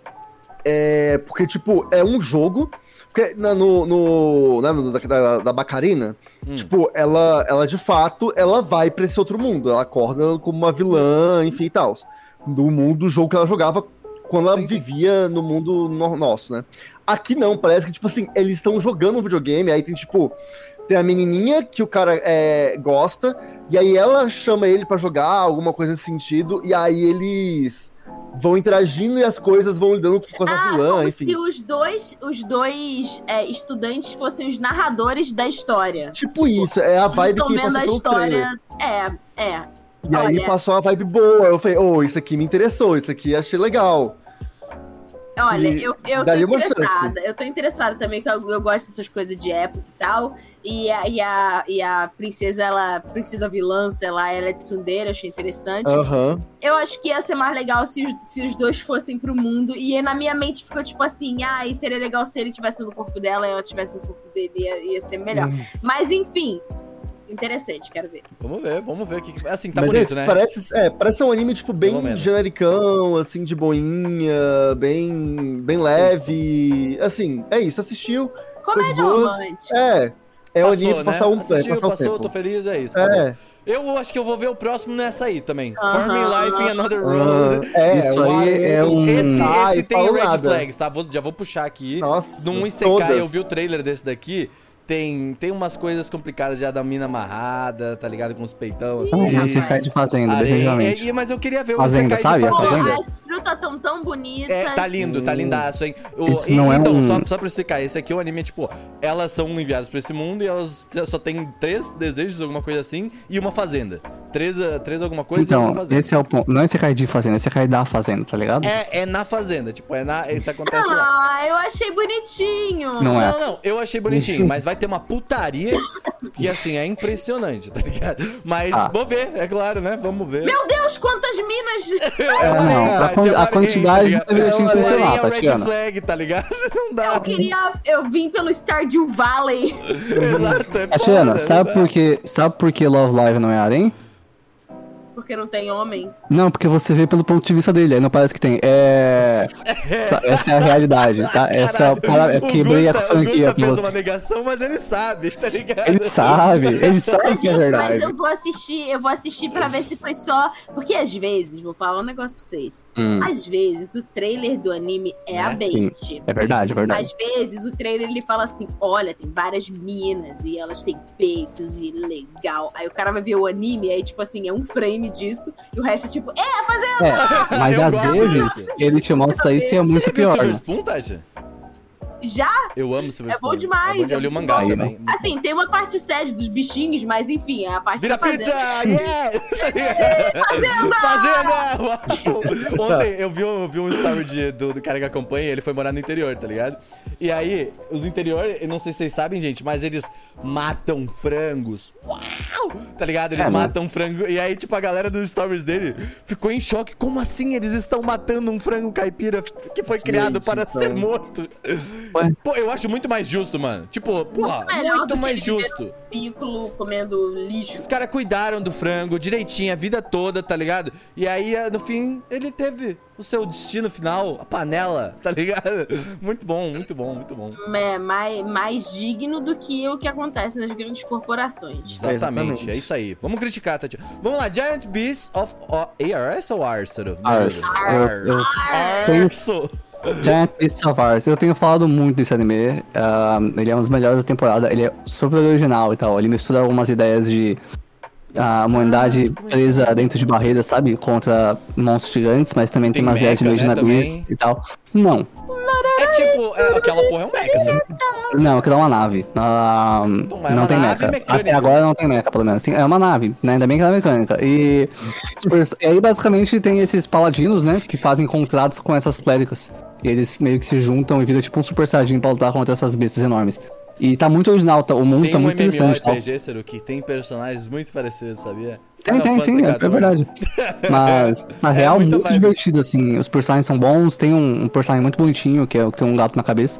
Speaker 4: É, porque, tipo, é um jogo. Porque na- no. no né, no- da, da, da Bacarina,
Speaker 1: Hum.
Speaker 4: tipo, ela, ela de fato ela vai pra esse outro mundo. Ela acorda como uma vilã, enfim e tal. Do mundo do jogo que ela jogava quando ela
Speaker 1: Sim, sim.
Speaker 4: vivia no mundo no- nosso, né? Aqui não, parece que, tipo assim, eles estão jogando um videogame, aí tem, tipo. Tem a menininha que o cara é, gosta, e aí ela chama ele pra jogar, alguma coisa nesse sentido, e aí eles vão interagindo e as coisas vão lidando com essa
Speaker 3: Ah,
Speaker 4: vilã,
Speaker 3: como
Speaker 4: enfim.
Speaker 3: se os dois, os dois é, estudantes fossem os narradores da história.
Speaker 4: Tipo isso, é a
Speaker 3: Eles
Speaker 4: vibe
Speaker 3: estão
Speaker 4: que
Speaker 3: vendo
Speaker 4: passou
Speaker 3: a
Speaker 4: pelo trailer.
Speaker 3: história. É, é.
Speaker 4: E aí
Speaker 3: Olha.
Speaker 4: passou uma vibe boa. Eu falei, oh, isso aqui me interessou, isso aqui achei legal.
Speaker 3: Olha,
Speaker 4: E
Speaker 3: eu, eu tô
Speaker 4: daria uma
Speaker 3: interessada. Eu tô interessada também, que eu, eu gosto dessas coisas de época e tal. E a, e a, e a princesa, ela. Princesa vilã, sei lá, ela é de sundeira, eu achei interessante.
Speaker 1: Tipo,
Speaker 4: Aham.
Speaker 3: Eu acho que ia ser mais legal se, os- se os dois fossem pro mundo. E na minha mente ficou tipo assim: ah, e seria legal se ele tivesse no corpo dela e ela tivesse no corpo dele, ia, ia ser melhor. Mas enfim, interessante, quero ver.
Speaker 1: Vamos ver, vamos ver o que. que- Assim, tá
Speaker 4: Mas
Speaker 1: bonito,
Speaker 4: é,
Speaker 1: né?
Speaker 4: Parece, é, parece ser um anime, tipo,
Speaker 1: Pelo
Speaker 4: bem
Speaker 1: menos.
Speaker 4: genericão, assim, de boinha, bem, bem
Speaker 1: Sim,
Speaker 4: leve. Assim, é isso, assistiu.
Speaker 3: Comédia
Speaker 4: duas-
Speaker 3: romântica.
Speaker 4: É. É o anime pra
Speaker 1: Tipo, né?
Speaker 4: passar um,
Speaker 1: Assistiu,
Speaker 4: é, passar um
Speaker 1: passou,
Speaker 4: tempo.
Speaker 1: tô feliz, é isso. acabou.
Speaker 4: É,
Speaker 1: Eu acho que eu vou ver o próximo nessa aí também.
Speaker 3: Aham.
Speaker 1: Forming Life in Another
Speaker 4: ah,
Speaker 1: Road.
Speaker 4: é,
Speaker 2: Isso
Speaker 4: o
Speaker 2: aí
Speaker 4: anime-
Speaker 2: é um-
Speaker 1: Esse,
Speaker 4: Ai,
Speaker 1: esse tem
Speaker 4: falou
Speaker 1: red
Speaker 4: nada.
Speaker 1: flags, tá? Vou- já vou puxar aqui.
Speaker 4: Nossa,
Speaker 1: Num Isekai,
Speaker 4: todas.
Speaker 1: eu vi o trailer desse daqui. Tem, tem umas coisas complicadas já da mina amarrada, tá ligado? Com os peitão, assim.
Speaker 2: Então,
Speaker 3: Sim,
Speaker 2: esse
Speaker 3: rapaz.
Speaker 2: cai de fazenda,
Speaker 1: Areia.
Speaker 2: definitivamente.
Speaker 1: É, e- mas eu queria ver o
Speaker 2: Fazenda,
Speaker 1: Isekai
Speaker 2: sabe?
Speaker 1: de
Speaker 4: Ah,
Speaker 2: A
Speaker 3: Pô,
Speaker 1: fazenda.
Speaker 2: fazenda.
Speaker 3: as frutas tão tão bonitas.
Speaker 1: É, tá lindo, tá lindaço, hein? O-
Speaker 2: Isso
Speaker 1: e-
Speaker 2: Hum. não é
Speaker 1: então,
Speaker 2: um-
Speaker 1: só, só pra explicar, esse aqui é um anime, tipo, elas são enviadas pra esse mundo e elas só têm três desejos, alguma coisa assim, e uma fazenda. Três, ah, três alguma coisa e
Speaker 2: Então,
Speaker 1: uma fazenda.
Speaker 2: esse é o ponto. Não é esse cai de fazenda, esse cai da fazenda, tá ligado?
Speaker 1: É, é na fazenda, tipo, é na. Isso acontece lá.
Speaker 3: Ah, eu achei bonitinho.
Speaker 2: Não é.
Speaker 1: Não, não, eu achei bonitinho, mas vai ter uma putaria que, assim, é impressionante, tá ligado? Mas
Speaker 2: Ah.
Speaker 1: vou ver, é claro, né? Vamos ver. É
Speaker 3: Meu Deus, quantas minas!
Speaker 1: Eu
Speaker 2: É, não,
Speaker 1: amarei,
Speaker 2: a
Speaker 1: Tati,
Speaker 2: quan-
Speaker 1: eu
Speaker 2: a
Speaker 1: amarei,
Speaker 2: quantidade
Speaker 1: tá ligado?
Speaker 2: tá me
Speaker 1: Eu amarei
Speaker 2: deixando impressionar,
Speaker 1: a red
Speaker 2: Tatiana.
Speaker 1: flag, tá ligado? Não
Speaker 3: Eu
Speaker 1: dá.
Speaker 3: queria. Eu vim pelo Stardew Valley.
Speaker 1: Exato, é
Speaker 2: Tatiana,
Speaker 1: foda,
Speaker 2: sabe
Speaker 1: não dá.
Speaker 2: por que sabe por que Love Live não é harem?
Speaker 3: Porque não tem homem.
Speaker 2: Não, porque você vê pelo ponto de vista dele, aí não parece que tem. É. Tá, Essa é a realidade, tá? Essa é a parada.
Speaker 1: Caralho,
Speaker 2: Eu
Speaker 1: o
Speaker 2: quebrei a
Speaker 1: Gusta- o
Speaker 2: franquia
Speaker 1: Gusta
Speaker 2: pra
Speaker 1: fez
Speaker 2: você.
Speaker 1: uma negação, mas ele sabe, tá ligado?
Speaker 2: Ele sabe, ele
Speaker 3: Ah,
Speaker 2: sabe que é
Speaker 3: gente, mas
Speaker 2: verdade.
Speaker 3: eu vou assistir, eu vou assistir pra ver se foi só. Porque às vezes, vou falar um negócio pra vocês.
Speaker 2: Hum,
Speaker 3: Às vezes o trailer do anime é a bait.
Speaker 2: é verdade, é verdade.
Speaker 3: Às vezes o trailer ele fala assim: olha, tem várias minas e elas têm peitos e legal. Aí o cara vai ver o anime, aí, tipo assim, é um frame disso, e o resto é tipo, é,
Speaker 2: É, mas
Speaker 1: Eu
Speaker 2: às
Speaker 1: gosto
Speaker 2: vezes ele te mostra isso e é
Speaker 1: Você já
Speaker 2: muito
Speaker 1: viu
Speaker 2: pior.
Speaker 1: Silver Spoon, Tasha?
Speaker 3: já.
Speaker 1: Eu amo Silver
Speaker 3: É
Speaker 1: Spoon.
Speaker 3: bom demais,
Speaker 1: Eu,
Speaker 3: é
Speaker 1: li o
Speaker 3: muito
Speaker 1: mangá
Speaker 2: bom.
Speaker 1: também.
Speaker 3: Assim, tem uma parte sede dos bichinhos, mas enfim, é a parte
Speaker 1: Vira
Speaker 3: da fazenda.
Speaker 1: pizza! Yeah! Fazenda! Fazenda! Uau! Ontem eu vi um, vi um story de- do, do cara que acompanha, ele foi morar no interior, tá ligado? E aí, os interior, eu não sei se vocês sabem, gente, mas eles matam frangos. Uau! Tá ligado? Eles
Speaker 2: É, né?
Speaker 1: matam frango. E aí, tipo, a galera dos stories dele ficou em choque. Como assim eles estão matando um frango caipira que foi criado
Speaker 4: Gente,
Speaker 1: para
Speaker 4: então.
Speaker 1: ser morto? Pô, eu acho muito mais justo, mano. Tipo, porra,
Speaker 3: melhor do
Speaker 1: muito
Speaker 3: que
Speaker 1: mais
Speaker 3: viver
Speaker 1: justo.
Speaker 3: Piccolo comendo lixo.
Speaker 1: Os caras cuidaram do frango direitinho a vida toda, tá ligado? E aí, eh, no fim, ele teve o seu destino final, a panela, tá ligado? Muito bom, muito bom, muito bom.
Speaker 3: É mais, mais digno do que o que acontece nas grandes corporações.
Speaker 1: Exatamente,
Speaker 4: Exatamente.
Speaker 1: é isso aí. Vamos criticar, Tati. Vamos lá, Giant Beast of o, ARS ou Arsero?
Speaker 2: Ars. Eu- eu-
Speaker 1: Arso.
Speaker 2: Giant Beasts of Ours. Eu tenho falado muito desse anime. ah, ele é um dos melhores da temporada. Ele é super original e tal. Ele mistura algumas ideias de a humanidade presa dentro de barreiras, sabe? Contra monstros gigantes, mas também tem,
Speaker 1: Tem
Speaker 2: umas ideias de
Speaker 1: mecha,
Speaker 2: meio de
Speaker 1: né,
Speaker 2: navios
Speaker 1: também.
Speaker 2: e tal. Não,
Speaker 1: É tipo, é, aquela porra é um mecha, sabe?
Speaker 2: não, aquilo é uma nave. Ah,
Speaker 1: Bom, é
Speaker 2: não
Speaker 1: uma
Speaker 2: tem
Speaker 1: nave
Speaker 2: mecha.
Speaker 1: mecânica.
Speaker 2: Até agora não tem mecha, pelo menos. Sim, É uma nave, né? Ainda bem que ela é mecânica. E, e aí, basicamente, tem esses paladinos, né? Que fazem contratos com essas cléricas. E eles meio que se juntam e viram tipo um super saiyajin pra lutar contra essas bestas enormes. E tá muito original, tá, o mundo
Speaker 1: Tem
Speaker 2: tá
Speaker 1: um
Speaker 2: muito interessante. tal.
Speaker 1: MMORPG, Seru, que tem personagens muito parecidos, sabia?
Speaker 2: Tem,
Speaker 1: Final
Speaker 2: tem,
Speaker 1: Fantasy
Speaker 2: sim, é, é
Speaker 1: 14.
Speaker 2: verdade. Mas, na real,
Speaker 1: É muita
Speaker 2: muito
Speaker 1: vibe.
Speaker 2: divertido, assim. Os personagens são bons, tem um, um personagem muito bonitinho, que é o que tem um gato na cabeça.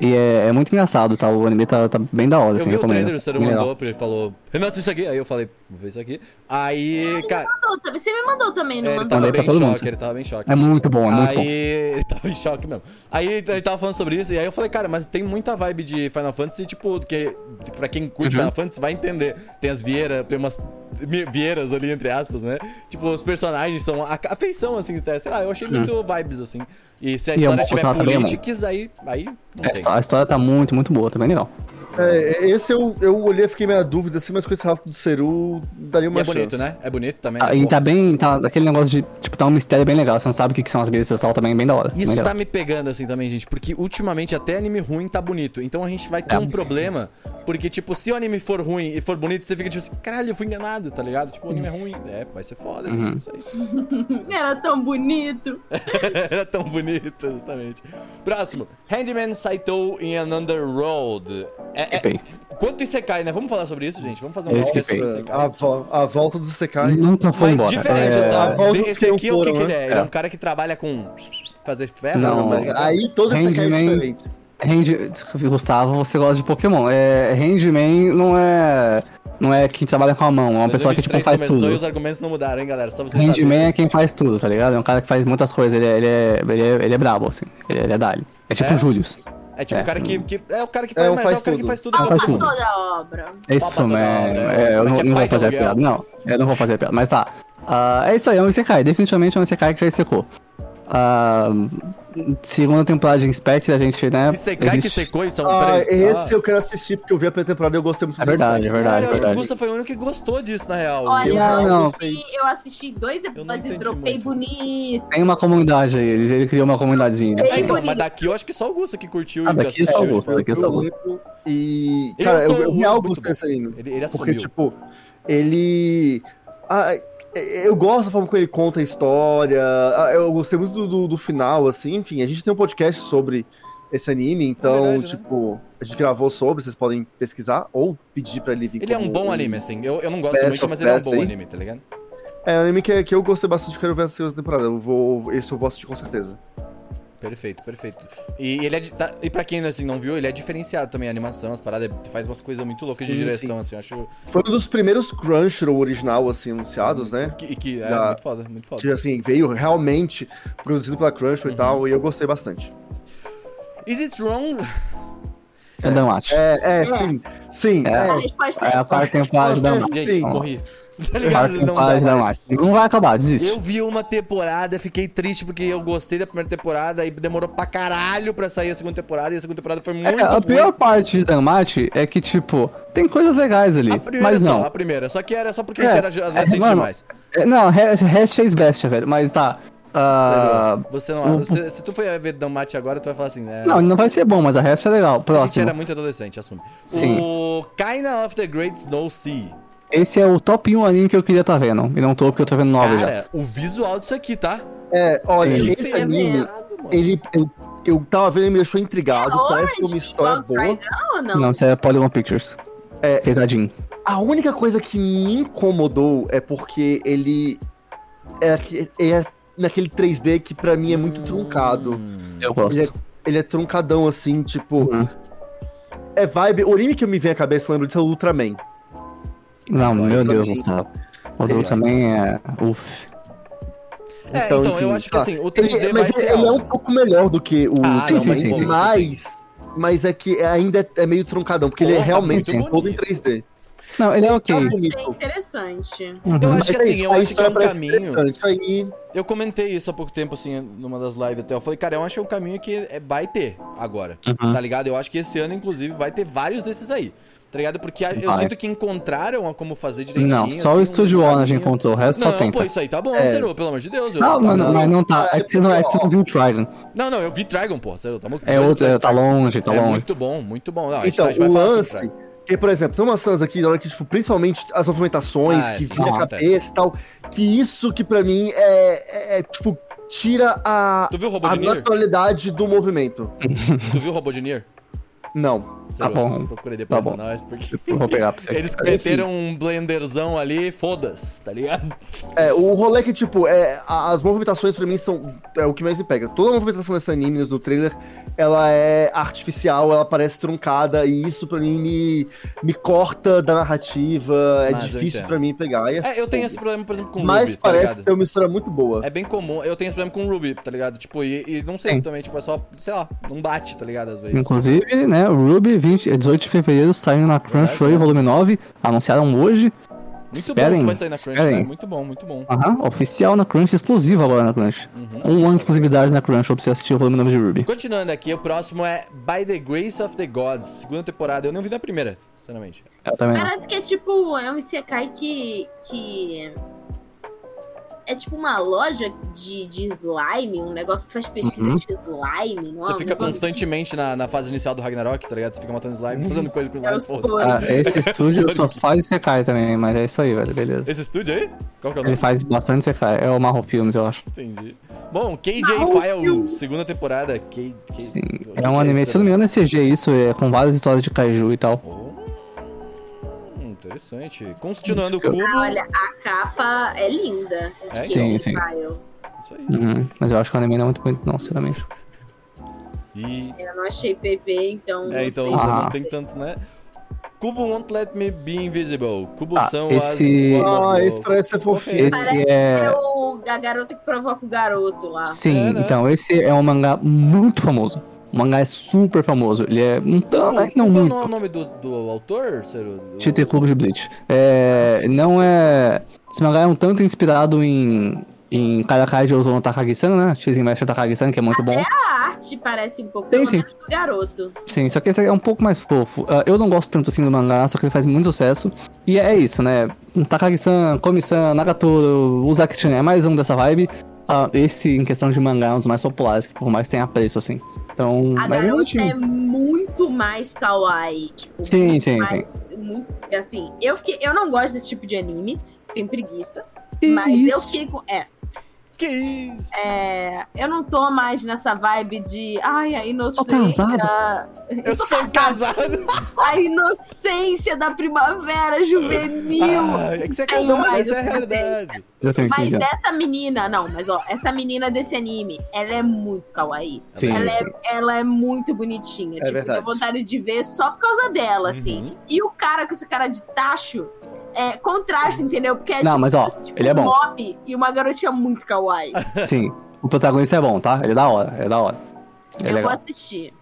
Speaker 2: E é, é muito engraçado, tá? O anime tá, tá bem da hora,
Speaker 1: Eu
Speaker 2: assim,
Speaker 1: vi o
Speaker 2: recomendo.
Speaker 1: trailer, o Seru
Speaker 2: Bem legal.
Speaker 1: mandou, porque ele falou, Renato, isso aqui. Aí eu falei, vou ver isso aqui. Aí, cara,
Speaker 3: Mandou também. Você me mandou também,
Speaker 4: É,
Speaker 3: não
Speaker 1: ele
Speaker 3: mandou?
Speaker 1: tava
Speaker 2: Mandei
Speaker 1: bem
Speaker 2: pra
Speaker 1: em
Speaker 2: todo mundo.
Speaker 1: choque, ele tava bem em choque.
Speaker 2: É muito bom, é muito
Speaker 1: aí
Speaker 2: bom.
Speaker 1: ele tava em choque mesmo. Aí ele ele tava falando sobre isso, e aí eu falei, cara, mas tem muita vibe de Final Fantasy, tipo, que pra quem curte
Speaker 2: Uhum.
Speaker 1: Final Fantasy vai entender. Tem as vieiras, tem umas mi- vieiras ali, entre aspas, né? Tipo, os personagens são a, a feição, assim, até, sei lá, eu achei muito vibes, assim. E se a
Speaker 2: Hum. E é
Speaker 1: história
Speaker 2: bom
Speaker 1: tiver
Speaker 2: contar também, mano.
Speaker 1: politics, aí, aí não
Speaker 2: A
Speaker 1: tem.
Speaker 2: histó- A história tá muito, muito boa, tá bem legal.
Speaker 4: É, esse eu, eu olhei, fiquei meio na dúvida, assim, mas com esse rato do Ceru
Speaker 1: E
Speaker 4: daria uma
Speaker 1: é
Speaker 4: chance.
Speaker 1: bonito, né? É bonito também.
Speaker 2: Ah,
Speaker 1: Pô,
Speaker 2: e tá bem, tá aquele negócio de, tipo, tá um mistério bem legal. Você não sabe o que, que são as belezas e tal, também bem da hora. bem
Speaker 1: Isso
Speaker 2: legal.
Speaker 1: tá me pegando assim também, gente, porque ultimamente até anime ruim tá bonito. Então a gente vai
Speaker 2: É.
Speaker 1: ter um problema, porque tipo, se o anime for ruim e for bonito, você fica tipo assim, caralho, eu fui enganado, tá ligado? Tipo, o anime é ruim. É, vai ser foda,
Speaker 2: Uhum.
Speaker 1: isso aí.
Speaker 4: tá-
Speaker 3: Era tão bonito.
Speaker 1: Era tão bonito, exatamente. Próximo, Handman Saito in an Underworld. É, é,
Speaker 2: Flipei.
Speaker 1: quanto Isekai, né? Vamos falar sobre isso, gente? Vamos fazer um
Speaker 2: Eu
Speaker 1: podcast
Speaker 2: esquipei.
Speaker 1: sobre
Speaker 4: Nossa,
Speaker 1: Isekai.
Speaker 4: a, vo- a volta dos secais.
Speaker 2: Nunca Ah, foi
Speaker 1: Mas
Speaker 2: embora.
Speaker 1: diferente,
Speaker 4: É,
Speaker 1: tá?
Speaker 4: a volta dos
Speaker 1: Esse
Speaker 4: que não
Speaker 1: aqui é o que,
Speaker 4: foram,
Speaker 1: que ele
Speaker 4: né?
Speaker 1: é. Ele é um
Speaker 2: É.
Speaker 1: cara que trabalha com fazer ferro.
Speaker 2: Não,
Speaker 1: mas-
Speaker 4: Aí todo
Speaker 2: Handman-
Speaker 4: secai é diferente.
Speaker 2: Range, Gustavo, você gosta de Pokémon. É, Rangeman não é. Não é quem trabalha com a mão, é uma pessoa que tipo,
Speaker 1: 2023
Speaker 2: faz
Speaker 1: começou e
Speaker 2: tudo.
Speaker 1: os argumentos não mudaram, hein, galera? Só vocês
Speaker 2: Rangeman
Speaker 1: saberem.
Speaker 2: é quem faz tudo, tá ligado? É um cara que faz muitas coisas, ele é, ele é, ele é, ele é brabo, assim. Ele, ele é dali. É tipo
Speaker 1: É?
Speaker 2: o Julius.
Speaker 1: É tipo o
Speaker 2: É.
Speaker 1: cara que, que- É o cara que
Speaker 4: É,
Speaker 1: faz,
Speaker 4: um
Speaker 1: mas é
Speaker 4: faz
Speaker 1: o cara que
Speaker 4: tudo.
Speaker 1: faz tudo.
Speaker 2: Ah,
Speaker 1: Fala
Speaker 2: faz
Speaker 3: Tá
Speaker 2: tudo.
Speaker 3: toda a obra.
Speaker 2: É isso,
Speaker 1: toda
Speaker 2: man.
Speaker 1: hora,
Speaker 2: É,
Speaker 1: esse daqui
Speaker 2: eu não,
Speaker 1: é
Speaker 2: não vou
Speaker 1: baita
Speaker 2: fazer a
Speaker 1: aluguel.
Speaker 2: piada, não. Eu não vou fazer a piada, mas tá. Ah, é isso aí, é um Isekai. Definitivamente é um Isekai que já secou. segunda temporada de Inspect, a gente, né?
Speaker 1: E secar que
Speaker 2: existe.
Speaker 1: secou e são
Speaker 4: Ah,
Speaker 1: três.
Speaker 4: esse eu quero assistir, porque eu vi a primeira temporada e eu gostei muito
Speaker 2: É
Speaker 4: do
Speaker 2: verdade, é
Speaker 4: Secai.
Speaker 1: Cara,
Speaker 2: verdade,
Speaker 1: é eu acho
Speaker 2: é
Speaker 1: que o
Speaker 2: verdade.
Speaker 1: Gusta foi o único que gostou disso, na real.
Speaker 3: Olha,
Speaker 2: não,
Speaker 3: eu,
Speaker 2: não.
Speaker 3: assisti, eu assisti dois episódios e
Speaker 1: entendi
Speaker 3: dropei
Speaker 1: muito.
Speaker 3: bonito.
Speaker 2: Tem uma comunidade aí, ele, ele criou uma comunidadezinha.
Speaker 1: É, então,
Speaker 3: bonito.
Speaker 1: mas daqui eu acho que só o Gusta que curtiu
Speaker 2: Ah,
Speaker 1: que
Speaker 2: daqui só o Gusta.
Speaker 1: tipo,
Speaker 2: Aqui eu só gosto.
Speaker 4: E.
Speaker 1: Eu
Speaker 4: Cara,
Speaker 1: sou
Speaker 4: eu, eu me
Speaker 1: muito
Speaker 4: algo
Speaker 1: bom.
Speaker 4: desse anime.
Speaker 1: Ele, ele assumiu.
Speaker 4: né? Porque, tipo, ele. Ah, eu gosto da forma como ele conta a história. ah, Eu gostei muito do, do- do final, assim. Enfim, a gente tem um podcast sobre esse anime, então,
Speaker 1: verdade, né?
Speaker 4: tipo, a gente gravou sobre, vocês podem pesquisar ou pedir pra ele vir.
Speaker 1: ele é um
Speaker 4: como
Speaker 1: bom anime, assim. Eu, eu não gosto
Speaker 4: Best
Speaker 1: muito,
Speaker 4: of
Speaker 1: mas ele é um
Speaker 4: Best
Speaker 1: bom
Speaker 4: aí.
Speaker 1: anime, tá ligado?
Speaker 4: É um anime que, que eu gostei bastante, quero ver a segunda temporada. Eu vou, esse eu vou assistir com certeza.
Speaker 1: Perfeito, perfeito. E ele é. de- tá- e pra quem assim, não viu, ele é diferenciado também, a animação, as paradas, faz umas coisas muito loucas de
Speaker 4: Sim,
Speaker 1: direção, assim. Eu acho.
Speaker 4: Foi um dos primeiros Crunchyroll original, assim, anunciados, né?
Speaker 1: Que, que é
Speaker 4: Da-
Speaker 1: muito foda, muito foda.
Speaker 4: Que, assim, veio realmente produzido pela Crunchyroll e tal, e eu gostei bastante.
Speaker 1: Is it wrong?
Speaker 2: É Danwatch.
Speaker 4: É, é, sim, sim, é.
Speaker 3: A resposta é,
Speaker 2: É a
Speaker 3: essa.
Speaker 2: quarta temporada de
Speaker 4: Nossa,
Speaker 2: Danwatch.
Speaker 1: Gente,
Speaker 4: Sim.
Speaker 1: morri. Tá
Speaker 2: Quarta
Speaker 1: ligado? Não
Speaker 2: temporada
Speaker 1: dá
Speaker 2: de
Speaker 1: mais.
Speaker 2: Danwatch. Não vai acabar, desiste.
Speaker 1: Eu vi uma temporada, fiquei triste porque eu gostei da primeira temporada e demorou pra caralho pra sair a segunda temporada e a segunda temporada foi muito
Speaker 2: É, a
Speaker 1: ruim.
Speaker 2: pior parte de Danmate é que, tipo, tem coisas legais ali,
Speaker 1: A primeira é
Speaker 2: mas
Speaker 1: só,
Speaker 2: não.
Speaker 1: a primeira. Só que era só porque a
Speaker 2: É,
Speaker 1: gente era jo- adolescente
Speaker 2: mano,
Speaker 1: demais.
Speaker 2: É, Não, Hash é best, velho, mas tá. ah,
Speaker 1: Você não.
Speaker 2: o-
Speaker 1: você- se tu for ver Damate agora, tu vai falar assim, né?
Speaker 2: não, não vai ser bom, mas a Hash é legal.
Speaker 1: a gente
Speaker 2: Próximo.
Speaker 1: era muito adolescente, assume.
Speaker 2: Sim.
Speaker 1: O Kinda of the Great Snow Sea.
Speaker 2: Esse é o top 1 anime que eu queria tá vendo. E não tô, porque eu tô vendo nova já.
Speaker 1: Cara, o visual disso aqui, tá?
Speaker 4: É, olha,
Speaker 2: Sim.
Speaker 4: esse
Speaker 3: É
Speaker 4: anime,
Speaker 3: mesmo.
Speaker 4: ele, eu, eu tava vendo, ele me deixou intrigado,
Speaker 3: É
Speaker 4: parece ter uma
Speaker 3: Orange
Speaker 4: história
Speaker 3: Blood
Speaker 4: boa.
Speaker 3: Dragon ou não?
Speaker 2: Não, isso é Polygon Pictures.
Speaker 4: É.
Speaker 2: Pesadinho.
Speaker 4: A única coisa que me incomodou é porque ele é, aque- é naquele 3D que pra mim é muito truncado.
Speaker 1: Hum.
Speaker 2: Eu gosto.
Speaker 4: Ele é, ele é truncadão, assim, tipo...
Speaker 2: Uhum.
Speaker 4: É vibe... O anime que me vem à cabeça, eu lembro disso, é o Ultraman.
Speaker 2: Não, meu Deus,
Speaker 4: também-
Speaker 2: Gustavo. O do
Speaker 4: É.
Speaker 2: também é. Uf.
Speaker 1: É, então, eu acho que
Speaker 4: tá.
Speaker 1: assim, o 3D
Speaker 4: Ele,
Speaker 1: vai
Speaker 4: mas
Speaker 1: ser
Speaker 4: ele é um
Speaker 1: algo.
Speaker 4: pouco melhor do que o
Speaker 1: Ah,
Speaker 2: não,
Speaker 4: Ultraman,
Speaker 2: mas um pouco,
Speaker 4: mas... Mas é que ainda é- é meio truncadão, porque ele é
Speaker 1: Porra,
Speaker 4: realmente
Speaker 1: muito
Speaker 4: todo em
Speaker 1: bonito.
Speaker 4: 3D.
Speaker 2: Não, ele é
Speaker 4: Tá
Speaker 2: ok.
Speaker 3: É
Speaker 4: bonito.
Speaker 3: interessante.
Speaker 1: Eu
Speaker 2: Uhum.
Speaker 1: acho que assim, eu acho
Speaker 4: a
Speaker 1: que é
Speaker 4: história
Speaker 1: um
Speaker 4: parece
Speaker 1: caminho.
Speaker 4: interessante. Aí,
Speaker 1: Eu comentei isso há pouco tempo, assim, numa das lives até. Eu falei, cara, eu acho que é um caminho que é- vai ter agora.
Speaker 2: Uhum.
Speaker 1: Tá ligado? Eu acho que esse ano, inclusive, vai ter vários desses aí. Tá ligado? Porque a- eu
Speaker 2: Vai.
Speaker 1: sinto que encontraram a como fazer direitinho.
Speaker 2: Não, só
Speaker 1: assim,
Speaker 2: o Studio
Speaker 1: um
Speaker 2: One a gente
Speaker 1: caminho.
Speaker 2: encontrou, o resto
Speaker 1: Não,
Speaker 2: só tenta.
Speaker 1: pô, isso aí tá bom,
Speaker 4: É.
Speaker 1: Zero, pelo amor de Deus. eu-
Speaker 2: Não,
Speaker 1: tá-
Speaker 2: mas não,
Speaker 4: não.
Speaker 2: mas não tá. É que você não, é que você não viu o Trigon.
Speaker 1: Não, não, eu vi Dragon, pô. Zero, tá maluco?
Speaker 2: É outro, é, tá longe, tá
Speaker 1: é
Speaker 2: longe.
Speaker 1: muito bom, muito bom. Não, a gente
Speaker 4: Então,
Speaker 1: tá- a gente vai
Speaker 4: o
Speaker 1: falar sobre
Speaker 4: lance.
Speaker 1: Dragon.
Speaker 4: Porque, por exemplo, tem umas cenas aqui, na hora que, tipo, principalmente as movimentações,
Speaker 1: Ah,
Speaker 4: que
Speaker 1: sim,
Speaker 4: vira a
Speaker 1: acontece.
Speaker 4: cabeça e tal, que isso que pra mim é, é, é, tipo, tira a,
Speaker 1: Tu viu o robô
Speaker 4: a
Speaker 1: de Nier?
Speaker 4: naturalidade do movimento.
Speaker 1: Tu viu o robô de Nier?
Speaker 4: Não.
Speaker 1: Zero,
Speaker 2: Tá bom,
Speaker 1: Procura depois
Speaker 2: tá
Speaker 1: pra
Speaker 2: bom.
Speaker 1: nós, porque...
Speaker 2: Eu Vou pegar pra você.
Speaker 1: Eles meteram um blenderzão ali, foda-se, tá ligado?
Speaker 4: É, o rolê que, tipo, é, a- as movimentações pra mim são é o que mais me pega. Toda a movimentação desse anime, do trailer, ela é artificial, ela parece truncada, e isso pra mim me, me corta da narrativa, é
Speaker 1: Mas eu
Speaker 4: difícil
Speaker 1: entendo.
Speaker 4: pra mim pegar. e
Speaker 1: É, eu tenho
Speaker 4: foda.
Speaker 1: esse problema, por exemplo, com o
Speaker 4: Mas
Speaker 1: Ruby, tá
Speaker 4: parece
Speaker 1: ligado?
Speaker 4: ser uma mistura muito boa.
Speaker 1: É bem comum, eu tenho esse problema com o Ruby, tá ligado? Tipo, e, e não sei
Speaker 2: Sim.
Speaker 1: também, tipo, é só, sei lá, não bate, tá ligado, às vezes.
Speaker 2: Inclusive, né, o Ruby 20, 18 de fevereiro saindo na Crunchyroll volume 9, anunciaram hoje.
Speaker 1: Muito bom
Speaker 2: Esperem,
Speaker 1: que vai sair na Crunch, né?
Speaker 2: esperem.
Speaker 1: Muito bom, muito bom.
Speaker 2: Aham, oficial na Crunch, exclusiva agora na Crunch.
Speaker 1: Uhum.
Speaker 2: Um ano de exclusividade na Crunchyroll pra você assistir o volume 9 de Ruby.
Speaker 1: Continuando aqui, o próximo é By the Grace of the Gods, segunda temporada. Eu não vi na primeira, sinceramente.
Speaker 2: Eu também não.
Speaker 3: Parece que é tipo, é um Isekai que. que... É tipo uma loja de, de slime, um negócio que faz pesquisa
Speaker 2: Uhum.
Speaker 3: de slime. Não, é?
Speaker 1: Você
Speaker 3: Um
Speaker 1: fica
Speaker 3: negócio
Speaker 1: constantemente na, na fase inicial do Ragnarok, tá ligado? Você fica matando
Speaker 2: Uhum.
Speaker 1: slime, fazendo coisa com
Speaker 3: É
Speaker 1: slime,
Speaker 3: os
Speaker 1: foda-se.
Speaker 3: foros.
Speaker 2: Ah, esse estúdio só faz Sekai também, mas é isso aí, velho, beleza.
Speaker 1: Esse estúdio aí? Qual que é o
Speaker 2: Ele
Speaker 1: nome?
Speaker 2: faz bastante Sekai, é o Marro Films, eu acho.
Speaker 1: Entendi. Bom, KJ
Speaker 3: Ah, o
Speaker 1: File,
Speaker 3: filme.
Speaker 1: segunda temporada. K, K-
Speaker 2: Sim,
Speaker 1: o que que
Speaker 2: É um anime, se eu não me engano, é CG isso, é com várias histórias de kaiju e tal.
Speaker 1: Oh, interessante. Continuando o
Speaker 2: Isso
Speaker 1: cubo.
Speaker 3: Ah, Olha, a capa é linda.
Speaker 1: É?
Speaker 3: de
Speaker 2: Sim,
Speaker 3: Kitchen
Speaker 2: sim.
Speaker 3: File.
Speaker 1: Isso aí.
Speaker 2: Uhum, Mas eu acho que o anime não é muito bonito, não, sinceramente.
Speaker 1: E.
Speaker 3: Eu não achei PV, então.
Speaker 1: É, então
Speaker 3: não sei.
Speaker 1: não
Speaker 2: Ah.
Speaker 1: tem tanto, né? Cubo won't let me be invisible. Cubo
Speaker 2: Ah,
Speaker 1: são
Speaker 2: esse-
Speaker 1: as.
Speaker 4: Ah, esse parece ser fofinho.
Speaker 2: Esse é.
Speaker 3: É o, a garota que provoca o garoto lá.
Speaker 2: Sim,
Speaker 1: É, né?
Speaker 2: então esse é um mangá muito famoso. O mangá é super famoso. Ele é um tanto, né? não
Speaker 1: Como
Speaker 2: muito.
Speaker 1: é o nome do, do autor, Ciro? Do-
Speaker 2: TT Clube de Bleach. É, não é. Esse mangá é um tanto inspirado em. Em Karakai de Ozono Takagi-san, né? Shizen Master Takagi-san, que é muito bom.
Speaker 3: A arte parece um pouco
Speaker 2: Sim,
Speaker 3: pelo
Speaker 2: sim.
Speaker 3: menos, do garoto.
Speaker 2: Sim, só que esse é um pouco mais fofo. Ah, eu não gosto tanto assim do mangá, só que ele faz muito sucesso. E é isso, né? Um Takagi-san, Komi-san, Nagatoro, Uzaki-chan, é mais um dessa vibe. Ah, esse, em questão de mangá, é um dos mais populares, que por mais tenha preço, assim. Então,
Speaker 3: A
Speaker 2: mas é
Speaker 3: garota
Speaker 2: bonitinho.
Speaker 3: é muito mais kawaii. Tipo,
Speaker 2: Sim,
Speaker 3: muito
Speaker 2: sim,
Speaker 3: mais, muito- assim, eu, fiquei, eu não gosto desse tipo de anime. Tenho preguiça.
Speaker 2: Que
Speaker 3: mas eu
Speaker 2: isso?
Speaker 3: fiquei com. É,
Speaker 1: Que isso?
Speaker 3: é, eu não tô mais nessa vibe de. Ai, a inocência. Eu
Speaker 1: Eu
Speaker 3: sou
Speaker 1: sou um casado.
Speaker 3: A inocência da primavera juvenil.
Speaker 1: Ah, é que você é
Speaker 3: Tenho
Speaker 1: casado,
Speaker 3: mais
Speaker 1: essa é a
Speaker 3: adolescência.
Speaker 1: realidade.
Speaker 2: Eu tenho
Speaker 3: assim, Mas
Speaker 2: 15 anos.
Speaker 3: essa menina, não, mas ó, essa menina desse anime, ela é muito kawaii.
Speaker 2: Sim.
Speaker 3: Ela é, ela é muito bonitinha. tipo,
Speaker 4: verdade.
Speaker 3: deu vontade de ver só por causa dela, assim.
Speaker 1: É Uhum.
Speaker 3: E o cara com esse cara de tacho é contraste, entendeu? Porque é
Speaker 2: Não, mas ó, ele é
Speaker 3: um
Speaker 2: bom.
Speaker 3: mob e uma garotinha muito kawaii.
Speaker 2: Sim. O protagonista é bom, tá? Ele é da hora, ele é da hora. Ele é
Speaker 3: eu vou
Speaker 2: legal,
Speaker 3: assistir.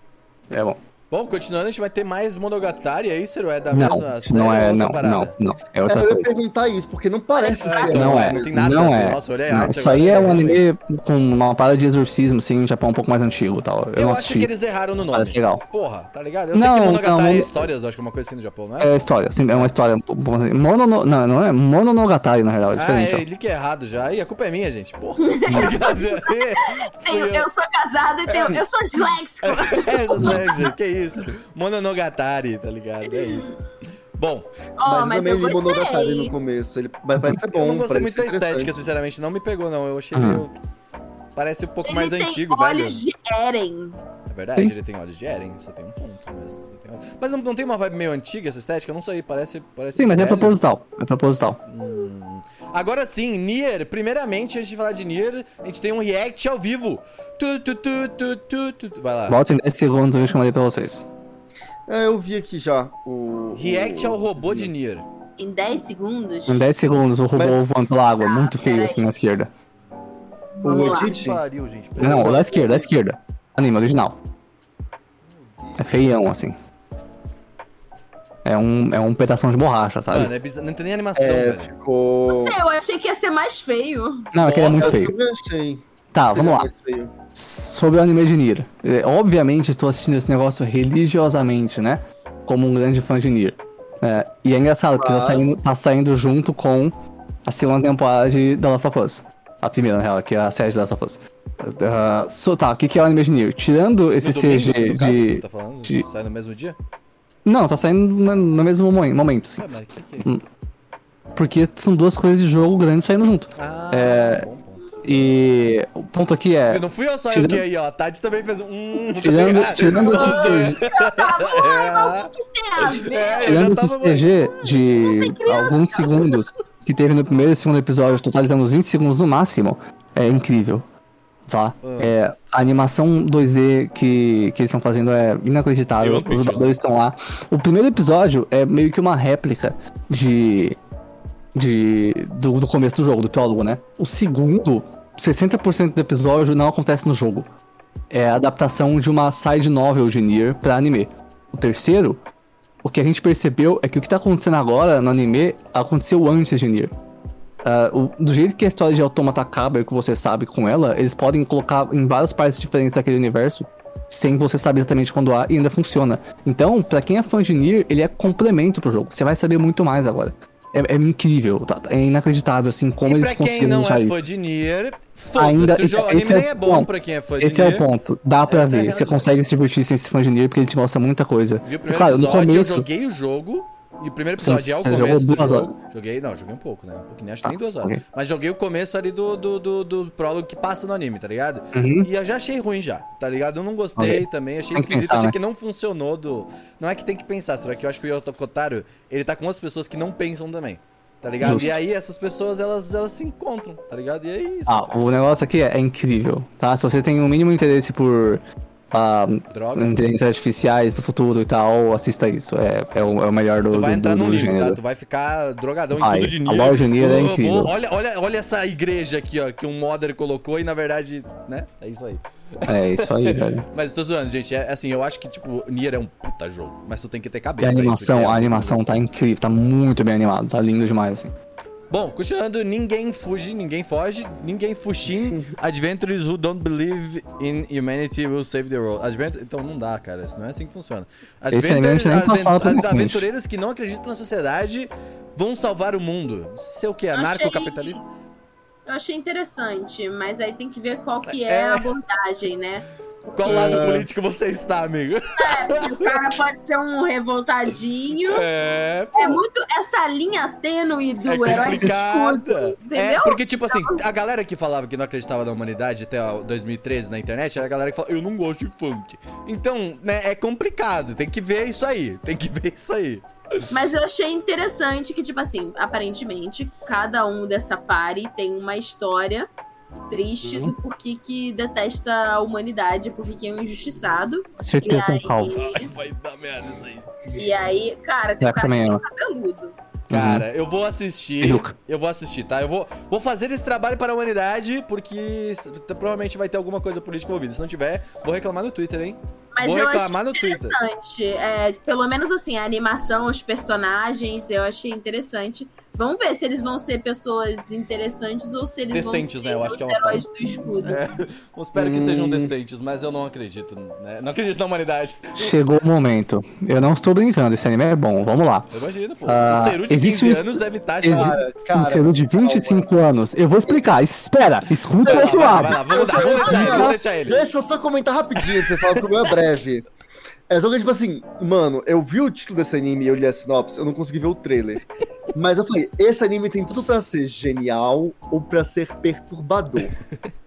Speaker 2: ele é bom.
Speaker 1: Bom, continuando, a gente vai ter mais Monogatari aí, Ciro? É da
Speaker 2: Não,
Speaker 1: mesma
Speaker 2: não
Speaker 1: ou
Speaker 2: é,
Speaker 1: outra
Speaker 2: não,
Speaker 1: parada?
Speaker 2: não, não. É outra
Speaker 4: É, eu ia
Speaker 2: coisa.
Speaker 4: perguntar isso, porque não parece
Speaker 1: Ah,
Speaker 4: ser.
Speaker 2: Não é,
Speaker 1: Não tem nada
Speaker 2: não
Speaker 1: a ver.
Speaker 2: é.
Speaker 1: Nossa, né? olha a
Speaker 2: Não,
Speaker 1: arte
Speaker 2: isso
Speaker 1: agora.
Speaker 2: aí é um anime com uma parada de exorcismo, assim, no Japão um pouco mais antigo e tal. Eu,
Speaker 1: Eu
Speaker 2: não
Speaker 1: acho
Speaker 2: assisti.
Speaker 1: que eles erraram no nome.
Speaker 2: Parece legal.
Speaker 1: Porra, tá ligado? Eu
Speaker 2: Não, então,
Speaker 1: sei que Monogatari
Speaker 2: não,
Speaker 1: é
Speaker 2: não-
Speaker 1: histórias, eu acho que é uma coisa assim no Japão, não é?
Speaker 2: É história, assim, é uma história um pouco pouco assim. Monono... Não, não é Mononogatari, na real, é
Speaker 1: Ah,
Speaker 2: diferente,
Speaker 1: é,
Speaker 2: ó.
Speaker 1: ele que é errado já. E a culpa é minha, gente. Porra. Fui
Speaker 3: Tenho- eu sou casada e tenho, eu sou disléxico.
Speaker 1: É, Zé, gente, que isso? Mononogatari, tá ligado? É isso. Bom,
Speaker 3: Ó, mas,
Speaker 4: mas
Speaker 3: eu
Speaker 4: eu meio Monogatari
Speaker 3: gostei.
Speaker 4: no começo. Ele mas parece ser bom,
Speaker 1: eu não gostei
Speaker 4: parece
Speaker 1: muito
Speaker 4: ser
Speaker 1: da estética,
Speaker 4: interessante.
Speaker 1: sinceramente. Não me pegou, não. Eu achei
Speaker 2: Uhum.
Speaker 1: meio... Parece um pouco
Speaker 3: Ele
Speaker 1: mais
Speaker 3: tem
Speaker 1: antigo, velho.
Speaker 3: olhos de Eren.
Speaker 1: É verdade,
Speaker 2: Sim.
Speaker 1: ele tem olhos de Eren. Você tem um ponto, mas... Você tem... um- Mas não, não tem uma vibe meio antiga essa estética? Eu não sei, parece... parece
Speaker 2: Sim, mas é
Speaker 1: velho.
Speaker 2: proposital, é proposital.
Speaker 1: Hum. Agora sim, Nier. Primeiramente, antes de falar de Nier, a gente tem um react ao vivo. Tu, tu, tu, tu, tu, tu, tu. Vai lá.
Speaker 2: Volta em 10 segundos, eu mandei pra vocês.
Speaker 4: É, eu vi aqui já o.
Speaker 1: React
Speaker 4: o-
Speaker 1: ao robô de Nier.
Speaker 3: Em 10 segundos.
Speaker 2: Em 10 segundos, o robô
Speaker 4: Mas-
Speaker 2: voando pela água, muito feio,
Speaker 3: peraí.
Speaker 2: assim, na esquerda.
Speaker 4: O
Speaker 3: Vamos lá.
Speaker 4: Edit?
Speaker 1: pariu, gente.
Speaker 2: Não, da esquerda, da esquerda. Anime original. É feião, assim. É um, é um pedação de borracha, sabe?
Speaker 1: Mano, é bizarro. Não tem nem animação,
Speaker 4: É,
Speaker 1: velho.
Speaker 4: ficou.
Speaker 3: Não sei, eu achei que ia ser mais feio.
Speaker 2: Não, é que ele é Tá muito
Speaker 4: Eu
Speaker 2: feio.
Speaker 4: também achei.
Speaker 2: Tá, vamos lá.
Speaker 4: Mais feio.
Speaker 2: Sobre o anime de Nier. É, Obviamente estou assistindo esse negócio religiosamente, né? Como um grande fã de Nier. É, e é engraçado, porque tá
Speaker 4: Mas-
Speaker 2: saindo, tá saindo junto com a segunda temporada de The Last of Us. A primeira, na real, que é a série de The Last of Us. Ah, so, tá, o que, que é o Imagineer? Tirando esse
Speaker 1: No domingo,
Speaker 2: CG
Speaker 1: no caso,
Speaker 2: de.
Speaker 1: que Tá falando?
Speaker 2: de-
Speaker 1: Sai no mesmo dia?
Speaker 2: Não, tá saindo no, no mesmo momen- momento, sim.
Speaker 1: Ah, mas que
Speaker 2: é?
Speaker 1: que...
Speaker 2: Porque são duas coisas de jogo grande saindo junto.
Speaker 1: Ah,
Speaker 2: É,
Speaker 1: bom ponto.
Speaker 2: E o ponto aqui é.
Speaker 1: Eu não fui eu só eu
Speaker 2: Tirando-
Speaker 1: que aí, ó. A Tati também fez um... Hum, tá
Speaker 2: Tirando,
Speaker 1: ligado?
Speaker 2: tirando esse CG.
Speaker 1: É. É, eu já
Speaker 2: Tirando esse
Speaker 1: tava-
Speaker 2: CG de alguns segundos que teve no primeiro e segundo episódio, totalizando uns 20 segundos no máximo, é incrível. Tá?
Speaker 1: Ah.
Speaker 2: É, a animação 2D que, que eles estão fazendo é
Speaker 5: Eu
Speaker 2: inacreditável.
Speaker 5: amo
Speaker 2: Os
Speaker 5: isso.
Speaker 2: dubladores estão lá. O primeiro episódio é meio que uma réplica de. de do, do começo do jogo, do prólogo, né? O segundo, 60% do episódio não acontece no jogo. É a adaptação de uma side novel de Nier pra anime. O terceiro, o que a gente percebeu é que o que tá acontecendo agora no anime aconteceu antes de Nier. Ah, o- do jeito que a história de Automata acaba e que você sabe com ela, eles podem colocar em várias partes diferentes daquele universo sem você saber exatamente quando há e ainda funciona. Então, pra quem é fã de Nier, ele é complemento pro jogo. Você vai saber muito mais agora. É, é incrível, tá- é inacreditável assim como
Speaker 1: E
Speaker 2: eles
Speaker 1: pra quem
Speaker 2: conseguiram
Speaker 1: não é
Speaker 2: deixar isso.
Speaker 1: fã de Nier,
Speaker 2: Ainda-
Speaker 1: foda-se, o jogo- o anime
Speaker 2: esse é
Speaker 1: nem
Speaker 2: o
Speaker 1: é bom
Speaker 2: ponto.
Speaker 1: pra quem é fã de
Speaker 2: Esse é o
Speaker 1: Nier.
Speaker 2: ponto, dá pra
Speaker 1: Essa é a
Speaker 2: ver, você
Speaker 1: realidade.
Speaker 2: consegue se divertir sem ser fã de Nier, porque ele te mostra muita coisa.
Speaker 1: Vi o
Speaker 2: E
Speaker 1: primeiro
Speaker 2: claro, no
Speaker 1: episódio,
Speaker 2: começo,
Speaker 1: eu joguei o jogo. E o primeiro
Speaker 2: Você-
Speaker 1: episódio é o
Speaker 2: você
Speaker 1: começo
Speaker 2: jogou
Speaker 1: do
Speaker 2: duas Ah,
Speaker 1: jogo. Joguei, não, joguei um pouco, né? Um pouquinho, acho que nem duas horas.
Speaker 2: ok.
Speaker 1: Mas joguei o começo ali do, do, do, do prólogo que passa no anime, tá ligado?
Speaker 2: Uhum.
Speaker 1: E eu já achei ruim já, tá ligado? Eu não gostei
Speaker 2: Ok.
Speaker 1: também, achei
Speaker 2: Tem que
Speaker 1: esquisito,
Speaker 2: pensar,
Speaker 1: achei
Speaker 2: né?
Speaker 1: que não funcionou do... Não é que tem que pensar, será que eu acho que o Yotokotaro, ele tá com outras pessoas que não pensam também, tá ligado?
Speaker 2: Justo.
Speaker 1: E aí essas pessoas, elas, elas se encontram, tá ligado? E é isso.
Speaker 2: Ah, o negócio aqui é, é incrível, tá? Se você tem o mínimo interesse por ah,
Speaker 1: Drogas.
Speaker 2: inteligências artificiais do futuro e tal, assista isso. É, é, o, é o melhor do,
Speaker 1: Tu vai
Speaker 2: do,
Speaker 1: entrar
Speaker 2: do,
Speaker 1: num
Speaker 2: do
Speaker 1: livro, tá?
Speaker 2: gênero.
Speaker 1: Tu vai ficar drogadão
Speaker 2: Vai.
Speaker 1: em tudo de
Speaker 2: A lore de Nier é
Speaker 1: Ô, ô,
Speaker 2: incrível.
Speaker 1: Olha, olha, olha essa igreja aqui, ó, que um modder colocou e na verdade, né? É isso aí.
Speaker 2: É isso aí, velho.
Speaker 1: Mas eu tô zoando, gente. É assim, eu acho que, tipo, Nier é um puta jogo. Mas tu tem que ter
Speaker 2: E a
Speaker 1: cabeça. aí,
Speaker 2: animação,
Speaker 1: porque é
Speaker 2: a
Speaker 1: um-
Speaker 2: animação tá incrível, tá muito bem animado, tá lindo demais, assim.
Speaker 1: Bom, continuando, ninguém fuge, ninguém foge, ninguém fuxin. Adventures who don't believe in humanity will save the world. Advent... Então não dá, cara. Isso não é assim que funciona.
Speaker 2: Esse elemento nem passava pela minha mente.
Speaker 1: aventureiros que não acreditam na sociedade vão salvar o mundo. Sei o que, anarcocapitalista?
Speaker 3: Eu achei interessante, mas aí tem que ver qual que é,
Speaker 1: É.
Speaker 3: a abordagem, né?
Speaker 1: Qual lado político você está, amigo?
Speaker 3: O cara pode ser um revoltadinho.
Speaker 1: É,
Speaker 3: É muito essa linha tênue do herói do escudo,
Speaker 1: complicada. É,
Speaker 3: entendeu?
Speaker 1: porque, tipo assim, a galera que falava que não acreditava na humanidade até ó, 2013 na internet era a galera que falava, eu não gosto de funk. Então, né, é complicado. Tem que ver isso aí. Tem que ver isso aí.
Speaker 3: Mas eu achei interessante que, tipo assim, aparentemente, cada um dessa party tem uma história triste
Speaker 2: Uhum.
Speaker 3: do porquê que detesta a humanidade, porquê que é um injustiçado. E
Speaker 2: Certeza tem um calvo.
Speaker 3: aí,
Speaker 1: Vai dar merda isso aí.
Speaker 3: e aí, cara, tem
Speaker 2: Será
Speaker 3: um
Speaker 2: que
Speaker 3: cara
Speaker 2: também é?
Speaker 3: cabeludo.
Speaker 1: Cara, eu vou assistir.
Speaker 2: Peruca.
Speaker 1: Eu vou assistir, tá? Eu vou, vou fazer esse trabalho para a humanidade, porque s- provavelmente vai ter alguma coisa política envolvida. Se não tiver, vou reclamar no Twitter, hein?
Speaker 3: Mas
Speaker 1: vou
Speaker 3: eu achei
Speaker 1: reclamar no Twitter.
Speaker 3: interessante. É, pelo menos assim, a animação, os personagens, eu achei interessante. Vamos ver se eles vão ser pessoas interessantes ou se eles
Speaker 1: Decentes,
Speaker 3: vão ser
Speaker 1: né? Eu acho que é uma
Speaker 3: heróis do escudo.
Speaker 2: É.
Speaker 1: Eu espero que sejam
Speaker 4: Hum.
Speaker 1: decentes, mas eu não acredito, né? Não acredito na humanidade.
Speaker 2: Chegou o momento. Eu não estou brincando, esse anime é bom, vamos lá.
Speaker 1: Eu imagino, pô.
Speaker 2: Ah,
Speaker 1: o Seru de
Speaker 2: existe
Speaker 1: 15
Speaker 2: um-
Speaker 1: anos deve tá estar já.
Speaker 2: Existe
Speaker 1: Vai
Speaker 4: cara,
Speaker 2: um celular de 25 anos. Eu vou explicar, espera, escuta o
Speaker 1: lá,
Speaker 2: outro
Speaker 1: vai lá, vai
Speaker 2: lado.
Speaker 1: lá, vamos, dar, vamos deixar ele, vamos deixar ele.
Speaker 4: Deixa eu só comentar rapidinho, antes de você fala porque o meu é breve. É só que, tipo assim, mano, eu vi o título desse anime e eu li a sinopse, eu não consegui ver o trailer. Mas eu falei, esse anime tem tudo pra ser genial ou pra ser perturbador.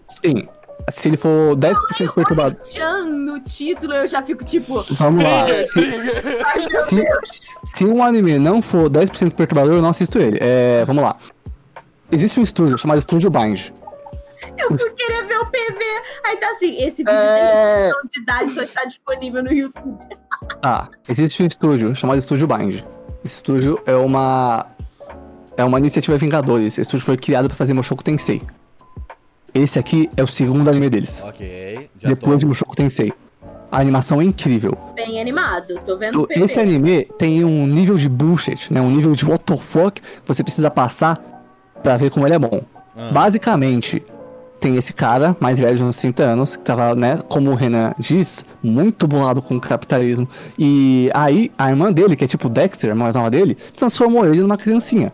Speaker 2: Sim. Se ele for 10% perturbado,
Speaker 3: Chan no título, eu já fico tipo.
Speaker 2: vamos lá. Se- Se, se um anime não for 10% perturbador, eu não assisto ele. É, vamos lá. Existe um estúdio chamado Estúdio Bind.
Speaker 3: Eu fui querer ver o PV. Aí tá assim, esse vídeo
Speaker 4: É.
Speaker 3: tem restrição de idade, só está disponível no YouTube.
Speaker 2: Ah, existe um estúdio chamado Estúdio Bind. Esse estúdio é uma. É uma iniciativa Vingadores. Esse estúdio foi criado pra fazer Mushoku Tensei. Esse aqui é o segundo anime deles.
Speaker 1: Ok, já
Speaker 2: Depois de
Speaker 1: tô.
Speaker 2: Mushoku Tensei. A animação é incrível.
Speaker 3: Bem animado, tô vendo o
Speaker 2: Então,
Speaker 3: PV.
Speaker 2: esse anime tem um nível de bullshit, né? Um nível de what the fuck que você precisa passar pra ver como ele é bom.
Speaker 1: Ah.
Speaker 2: Basicamente, tem esse cara, mais velho de uns 30 anos, que tava, né, como o Renan diz, muito bolado com o capitalismo. E aí, a irmã dele, que é tipo Dexter, a mais nova dele, transformou ele numa criancinha.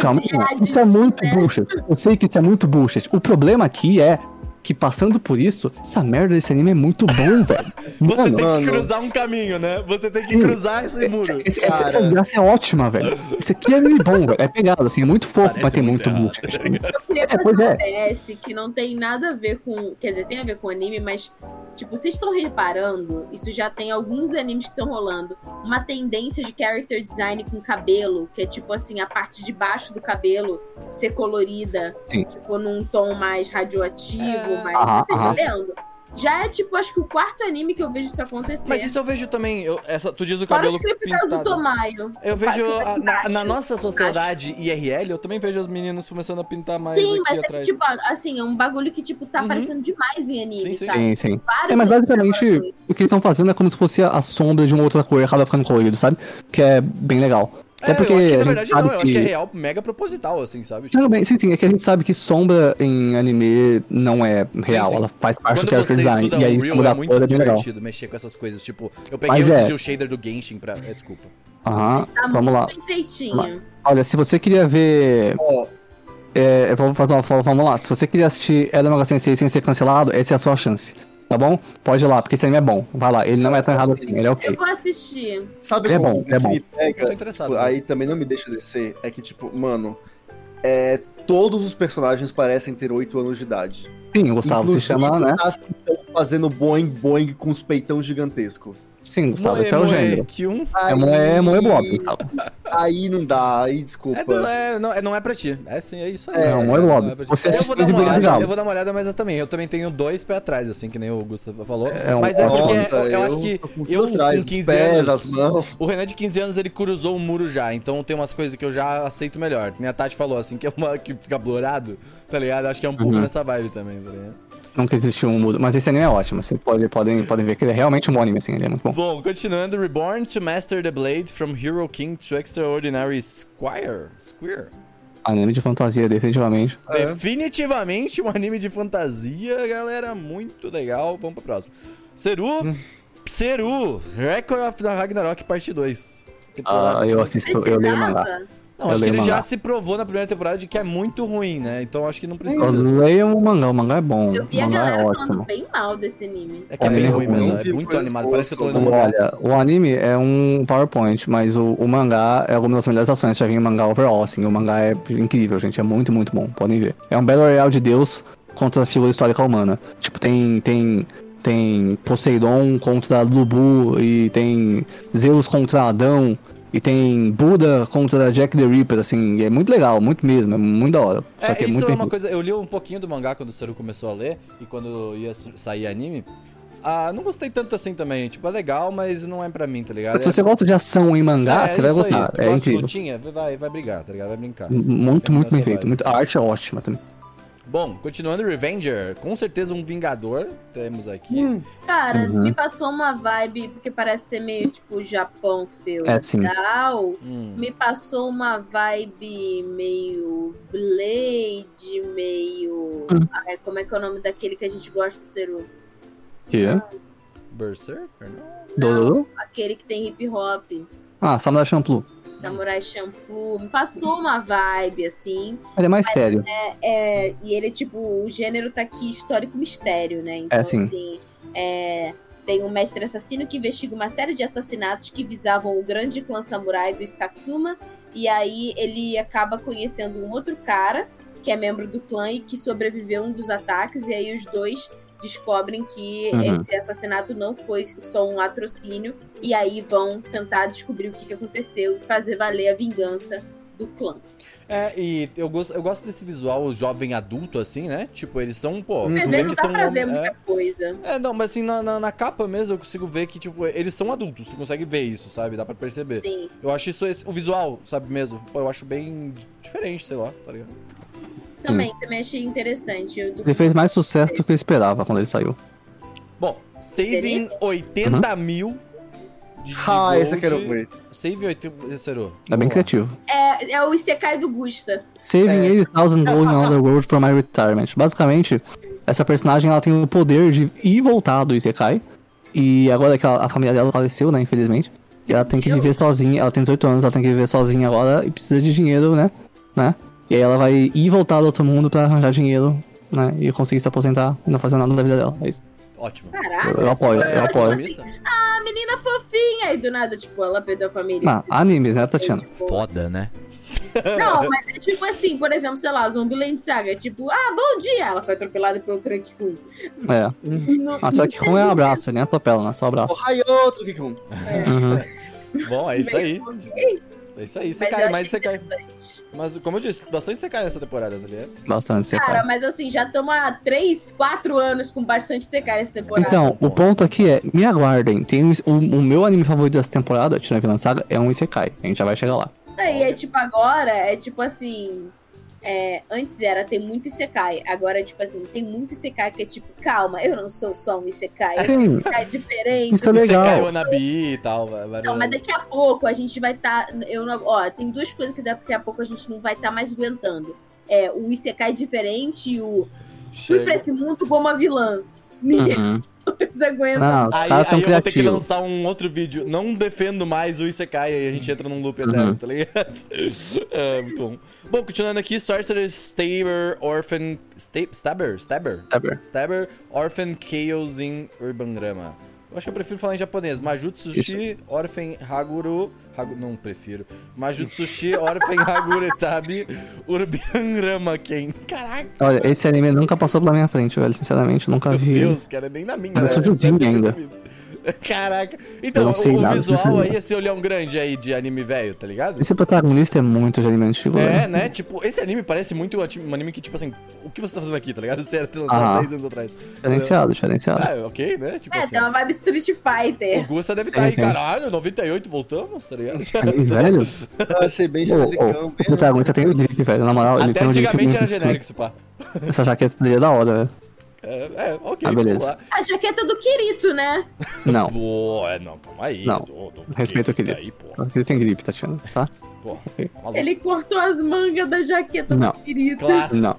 Speaker 2: Calma,
Speaker 3: verdade,
Speaker 2: isso é muito
Speaker 3: né?
Speaker 2: bullshit. Eu sei que isso é muito bullshit. O problema aqui é que, passando por isso, essa merda desse anime é muito bom, velho.
Speaker 1: Você
Speaker 2: Mano,
Speaker 1: tem
Speaker 4: mano.
Speaker 1: que cruzar um caminho, né? Você tem que
Speaker 2: Sim.
Speaker 1: cruzar esse muro.
Speaker 2: esse- essa,
Speaker 4: cara.
Speaker 2: essa desgraça é ótima, velho. Isso aqui é anime bom, velho. É pegado, assim, é muito fofo,
Speaker 1: Parece
Speaker 2: mas tem
Speaker 1: muito né?
Speaker 2: muito,
Speaker 1: errado,
Speaker 2: bullshit.
Speaker 3: Eu queria
Speaker 2: É,
Speaker 3: fazer
Speaker 2: pois
Speaker 3: um
Speaker 2: é.
Speaker 3: PS que não tem nada a ver com. Quer dizer, tem a ver com anime, mas. Tipo, vocês estão reparando, isso já tem alguns animes que estão rolando, uma tendência de character design com cabelo, que é tipo assim, a parte de baixo do cabelo ser colorida,
Speaker 2: Sim.
Speaker 3: tipo, num tom mais radioativo,
Speaker 1: É.
Speaker 3: mais.
Speaker 2: Aham,
Speaker 3: tá
Speaker 2: aham.
Speaker 3: entendendo? Já é tipo, acho que o quarto anime que eu vejo isso acontecer.
Speaker 1: Mas isso eu vejo também. eu- essa, tu diz o
Speaker 3: Fora
Speaker 1: cabelo.
Speaker 3: os criptas do é
Speaker 1: pintado.
Speaker 3: Tomayo.
Speaker 1: Eu vejo
Speaker 3: Vai,
Speaker 1: a- na, na
Speaker 3: acho,
Speaker 1: nossa sociedade IRL, eu também vejo as meninas começando a pintar mais
Speaker 3: Sim,
Speaker 1: aqui
Speaker 3: mas é,
Speaker 1: atrás.
Speaker 3: tipo, assim, é um bagulho que, tipo, tá
Speaker 1: Uhum.
Speaker 3: aparecendo demais em anime,
Speaker 1: Sim, sim.
Speaker 3: sabe?
Speaker 2: Sim, sim.
Speaker 3: Vários
Speaker 2: É, mas
Speaker 3: animes
Speaker 2: basicamente,
Speaker 3: agora com isso.
Speaker 2: o que eles estão fazendo é como se fosse a, a sombra de uma outra cor e acaba ficando colorido, sabe? Que é bem legal.
Speaker 1: É,
Speaker 2: Até porque
Speaker 1: eu acho que na
Speaker 2: a gente
Speaker 1: verdade não,
Speaker 2: sabe
Speaker 1: eu acho que é real, mega proposital, assim, sabe? Tipo,
Speaker 2: Tudo bem, sim, sim, é que a gente sabe que sombra em anime não é real,
Speaker 1: sim.
Speaker 2: ela faz parte
Speaker 1: quando
Speaker 2: do character
Speaker 1: você
Speaker 2: design.
Speaker 1: estuda
Speaker 2: E aí
Speaker 1: o
Speaker 2: isso
Speaker 1: Real é
Speaker 2: muda a
Speaker 1: muito
Speaker 2: cor, é bem legal.
Speaker 1: divertido mexer com essas coisas. Tipo, eu peguei
Speaker 2: Mas
Speaker 1: antes
Speaker 2: é.
Speaker 1: de o shader do Genshin pra. é, desculpa.
Speaker 2: Aham,
Speaker 3: Mas tá
Speaker 2: Ah, vamos
Speaker 3: muito
Speaker 2: lá.
Speaker 3: bem feitinho.
Speaker 2: Mas- Olha, se você queria ver.
Speaker 4: Ó.
Speaker 2: É, vamos fazer uma fala, vamos lá. Se você queria assistir Era Mega Sensei sem ser cancelado, essa é a sua chance. Tá bom? Pode ir lá, porque esse anime é bom. Vai lá, ele não é tão errado assim, ele é
Speaker 3: Eu
Speaker 2: ok.
Speaker 3: vou assistir.
Speaker 4: Sabe
Speaker 2: É
Speaker 4: como
Speaker 2: bom,
Speaker 4: que
Speaker 2: é bom.
Speaker 4: me
Speaker 1: Eu tô
Speaker 4: pega?
Speaker 1: interessado.
Speaker 4: tipo, Aí também não me deixa descer. É que, tipo, mano, é, todos os personagens parecem ter 8 anos de idade.
Speaker 2: Sim, Gustavo, se
Speaker 4: Inclusive,
Speaker 2: chama, né?
Speaker 4: as que estão fazendo boing boing com os peitão gigantesco.
Speaker 2: Sim, Gustavo,
Speaker 1: Moe,
Speaker 2: esse é o
Speaker 1: Moe,
Speaker 2: gênero.
Speaker 1: que um-
Speaker 2: É
Speaker 4: tá Aí,
Speaker 2: Moe, Moe Blob, Gustavo.
Speaker 4: aí não dá, aí
Speaker 1: É,
Speaker 4: desculpa.
Speaker 1: não, é, não, é, não é pra ti. É sim, é isso aí.
Speaker 4: É,
Speaker 2: Não, Moe
Speaker 1: não é
Speaker 2: Blob.
Speaker 1: pra ti.
Speaker 2: Você
Speaker 1: Eu vou
Speaker 2: assistiu
Speaker 1: dar
Speaker 2: de
Speaker 1: uma
Speaker 2: Big
Speaker 1: olhada,
Speaker 2: Legal.
Speaker 1: eu vou dar uma olhada, mas eu também. Eu também tenho dois pés atrás, assim, que nem o Gustavo falou.
Speaker 2: É um
Speaker 1: mas é porque
Speaker 2: ótimo.
Speaker 1: eu, eu acho que
Speaker 4: tô com
Speaker 1: eu
Speaker 4: tudo atrás,
Speaker 1: com
Speaker 4: os
Speaker 1: 15 anos-
Speaker 4: pés, as mãos.
Speaker 1: o Renan de 15 anos ele cruzou o muro já, então tem umas coisas que eu já aceito melhor. Minha Tati falou assim, que é uma que fica blurado, tá ligado? Acho que é um pouco
Speaker 2: Uhum.
Speaker 1: nessa vibe também, tá ligado?
Speaker 2: Nunca existiu um mudo. Mas esse anime é ótimo. Vocês podem, podem, podem ver que ele é realmente um bom anime, assim, ele é muito bom.
Speaker 1: Bom, continuando, Reborn to Master the Blade from Hero King to Extraordinary Squire. Squire.
Speaker 2: Anime de fantasia, definitivamente.
Speaker 4: É.
Speaker 1: Definitivamente um anime de fantasia, galera. Muito legal. Vamos pro próximo.
Speaker 4: Hum.
Speaker 1: Seru. Seru. Record of the Ragnarok, parte 2.
Speaker 2: Ah, eu assisto, eu leio o mangá.
Speaker 3: Precisava?
Speaker 1: Não,
Speaker 2: eu
Speaker 1: acho que
Speaker 2: leio
Speaker 1: ele já
Speaker 2: mangá.
Speaker 1: se provou na primeira temporada de que é muito ruim, né? Então acho que não
Speaker 2: Eu
Speaker 1: precisa.
Speaker 2: leio o mangá, o mangá é bom.
Speaker 3: Eu
Speaker 2: O
Speaker 3: vi a
Speaker 2: mangá é
Speaker 3: galera falando
Speaker 2: ótimo.
Speaker 3: bem mal desse anime.
Speaker 1: É que é
Speaker 2: É
Speaker 1: bem
Speaker 2: meio
Speaker 1: ruim
Speaker 2: ruim.
Speaker 1: mesmo. É
Speaker 4: Fico
Speaker 1: muito
Speaker 4: com
Speaker 1: animado.
Speaker 4: esforço,
Speaker 1: Parece que eu tô lendo
Speaker 4: não
Speaker 1: mangá.
Speaker 2: Olha, o anime é um PowerPoint, mas o, o mangá é alguma das melhores ações. Já vi o mangá overall, assim. O mangá é incrível, gente. É muito, muito bom. Podem ver. É um Battle Royale de Deus contra a figura histórica humana. Tipo, tem. tem tem Poseidon contra Lubu, e tem Zeus contra Adão, e tem Buda contra Jack the Ripper, assim, e é muito legal, muito mesmo, é muito da hora. Só que
Speaker 1: É,
Speaker 2: é
Speaker 1: isso
Speaker 2: muito
Speaker 1: é
Speaker 2: bem
Speaker 1: uma coisa. Eu li um pouquinho do mangá quando o Seru começou a ler e quando ia s- sair anime. Ah, não gostei tanto assim também. Tipo, é legal, mas não é pra mim, tá ligado?
Speaker 2: Se você gosta de ação em mangá,
Speaker 1: É,
Speaker 2: você vai
Speaker 1: isso aí.
Speaker 2: gostar.
Speaker 1: Tu
Speaker 2: É
Speaker 1: gosta de
Speaker 2: incrível. Hum.
Speaker 1: Lutinha, vai, vai brigar, tá ligado? Vai brincar.
Speaker 2: Muito, muito
Speaker 1: Essa
Speaker 2: bem feito.
Speaker 1: vibe,
Speaker 2: Muito,
Speaker 1: assim.
Speaker 2: a arte é ótima também.
Speaker 1: Bom, continuando, Revenger. Com certeza um Vingador temos aqui.
Speaker 3: Cara,
Speaker 2: Uhum.
Speaker 3: me passou uma vibe, porque parece ser meio tipo Japão feudal.
Speaker 2: É, sim.
Speaker 1: Hum.
Speaker 3: Me passou uma vibe meio Blade, meio.
Speaker 2: Hum.
Speaker 3: Ai, como é que é o nome daquele que a gente gosta de ser? o-
Speaker 2: Que?
Speaker 1: Berserker? Não.
Speaker 3: Não,
Speaker 2: Dodô?
Speaker 3: aquele que tem hip hop.
Speaker 2: Ah, Samurai Champloo.
Speaker 3: Samurai Champloo, me passou uma vibe, assim.
Speaker 2: Ele é mais sério.
Speaker 3: É, e ele é tipo, o gênero tá aqui histórico mistério, né? Então,
Speaker 2: É, sim.
Speaker 3: assim, é, tem um mestre assassino que investiga uma série de assassinatos que visavam o grande clã samurai dos Satsuma. E aí ele acaba conhecendo um outro cara, que é membro do clã e que sobreviveu a um dos ataques. E aí os dois descobrem que
Speaker 2: Uhum.
Speaker 3: esse assassinato não foi só um latrocínio. E aí vão tentar descobrir o que, que aconteceu e fazer valer a vingança do clã.
Speaker 1: É, e eu gosto, eu gosto desse visual jovem adulto, assim, né? Tipo, eles são, pô.
Speaker 4: Uhum.
Speaker 1: tu
Speaker 3: Mas
Speaker 1: vê
Speaker 3: aí
Speaker 1: que
Speaker 3: não dá
Speaker 1: são
Speaker 3: pra
Speaker 1: homens-
Speaker 3: ver
Speaker 1: é.
Speaker 3: muita coisa.
Speaker 1: É, não, mas assim, na, na, na capa mesmo eu consigo ver que, tipo, eles são adultos, tu consegue ver isso, sabe? Dá pra perceber.
Speaker 3: Sim.
Speaker 1: Eu acho isso, esse- o visual, sabe mesmo? Pô, eu acho bem di- diferente, sei lá, tá ligado?
Speaker 3: Também, também achei interessante. Eu,
Speaker 2: Ele fez mais sucesso do que eu esperava quando ele saiu. Uhum.
Speaker 1: Bom, saving 80 mil de
Speaker 4: Ah, esse eu quero
Speaker 1: Gold.
Speaker 4: ver.
Speaker 1: Save 80, Zerou.
Speaker 2: Tá bem criativo.
Speaker 3: É, é o Isekai do Gusta.
Speaker 2: Saving 8000 gold in another world for my retirement. Basicamente, essa personagem ela tem o poder de ir e voltar do Isekai. E agora que ela- a família dela faleceu, né, infelizmente. E ela tem que
Speaker 3: Meu
Speaker 2: viver sozinha, ela tem 18 anos, ela tem que viver sozinha agora e precisa de dinheiro, né? né? E aí ela vai ir e voltar do outro mundo pra arranjar dinheiro, né? E conseguir se aposentar e não fazer nada da vida dela. É isso.
Speaker 1: Ótimo. É,
Speaker 3: Caraca.
Speaker 2: Eu apoio, eu apoio.
Speaker 3: A menina fofinha. E do nada, tipo, ela perdeu a família.
Speaker 2: Ah, animes, né, Tatiana?
Speaker 3: Tipo,
Speaker 5: Foda, né?
Speaker 3: Não, mas é tipo assim, por exemplo, sei lá, Zumbiland Saga. é Tipo, ah, bom dia! Ela foi atropelada pelo Trunk Kun.
Speaker 2: É.
Speaker 3: No-
Speaker 2: Ah, só que com é abraço, ele nem atropela, né? Só abraço.
Speaker 4: Ai, outro que é um? com.
Speaker 2: Uhum.
Speaker 1: Bom, é isso aí.
Speaker 3: Ok,
Speaker 1: É isso aí. Você
Speaker 3: Mas
Speaker 1: cai,
Speaker 3: eu
Speaker 1: mas você
Speaker 3: achei
Speaker 1: cai.
Speaker 3: interessante.
Speaker 1: Mas, como eu disse, bastante você cai nessa temporada, tá ligado?
Speaker 2: Bastante, você
Speaker 3: Cara, mas assim, já estamos há 3, 4 anos com bastante secar essa temporada.
Speaker 2: Então, o ponto aqui é, me aguardem. Tem um- o, o meu anime favorito dessa temporada, Tirando a Vilã Saga, é um Isekai. A gente já vai chegar lá.
Speaker 3: Aí é tipo agora, é tipo assim. é, antes era tem muito Isekai, agora é tipo assim, tem muito Isekai que é tipo, calma, eu não sou só um Isekai, esse
Speaker 2: Sim,
Speaker 3: Isekai é diferente.
Speaker 2: isso é legal.
Speaker 1: Você caiu na bi e tal. vai- vai-
Speaker 3: Não, mas daqui a pouco a gente vai estar. eu não, ó, tem duas coisas que daqui a pouco a gente não vai estar mais aguentando. É o Isekai diferente e o fui pra
Speaker 1: Chega.
Speaker 3: esse mundo como a vilã. Ninguém
Speaker 2: Uhum.
Speaker 3: mais aguenta.
Speaker 2: Não,
Speaker 1: Aí,
Speaker 2: tá tão
Speaker 1: aí eu vou ter que
Speaker 2: criativo.
Speaker 1: lançar um outro vídeo. Não defendo mais o Isekai, aí a gente entra num loop eterno, tá ligado? É, muito bom. Bom, continuando aqui, Sorcerer Stabber Orphan... Sta- Stabber? Stabber?
Speaker 2: Saber.
Speaker 1: Stabber Orphan Chaos in Urban Drama. Eu acho que eu prefiro falar em japonês. Majutsushi Orphan Haguru... Hagu- Não, prefiro. Majutsushi Orphan Haguretabi Urban Drama Ken. Caraca,
Speaker 2: Olha, esse anime nunca passou pela minha frente, velho. Sinceramente, eu nunca
Speaker 1: meu
Speaker 2: vi. ele.
Speaker 1: Deus, cara, nem na minha.
Speaker 2: Mas
Speaker 1: né?
Speaker 2: eu sou
Speaker 1: Você deve ter
Speaker 2: Judinho ainda.
Speaker 1: percebido. Caraca. Então,
Speaker 2: Eu não sei
Speaker 1: o, o
Speaker 2: nada desse
Speaker 1: visual aí,
Speaker 2: anime.
Speaker 1: esse olhão grande aí de anime velho, tá ligado?
Speaker 2: Esse protagonista é muito de anime antigo,
Speaker 1: É,
Speaker 2: velho.
Speaker 1: né? Tipo, esse anime parece muito um ati- um anime que, tipo assim, o que você tá fazendo aqui, tá ligado? Você era lançado
Speaker 2: Aham. Tá.
Speaker 1: 10 anos atrás.
Speaker 2: Diferenciado, diferenciado.
Speaker 1: Ah, ok, né? Tipo
Speaker 3: É,
Speaker 1: assim.
Speaker 3: tem uma vibe Street
Speaker 1: O
Speaker 3: Fighter.
Speaker 1: Gusta deve estar aí,
Speaker 2: Tem, tem.
Speaker 1: caralho, 98 voltamos, tá ligado?
Speaker 2: Anime velho?
Speaker 4: Ah, Eu achei bem
Speaker 2: Pô, pô,
Speaker 4: genericão.
Speaker 2: o protagonista tem o drip, velho. Na moral, ele
Speaker 1: é. Até
Speaker 2: tem o drip.
Speaker 1: antigamente
Speaker 2: muito
Speaker 1: era
Speaker 2: bonito.
Speaker 1: genérico esse pá.
Speaker 2: Essa jaqueta dele é da hora, velho.
Speaker 1: É, é, ok,
Speaker 2: Ah, beleza.
Speaker 1: vamos lá.
Speaker 3: A jaqueta do Kirito, né?
Speaker 2: Não.
Speaker 1: Pô, é, não, calma aí.
Speaker 2: Não,
Speaker 1: ô, ô,
Speaker 2: respeita o que
Speaker 1: aí, pô,
Speaker 2: Ele tem gripe, Tatiana, tá?
Speaker 1: pô,
Speaker 2: Ok.
Speaker 1: maluco.
Speaker 3: Ele cortou as mangas da jaqueta
Speaker 2: Não.
Speaker 3: do Kirito.
Speaker 1: Clássico.
Speaker 2: Não.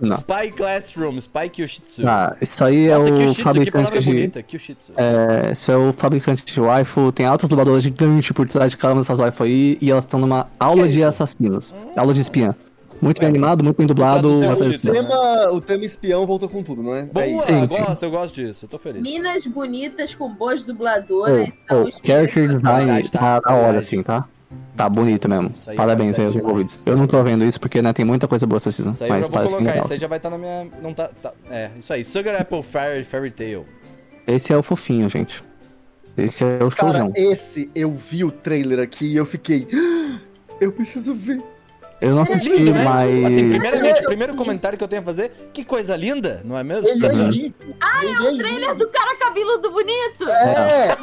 Speaker 2: Não.
Speaker 1: Spy Classroom, Spy Kyoshitsu.
Speaker 2: Ah, isso aí é
Speaker 1: Nossa,
Speaker 2: o
Speaker 1: Kyoshitsu, que
Speaker 2: fabricante
Speaker 1: palavra
Speaker 2: de.
Speaker 1: bonita, Kyoshitsu.
Speaker 2: É, isso é o fabricante de waifu, tem altas dubladoras gigantes por trás de cada uma dessas waifu aí, e elas estão numa
Speaker 1: Que
Speaker 2: aula
Speaker 1: é
Speaker 2: de
Speaker 1: isso? É.
Speaker 2: assassinos, aula de espiã. Muito bem animado, muito bem dublado,
Speaker 1: Tradução
Speaker 2: uma coisa
Speaker 1: um de
Speaker 2: assim.
Speaker 4: O tema, o tema espião voltou com tudo, não é?
Speaker 1: Boa,
Speaker 4: é isso.
Speaker 2: sim,
Speaker 1: eu
Speaker 2: sim.
Speaker 1: gosto, eu gosto disso, eu tô feliz.
Speaker 3: Minas bonitas com boas
Speaker 2: Pô,
Speaker 3: dubladoras são
Speaker 2: pô,
Speaker 3: os
Speaker 2: Oh, character
Speaker 3: melhores.
Speaker 2: design
Speaker 1: Verdade, tá?
Speaker 2: tá da
Speaker 1: Verdade.
Speaker 2: hora, assim, tá? Tá bonito mesmo.
Speaker 1: Isso aí é
Speaker 2: Parabéns aí aos
Speaker 1: qualidade
Speaker 2: envolvidos.
Speaker 1: demais.
Speaker 2: Eu não tô vendo isso porque, né, tem muita coisa boa essa season,
Speaker 1: Isso aí eu
Speaker 2: mas
Speaker 1: já vou
Speaker 2: parece bem
Speaker 1: colocar,
Speaker 2: legal.
Speaker 1: isso aí já vai estar na minha... Não tá, tá- É, isso aí, Sugar Apple Fairy, Fairy Tail.
Speaker 2: Esse é o fofinho, gente. Esse é o
Speaker 4: Cara,
Speaker 2: showzão.
Speaker 4: esse eu vi o trailer aqui e eu fiquei. "Ah, Eu preciso ver.
Speaker 2: Uhum. Eu não assisti,
Speaker 1: Lindo, né?
Speaker 2: mas...
Speaker 1: Assim, primeiramente, o primeiro comentário que eu tenho a fazer, que coisa linda, não é mesmo?
Speaker 4: Ele é
Speaker 2: Uhum.
Speaker 4: lindo. Ah, é o trailer
Speaker 3: Do cara cabeludo bonito.
Speaker 4: É!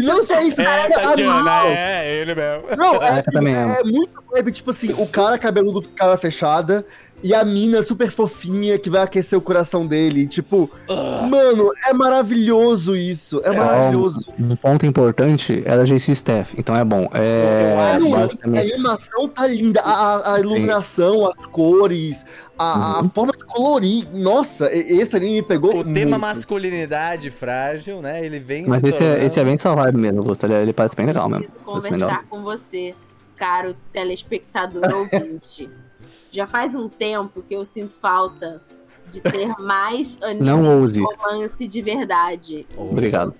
Speaker 4: Não só isso,
Speaker 1: É,
Speaker 4: cara,
Speaker 1: Tatiana,
Speaker 4: animal.
Speaker 1: é, ele mesmo.
Speaker 4: Não, é,
Speaker 2: Eu também amo.
Speaker 4: é muito vibe, tipo assim, o cara cabeludo, cara fechada, e a mina super fofinha que vai aquecer o coração dele. Tipo,
Speaker 1: Ah.
Speaker 4: mano, é maravilhoso isso. É maravilhoso.
Speaker 2: Um ponto importante é era JC Staff, então é bom. É,
Speaker 1: Eu acho
Speaker 4: Não, a
Speaker 2: basicamente,
Speaker 4: animação tá linda, a, a- a iluminação, as cores, a,
Speaker 2: Uhum.
Speaker 4: a forma de colorir. Nossa, e- esse anime me pegou.
Speaker 1: O tema
Speaker 4: muito.
Speaker 1: masculinidade frágil, né? Ele vem
Speaker 2: mas
Speaker 1: se
Speaker 2: esse é,
Speaker 1: tornando-
Speaker 2: esse é bem sua vibe mesmo, Gusta. Ele, ele parece bem legal mesmo.
Speaker 3: Preciso
Speaker 2: Parece bem legal.
Speaker 3: conversar com você, caro telespectador ouvinte. Já faz um tempo que eu sinto falta de ter mais anime
Speaker 2: Não ouse.
Speaker 3: romance de verdade.
Speaker 2: Obrigado.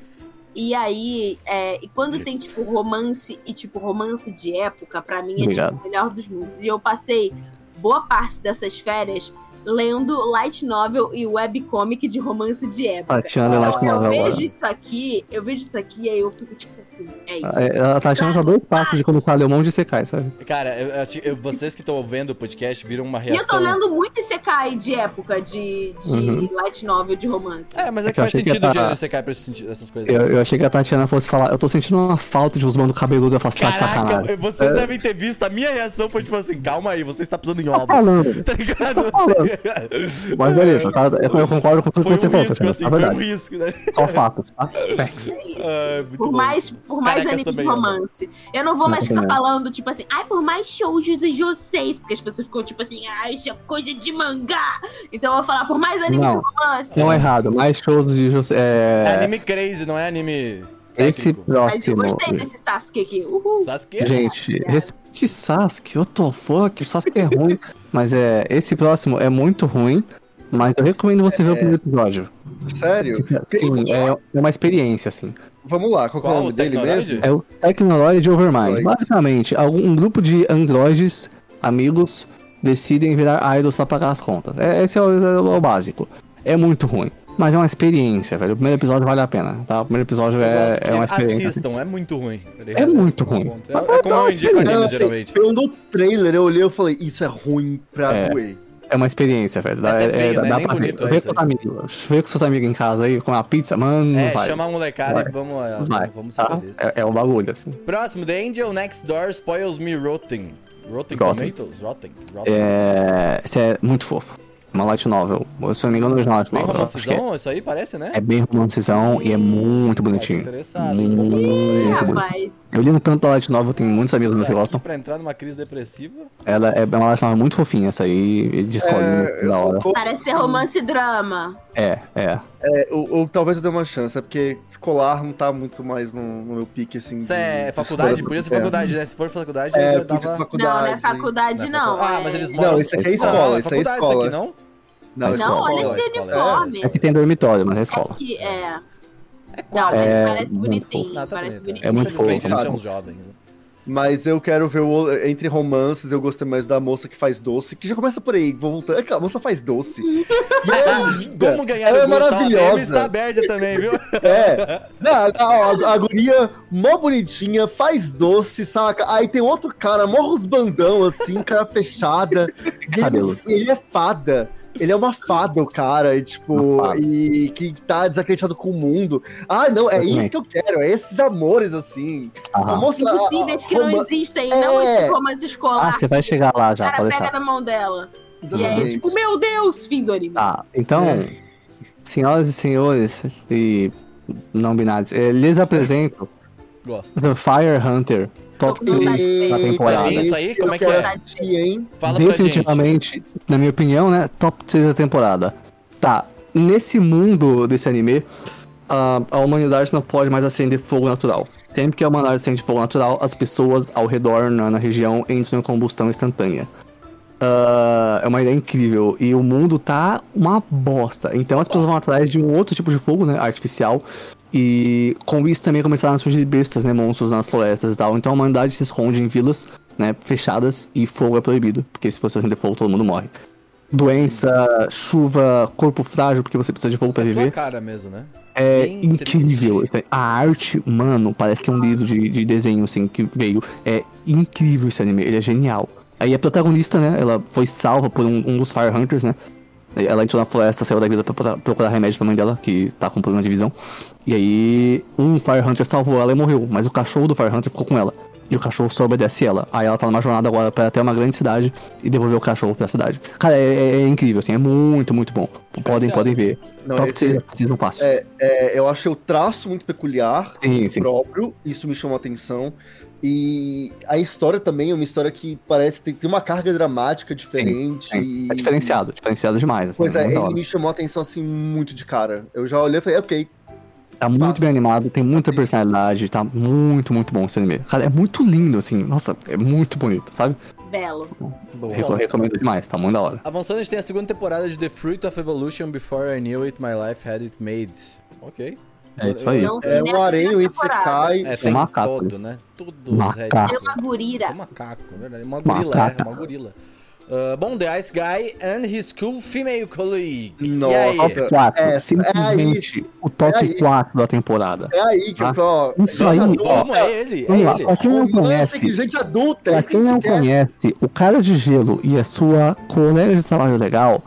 Speaker 3: E aí, é, e quando tem, tipo, romance e, tipo, romance de época, pra mim é,
Speaker 2: Obrigado.
Speaker 3: tipo, o melhor dos mundos. E eu passei boa parte dessas férias lendo light novel e webcomic de romance de época.
Speaker 2: Tatiana
Speaker 3: Então,
Speaker 2: Light Novel
Speaker 3: eu
Speaker 2: agora.
Speaker 3: vejo isso aqui, eu vejo isso aqui e aí eu fico, tipo, assim, é isso.
Speaker 2: É, Ela tá achando só dois passos de quando saiu um monte de secai, sabe?
Speaker 1: Cara, eu- eu- eu- vocês que estão vendo o podcast viram uma
Speaker 3: E eu tô
Speaker 1: reação.
Speaker 3: lendo muito Isekai de época, de, de
Speaker 2: Uhum.
Speaker 3: light novel, de romance.
Speaker 1: É, mas é
Speaker 2: É
Speaker 1: que
Speaker 2: que eu
Speaker 1: faz
Speaker 2: achei que ia
Speaker 1: sentido o
Speaker 2: tá-
Speaker 1: gênero você cai pra esse sentido- essas coisas.
Speaker 2: Eu, eu achei que a Tatiana fosse falar, eu tô sentindo uma falta de usando o cabeludo afastado tá de
Speaker 1: Caraca,
Speaker 2: sacanagem.
Speaker 1: vocês
Speaker 2: É.
Speaker 1: devem ter visto, a minha reação foi tipo assim, calma aí, você está precisando em
Speaker 2: Tá
Speaker 1: obras.
Speaker 2: falando.
Speaker 1: Tá ligado?
Speaker 2: falando.
Speaker 1: Assim,
Speaker 2: Mas beleza, tá? eu, eu concordo com tudo
Speaker 1: Foi
Speaker 2: que você é
Speaker 1: um
Speaker 2: falou,
Speaker 1: risco,
Speaker 2: Tatiana,
Speaker 1: assim,
Speaker 2: na
Speaker 1: foi um
Speaker 2: verdade.
Speaker 1: risco, né?
Speaker 2: Só fatos, tá? Facts.
Speaker 3: É isso.
Speaker 1: Ah, muito
Speaker 3: Por
Speaker 1: bom.
Speaker 3: mais por mais
Speaker 1: Caracas
Speaker 3: anime de
Speaker 1: também né? ama.
Speaker 3: romance. Eu não vou mais
Speaker 2: Isso
Speaker 3: ficar
Speaker 2: também.
Speaker 3: falando, tipo assim, ai, por mais shoujos de vocês, porque as pessoas ficam tipo assim, ai, isso é coisa de mangá. Então eu vou falar, por mais anime
Speaker 2: Não.
Speaker 3: de romance.
Speaker 2: Não é errado, mais shows de José.
Speaker 1: É
Speaker 2: É,
Speaker 1: anime crazy, não é anime.
Speaker 2: esse
Speaker 1: técnico.
Speaker 3: é, Mas eu
Speaker 2: próximo.
Speaker 3: gostei desse Sasuke aqui. Uhul.
Speaker 1: Sasuke.
Speaker 2: Gente, res- que é. Sasuke, what the fuck? O Sasuke é ruim. Mas é, esse próximo é muito ruim. Mas eu recomendo você ver o primeiro episódio.
Speaker 4: Sério?
Speaker 2: Sim, é, é uma experiência, assim.
Speaker 4: Vamos lá, qual, que é o
Speaker 1: Qual?
Speaker 4: nome dele
Speaker 1: Tecnológico?
Speaker 4: mesmo?
Speaker 2: É o Technology Overmind.
Speaker 4: Oi.
Speaker 2: Basicamente, algum, um grupo de androides, amigos, decidem virar idols pra pagar as contas. É, esse é o, é o básico. É muito ruim. Mas é uma experiência, velho. O primeiro episódio vale a pena, tá? O primeiro episódio é,
Speaker 1: Sasuke,
Speaker 2: é uma experiência.
Speaker 1: Assistam, é muito ruim. tá ligado?
Speaker 2: É muito ruim.
Speaker 1: ponto.
Speaker 2: Mas
Speaker 1: É, é como
Speaker 2: dá uma
Speaker 1: eu indico
Speaker 2: experiência.
Speaker 4: Não,
Speaker 1: anime,
Speaker 4: assim,
Speaker 1: geralmente.
Speaker 4: eu no trailer eu olhei e falei, isso é ruim pra
Speaker 2: É.
Speaker 4: doer.
Speaker 2: É uma experiência, velho. Dá,
Speaker 1: até
Speaker 2: é,
Speaker 1: feio,
Speaker 2: dá
Speaker 1: né?
Speaker 2: dá
Speaker 1: Nem
Speaker 2: pra ver.
Speaker 1: bonito é
Speaker 2: Vê
Speaker 1: isso
Speaker 2: com os amigos. Vê com seus amigos em casa aí, com uma pizza, mano.
Speaker 1: É,
Speaker 2: vai.
Speaker 1: chama a molecada
Speaker 2: Vai.
Speaker 1: e vamos, é,
Speaker 2: Vai.
Speaker 1: vamos
Speaker 2: tá?
Speaker 1: escolher isso.
Speaker 2: É, é um bagulho, assim.
Speaker 1: Próximo, The Angel Next Door Spoils Me Rotten. Rotten,
Speaker 2: Rotten.
Speaker 1: Tomatoes? Rotten. Rotten.
Speaker 2: É. Isso é muito fofo. Uma light novel. Se eu não me engano, não é uma light
Speaker 1: Bem
Speaker 2: novel. acho que é.
Speaker 1: romancizão, isso aí parece, né?
Speaker 2: É bem romancizão e é muito bonitinho. Hum.
Speaker 1: interessado, hein? Vou
Speaker 2: muito
Speaker 1: passar
Speaker 3: Ih,
Speaker 2: bonito.
Speaker 3: rapaz.
Speaker 2: Eu li um tanto da light novel, tenho muitos amigos meus que
Speaker 1: Isso aqui
Speaker 2: gostam.
Speaker 1: é Pra entrar numa crise depressiva.
Speaker 2: Ela é uma light novel muito fofinha essa aí, e de escolinha,
Speaker 4: É, eu
Speaker 2: da hora.
Speaker 4: tô-
Speaker 3: Parece ser romance e drama.
Speaker 2: É, é.
Speaker 4: É, eu, eu- talvez eu dê uma chance, é porque escolar não tá muito mais no, no meu pique, assim.
Speaker 1: Isso é
Speaker 4: de-
Speaker 1: faculdade?
Speaker 4: de-
Speaker 1: Podia ser
Speaker 4: é.
Speaker 1: faculdade, né? Se for faculdade,
Speaker 4: É,
Speaker 1: eu já
Speaker 4: podia ser
Speaker 1: dava...
Speaker 4: faculdade.
Speaker 3: não, não é faculdade,
Speaker 1: Não é
Speaker 3: não.
Speaker 1: faculdade. Ah,
Speaker 3: é-
Speaker 1: mas eles
Speaker 3: não,
Speaker 1: moram-
Speaker 4: Não, isso aqui é
Speaker 1: Não, não
Speaker 4: escola, isso é
Speaker 1: faculdade isso
Speaker 4: escola.
Speaker 1: aqui, não?
Speaker 4: Não, isso é
Speaker 2: Não,
Speaker 4: escola.
Speaker 3: olha
Speaker 1: escola,
Speaker 3: esse
Speaker 1: escola.
Speaker 3: uniforme.
Speaker 2: É que tem dormitório, mas é escola.
Speaker 3: É que é. Não,
Speaker 1: quase.
Speaker 3: mas
Speaker 2: É,
Speaker 3: parece
Speaker 2: muito
Speaker 3: bonitinho.
Speaker 2: fofo.
Speaker 1: Ah, tá
Speaker 3: parece
Speaker 1: bonito,
Speaker 3: bonitinho.
Speaker 2: É muito fofo,
Speaker 1: Infelizmente, eles
Speaker 4: sabe?
Speaker 1: são jovens. né?
Speaker 4: Mas eu quero ver o- entre romances, eu gostei mais da moça que faz doce, que já começa por aí, vou voltar. Aquela moça faz doce. E ela é linda.
Speaker 1: Ah, Como ganhar
Speaker 4: ela é
Speaker 1: o gosto da Alabama está
Speaker 4: maravilhosa.
Speaker 1: tá aberta também, viu?
Speaker 4: É. Não, a, a, a guria mó bonitinha, faz doce, saca? Aí tem outro cara, mó rusbandão, assim, cara fechada. E
Speaker 2: Cabelo.
Speaker 4: Ele, ele é fada. Ele é uma fada, o cara, e,
Speaker 2: Uma
Speaker 4: tipo,
Speaker 2: fada.
Speaker 4: e que tá desacreditado com o mundo. Ah, não,
Speaker 2: Exatamente.
Speaker 4: é
Speaker 2: Ah.
Speaker 4: isso que eu quero, é esses amores, assim. A
Speaker 2: Aham.
Speaker 4: moça, a-
Speaker 3: Impossíveis Tipo, que não
Speaker 4: roman-
Speaker 3: existem.
Speaker 4: É.
Speaker 3: Não existe romance
Speaker 2: Ah,
Speaker 3: escolar.
Speaker 2: você vai chegar lá
Speaker 3: o
Speaker 2: já,
Speaker 3: cara
Speaker 2: pode
Speaker 3: pega
Speaker 2: deixar.
Speaker 3: na mão dela.
Speaker 1: Tá
Speaker 3: E aí,
Speaker 4: Exatamente.
Speaker 3: tipo, meu Deus, fim do anime.
Speaker 2: Tá, então,
Speaker 1: É.
Speaker 2: senhoras e senhores e não binários, eh, lhes apresento
Speaker 1: Gosto.
Speaker 2: The Fire Hunter Top
Speaker 3: Tô com vontade
Speaker 2: 3.
Speaker 3: de ver.
Speaker 2: da temporada.
Speaker 1: É isso aí?
Speaker 4: Esse eu
Speaker 1: Como é que
Speaker 4: quero
Speaker 1: é?
Speaker 4: assistir, hein?
Speaker 1: Fala pra gente.
Speaker 2: Definitivamente, na minha opinião, né? Top 3 da temporada. Tá, nesse mundo desse anime, a, a humanidade não pode mais acender fogo natural. Sempre que a humanidade acende fogo natural, as pessoas ao redor, na, na região, entram em combustão instantânea. Ah, é uma ideia incrível. E o mundo tá uma bosta. Então as pessoas vão atrás de um outro tipo de fogo, né? Artificial. E com isso também começaram a surgir bestas, né? Monstros nas florestas e tal. Então a humanidade se esconde em vilas, né? Fechadas e fogo é proibido. Porque se você acender fogo, todo mundo morre. Doença, chuva, corpo frágil, porque você precisa de fogo pra
Speaker 1: Tua
Speaker 2: viver.
Speaker 1: cara mesmo, né?
Speaker 2: É
Speaker 1: bem
Speaker 2: incrível. isso aí. A arte, mano, parece que é um livro de, de desenho, assim, que veio. É incrível esse anime, ele é genial. Aí a protagonista, né, ela foi salva por um, um dos Fire Hunters, né? Ela entrou na floresta, saiu da vida pra procurar, procurar remédio pra mãe dela, que tá com problema de visão. E aí, um Fire Hunter salvou ela e morreu, mas o cachorro do Fire Hunter ficou com ela. E o cachorro só obedece ela. Aí ela tá numa jornada agora pra até uma grande cidade e devolver o cachorro pra cidade. Cara, é, é- é incrível, assim, é muito, muito bom. Podem,
Speaker 1: Diferenciado.
Speaker 2: podem ver.
Speaker 4: é- Não,
Speaker 2: Top um
Speaker 4: esse-
Speaker 2: 6 season pass.
Speaker 4: É, eu achei o traço muito peculiar,
Speaker 2: Sim, sim.
Speaker 4: próprio, isso me chamou a atenção. E a história também é uma história que parece que tem, tem uma carga dramática diferente.
Speaker 2: sim. É
Speaker 4: e-
Speaker 2: diferenciado, diferenciado demais. assim,
Speaker 4: Pois é,
Speaker 2: muito da
Speaker 4: ele
Speaker 2: hora.
Speaker 4: me chamou a atenção assim muito de cara. Eu já olhei e falei, "É, ok,
Speaker 2: tá muito
Speaker 4: fácil.
Speaker 2: bem animado, tem muita personalidade, tá muito, muito bom esse anime. Cara, é muito lindo, assim, nossa, é muito bonito, sabe?
Speaker 3: Belo.
Speaker 4: bom. é.
Speaker 2: Reco- recomendo demais, tá muito da hora.
Speaker 1: Avançando, a gente tem a segunda temporada de The Fruit of Evolution Before I Knew It, My Life Had It Made. Ok.
Speaker 2: É isso aí.
Speaker 3: Não vi
Speaker 4: É
Speaker 3: nessa
Speaker 4: um aranha, um
Speaker 3: temporada.
Speaker 4: Isekai.
Speaker 1: É, tem
Speaker 2: macaco.
Speaker 1: todo, né? Todos os
Speaker 2: Macaco.
Speaker 1: heads.
Speaker 3: É uma
Speaker 1: É um
Speaker 3: gurira.
Speaker 1: macaco, é verdade. É uma
Speaker 2: Macaca.
Speaker 1: gorila, é, é uma gorila. Ah, bom, The Ice Guy and His Cool Female Colleague. E aí?
Speaker 4: Nossa.
Speaker 2: Top 4,
Speaker 4: é,
Speaker 2: simplesmente o
Speaker 4: é
Speaker 2: top
Speaker 4: aí.
Speaker 2: 4 da temporada.
Speaker 4: É aí que
Speaker 2: Ah,
Speaker 4: eu falo, ó,
Speaker 2: Isso aí,
Speaker 1: Nossa,
Speaker 2: ó.
Speaker 1: como? É ele, é
Speaker 2: Vamos lá,
Speaker 1: ele.
Speaker 2: pra quem não
Speaker 4: romance
Speaker 2: conhece,
Speaker 4: que gente adulta, é
Speaker 2: pra
Speaker 4: isso que a
Speaker 2: quem não
Speaker 4: gente quer.
Speaker 2: conhece, o cara de gelo e a sua colega de trabalho legal,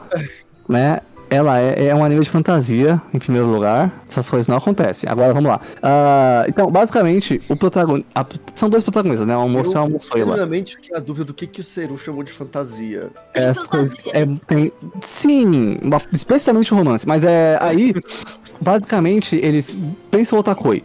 Speaker 2: né? Ela é, é um anime de fantasia, em primeiro lugar. Essas coisas não acontecem. Agora vamos lá. Ah, então, basicamente, o protagonista. São dois protagonistas, né? Uma moça e uma
Speaker 4: Eu,
Speaker 2: moçoila.
Speaker 4: primeiramente, fiquei na dúvida do que, que o Seru chamou de fantasia.
Speaker 3: Tem
Speaker 2: Essas coisas.
Speaker 3: fantasia
Speaker 2: É, tem, sim, uma- especialmente o romance. Mas é aí, basicamente, eles pensam o Otakoi.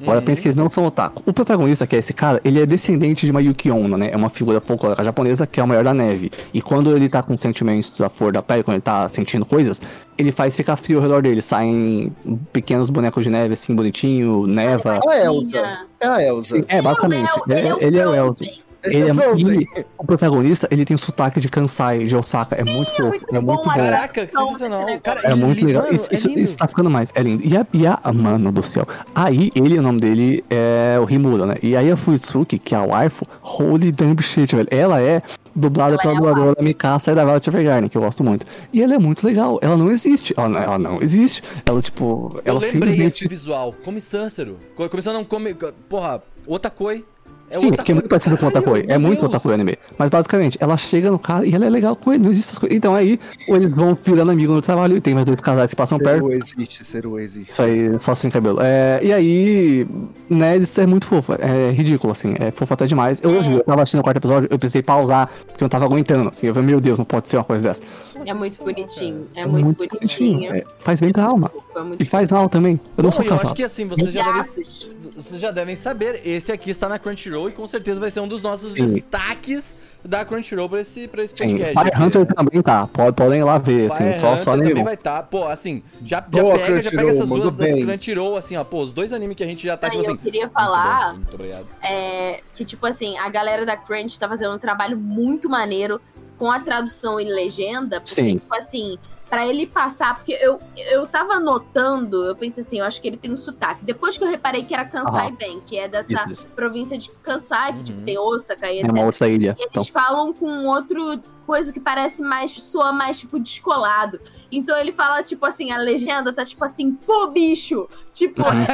Speaker 2: Agora pensa que eles não são otaku. O protagonista, que é esse cara, ele é descendente de uma Yuki Onna, né? É uma figura folclórica japonesa que é o maior da neve. E quando ele tá com sentimentos da flor da pele, quando ele tá sentindo coisas, ele faz ficar frio ao redor dele. Saem pequenos bonecos de neve, assim, bonitinho, neva.
Speaker 4: Ela é a Elsa. É a Elsa.
Speaker 2: É, basicamente.
Speaker 3: Ele é o
Speaker 2: É- Ele é o Elton.
Speaker 3: Frozen.
Speaker 2: Ele é,
Speaker 4: Esse é o Frozen.
Speaker 2: e o protagonista, ele tem sotaque de Kansai, de Osaka. É muito
Speaker 3: é
Speaker 2: fofo,
Speaker 3: muito
Speaker 2: é
Speaker 3: bom,
Speaker 2: muito bom.
Speaker 3: cara.
Speaker 1: Caraca, que
Speaker 3: Não,
Speaker 1: sensacional.
Speaker 3: Então, esse
Speaker 1: Cara,
Speaker 2: É muito
Speaker 1: lindo,
Speaker 2: legal.
Speaker 1: mano,
Speaker 2: isso,
Speaker 1: é
Speaker 2: isso,
Speaker 1: lindo.
Speaker 2: isso tá ficando mais. É lindo. E a, e a- Mano do céu. Aí, ele, o nome dele é o Rimura, né? E aí a Futsuki, que é a waifu, holy damn shit, velho. Ela é dublada
Speaker 3: Ela é
Speaker 2: pela
Speaker 3: a
Speaker 2: dubladora Mikasa e da Violet Evergarden, que eu gosto muito. E ela é muito legal. Ela não existe. Ela, não- ela não existe. Ela, tipo...
Speaker 1: Eu
Speaker 2: ela
Speaker 1: lembrei esse
Speaker 2: simplesmente...
Speaker 1: visual. Come Sansero. Co- Começando não come. co- Porra, Otakoi.
Speaker 2: Sim, porque é muito parecido com o Otakoi. É muito Otakoi o
Speaker 1: né?
Speaker 2: anime. Mas basicamente, ela chega no cara e ela é legal com ele. Não existe essas coisas. Então aí, eles vão virando amigo no trabalho e tem mais dois casais que passam perto.
Speaker 4: Seru existe, Seru existe.
Speaker 2: Isso aí, só sem cabelo. É, e aí, né, isso é muito fofo. É ridículo, assim. É fofo até demais. Eu, hoje, eu tava assistindo o quarto episódio, eu precisei pausar, porque eu não tava aguentando. Assim, eu falei, meu Deus, não pode ser uma coisa dessa.
Speaker 3: É muito bonitinho. É muito bonitinho.
Speaker 2: É, faz bem pra alma.
Speaker 3: Desculpa, é muito
Speaker 2: E faz mal também. Eu não
Speaker 1: Bom,
Speaker 2: sou
Speaker 1: eu acho
Speaker 2: cansado.
Speaker 1: que assim, vocês já, devem,
Speaker 3: Gatos.
Speaker 1: vocês já devem saber, esse aqui está na Crunchyroll e com certeza vai ser um dos nossos
Speaker 2: Sim.
Speaker 1: destaques da Crunchyroll pra esse, pra esse
Speaker 2: Sim,
Speaker 1: podcast. é
Speaker 2: Fire Hunter também tá. Pode- Podem ir lá ver,
Speaker 1: Fire
Speaker 2: assim, só,
Speaker 1: Hunter
Speaker 2: só
Speaker 1: também
Speaker 2: nenhum.
Speaker 1: vai estar. Pô, assim, já, já
Speaker 4: Boa,
Speaker 1: pega, já pega
Speaker 4: Crunchyroll,
Speaker 1: essas duas
Speaker 4: mandou
Speaker 1: das
Speaker 4: bem.
Speaker 1: Crunchyroll, assim, ó. Pô, os dois animes que a gente já tá,
Speaker 3: Aí
Speaker 1: tipo assim.
Speaker 3: eu queria
Speaker 1: muito
Speaker 3: falar
Speaker 1: bem, Muito obrigado.
Speaker 3: é, que, tipo assim, a galera da Crunch tá fazendo um trabalho muito maneiro com a tradução e legenda. Porque,
Speaker 2: Sim.
Speaker 3: tipo assim, pra ele passar, porque eu, eu tava notando, eu pensei assim, eu acho que ele tem um sotaque. Depois que eu reparei que era Kansai
Speaker 2: Aham.
Speaker 3: Ben, que é dessa
Speaker 2: Isso, isso.
Speaker 3: província de Kansai, que tipo,
Speaker 1: Uhum.
Speaker 3: tem Osaka e
Speaker 2: É
Speaker 3: etc.
Speaker 2: uma outra ilha.
Speaker 3: E eles
Speaker 2: Então,
Speaker 3: falam com outro coisa que parece mais, soa mais, tipo, descolado. Então ele fala, tipo assim, a legenda tá tipo assim, pô, bicho! Tipo,
Speaker 1: É,
Speaker 3: tem umas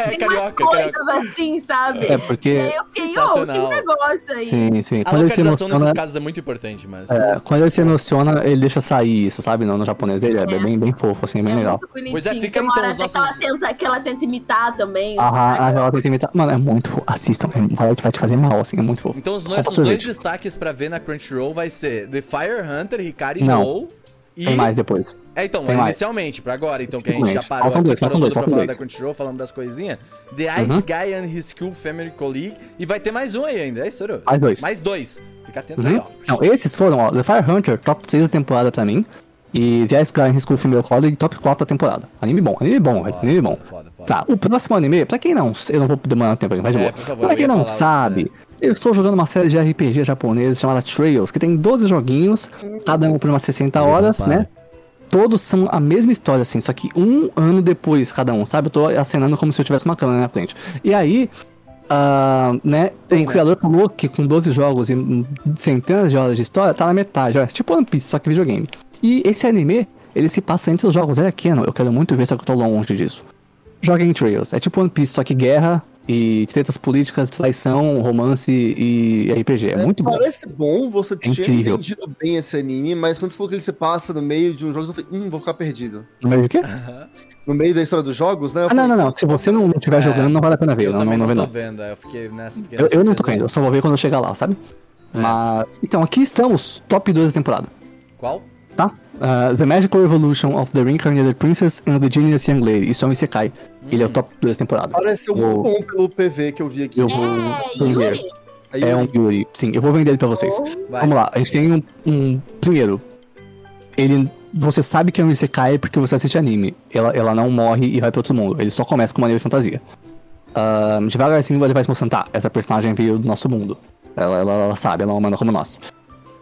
Speaker 1: carioca,
Speaker 3: coisas
Speaker 1: carioca.
Speaker 3: assim, sabe?
Speaker 2: Uhum. é
Speaker 3: E
Speaker 2: porque...
Speaker 3: aí eu fiquei, ô, que
Speaker 1: Sensacional.
Speaker 3: negócio aí.
Speaker 2: Sim, sim.
Speaker 1: A
Speaker 2: Quando ele se
Speaker 1: localização nesses
Speaker 2: emociona,
Speaker 1: casos é muito importante, mas.
Speaker 2: né? É, quando ele se emociona, ele deixa sair isso, sabe? No, no japonês dele é, bem- bem, bem fofo, assim, bem
Speaker 3: É
Speaker 2: legal.
Speaker 3: muito bonitinho.
Speaker 1: Pois é, fica
Speaker 3: Tem uma
Speaker 1: então
Speaker 3: hora
Speaker 1: os
Speaker 3: até que, ela
Speaker 1: nossos-
Speaker 3: tenta, que ela tenta imitar também. o
Speaker 2: Aham, a
Speaker 3: sotaque.
Speaker 2: Viola tenta imitar. Mano, é muito fofo. Assistam, é- vai, vai te fazer mal, assim, é muito fofo.
Speaker 1: Então os
Speaker 2: Compra
Speaker 1: nossos
Speaker 2: sorvete.
Speaker 1: dois destaques pra ver na Crunchyroll vai ser The Fire Hunter, Hikari
Speaker 2: Não.
Speaker 1: No e...
Speaker 2: Tem mais depois.
Speaker 1: É, então,
Speaker 2: Tem mais.
Speaker 1: inicialmente, pra agora, então, que a gente já
Speaker 2: Exatamente.
Speaker 1: parou,
Speaker 2: Faltam
Speaker 1: aqui,
Speaker 2: dois,
Speaker 1: parou tudo
Speaker 2: faltam dois,
Speaker 1: pra
Speaker 2: faltam
Speaker 1: falar
Speaker 2: dois.
Speaker 1: da Crunchyroll, falamos das coisinhas. The Ice
Speaker 2: Uhum.
Speaker 1: Guy and His Cool Family Colleague. E vai ter mais um aí ainda, é isso, Soru?
Speaker 2: Mais dois.
Speaker 1: Mais dois. Fica atento aí,
Speaker 2: Uhum.
Speaker 1: ó.
Speaker 2: Não, esses foram, ó, The Fire Hunter, top 6 da temporada pra mim. E The Ice Guy in School Female College, top 4 da temporada. Anime bom, anime bom,
Speaker 1: Foda,
Speaker 2: anime bom.
Speaker 1: foda, foda.
Speaker 2: Tá, o próximo anime, pra quem não... Eu não vou demorar tempo aqui, mas de
Speaker 1: É,
Speaker 2: boa.
Speaker 1: por favor,
Speaker 2: pra
Speaker 1: eu ia
Speaker 2: quem não
Speaker 1: falar isso,
Speaker 2: sabe,
Speaker 1: né?
Speaker 2: eu estou jogando uma série de RPG japonesa chamada Trails, que tem 12 joguinhos, cada um por umas 60 horas,
Speaker 1: para.
Speaker 2: né? Todos são a mesma história, assim, só que um ano depois cada um, sabe? Eu tô acenando como se eu tivesse uma câmera na minha frente. E aí, ah, né, o criador falou que com 12 jogos e hum, centenas de horas de história, tá na metade, ó, tipo One Piece, só que videogame. E esse anime, ele se passa entre os jogos, ele é Canon, eu quero muito ver, só que eu tô longe disso. Joga em Trails, é tipo One Piece, só que guerra e tretas políticas, traição, romance e RPG, é muito bom. É
Speaker 4: Parece bom, você tinha
Speaker 2: incrível.
Speaker 4: entendido bem esse anime, mas quando você falou que ele se passa no meio de um jogo, eu falei, hum, vou ficar perdido.
Speaker 2: No meio de quê?
Speaker 1: Aham.
Speaker 4: No meio da história dos jogos, né? eu
Speaker 2: Ah, não,
Speaker 4: falei,
Speaker 2: não, não, se você não estiver
Speaker 1: É,
Speaker 2: jogando, não vale a pena ver,
Speaker 1: Eu
Speaker 2: não, não,
Speaker 1: também
Speaker 2: não
Speaker 1: não,
Speaker 2: vê
Speaker 1: tô
Speaker 2: não.
Speaker 1: vendo, é, eu fiquei nessa... Fiquei
Speaker 2: Eu,
Speaker 1: nessa
Speaker 2: eu não tô
Speaker 1: surpresa.
Speaker 2: vendo, eu só vou ver quando eu chegar lá, sabe?
Speaker 1: É.
Speaker 2: Mas. Então, aqui estamos, top 2 da temporada,
Speaker 1: Qual?
Speaker 2: tá? Ah, the Magical Evolution of the Reincarnated Princess and the Genius Young Lady. Isso é um Isekai. Ele é
Speaker 1: Hum.
Speaker 2: o top 2 da temporada.
Speaker 4: Pareceu muito
Speaker 2: Eu-
Speaker 4: um bom pelo PV que eu vi aqui.
Speaker 2: Eu vou-
Speaker 3: É,
Speaker 2: Vou ver.
Speaker 3: Yuri.
Speaker 4: Aí,
Speaker 2: É um Yuri. Sim, eu vou vender ele pra vocês.
Speaker 1: Vai.
Speaker 2: Vamos lá, a gente tem um, um- Primeiro, ele. Você sabe que é um Isekai porque você assiste anime. Ela, ela não morre e vai pra outro mundo. Ele só começa com uma anime de fantasia. Ah, devagarzinho ele vai te mostrando, tá, essa personagem veio do nosso mundo. Ela, ela, ela sabe, ela é uma humana como nós.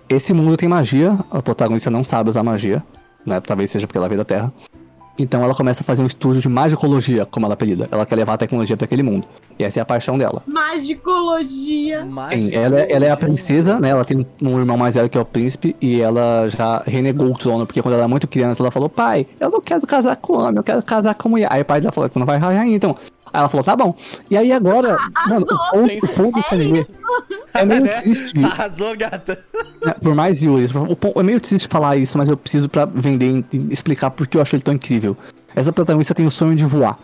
Speaker 2: Esse mundo tem magia, a protagonista não sabe usar magia, né? Talvez seja porque ela veio da Terra. Então ela começa a fazer um estúdio de magicologia, como ela é apelida. Ela quer levar a tecnologia pra aquele mundo. E essa é a paixão dela.
Speaker 3: Magicologia.
Speaker 2: Sim,
Speaker 1: Mágico.
Speaker 2: ela, é- ela é a princesa, né? Ela tem um irmão mais velho que é o príncipe e ela já renegou o trono, porque quando ela era muito criança, ela falou: pai, eu não quero casar com homem, eu quero casar com mulher. Aí o pai dela falou: você não vai rainha, então. Aí ela falou: tá bom. E aí agora, mano, o ponto,
Speaker 1: Sim,
Speaker 2: o
Speaker 1: sim.
Speaker 2: ponto desse anime é meio triste.
Speaker 1: Arrasou, gata.
Speaker 2: né? Por mais Yuri, o ponto- é meio triste falar isso, mas eu preciso pra vender e explicar porque eu acho ele tão incrível. Essa protagonista tem o sonho de voar,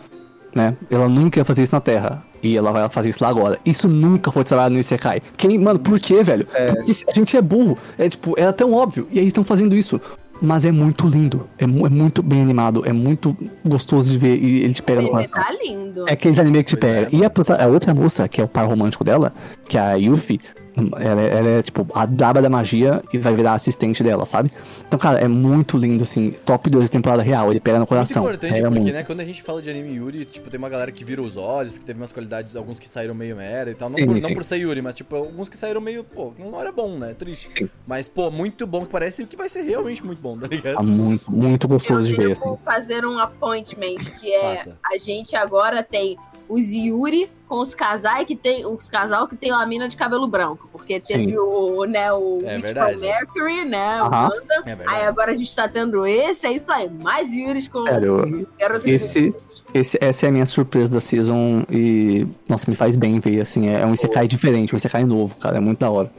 Speaker 2: né? Ela nunca ia fazer isso na Terra. E ela vai fazer isso lá agora. Isso nunca foi trabalhado no Isekai. Quem, mano, por quê, velho? Porque se a gente é burro. É tipo, é tão óbvio. E aí estão fazendo isso. mas é muito lindo. É, mu- é muito bem animado, é muito gostoso de ver e ele te pega no
Speaker 3: Ele
Speaker 2: coração.
Speaker 3: tá lindo.
Speaker 2: É aqueles anime que te pega. E a, prota- a outra moça, que é o par romântico dela, que é a Yuffie, ela, é- ela é tipo a daba da magia e vai virar assistente dela, sabe? Então, cara, é muito lindo, assim. Top 2 temporada real, ele pega no
Speaker 1: Muito
Speaker 2: coração.
Speaker 1: importante,
Speaker 2: pega
Speaker 1: porque,
Speaker 2: é muito.
Speaker 1: né, quando a gente fala de anime Yuri, tipo, tem uma galera que vira os olhos, porque teve umas qualidades, alguns que saíram meio mera e tal. Não,
Speaker 2: Sim,
Speaker 1: por, não
Speaker 2: sim.
Speaker 1: por ser Yuri, mas, tipo, alguns que saíram meio, pô, não era bom, né? Triste.
Speaker 2: Sim.
Speaker 1: Mas, pô, muito bom, que parece que vai ser realmente muito bom, tá
Speaker 2: Tá
Speaker 1: ligado?
Speaker 2: muito, muito
Speaker 3: Eu
Speaker 2: gostoso de ver, assim.
Speaker 3: devo fazer um appointment, que é
Speaker 1: Faça.
Speaker 3: a gente agora tem os Yuri com os casais que tem os casal que tem uma mina de cabelo branco, porque teve
Speaker 2: Sim.
Speaker 3: o, né, o
Speaker 1: É
Speaker 3: Witch
Speaker 1: verdade.
Speaker 3: from Mercury, né, o
Speaker 2: Aham.
Speaker 3: Wanda.
Speaker 1: É
Speaker 3: Aí agora a gente tá tendo esse, é isso aí, mais Yuris com
Speaker 2: Cara, eu-
Speaker 3: garotas
Speaker 2: esse- Esse, essa é a minha surpresa da season e, nossa, me faz bem ver, assim, é um Isekai diferente, um Isekai novo, cara, é muito da hora.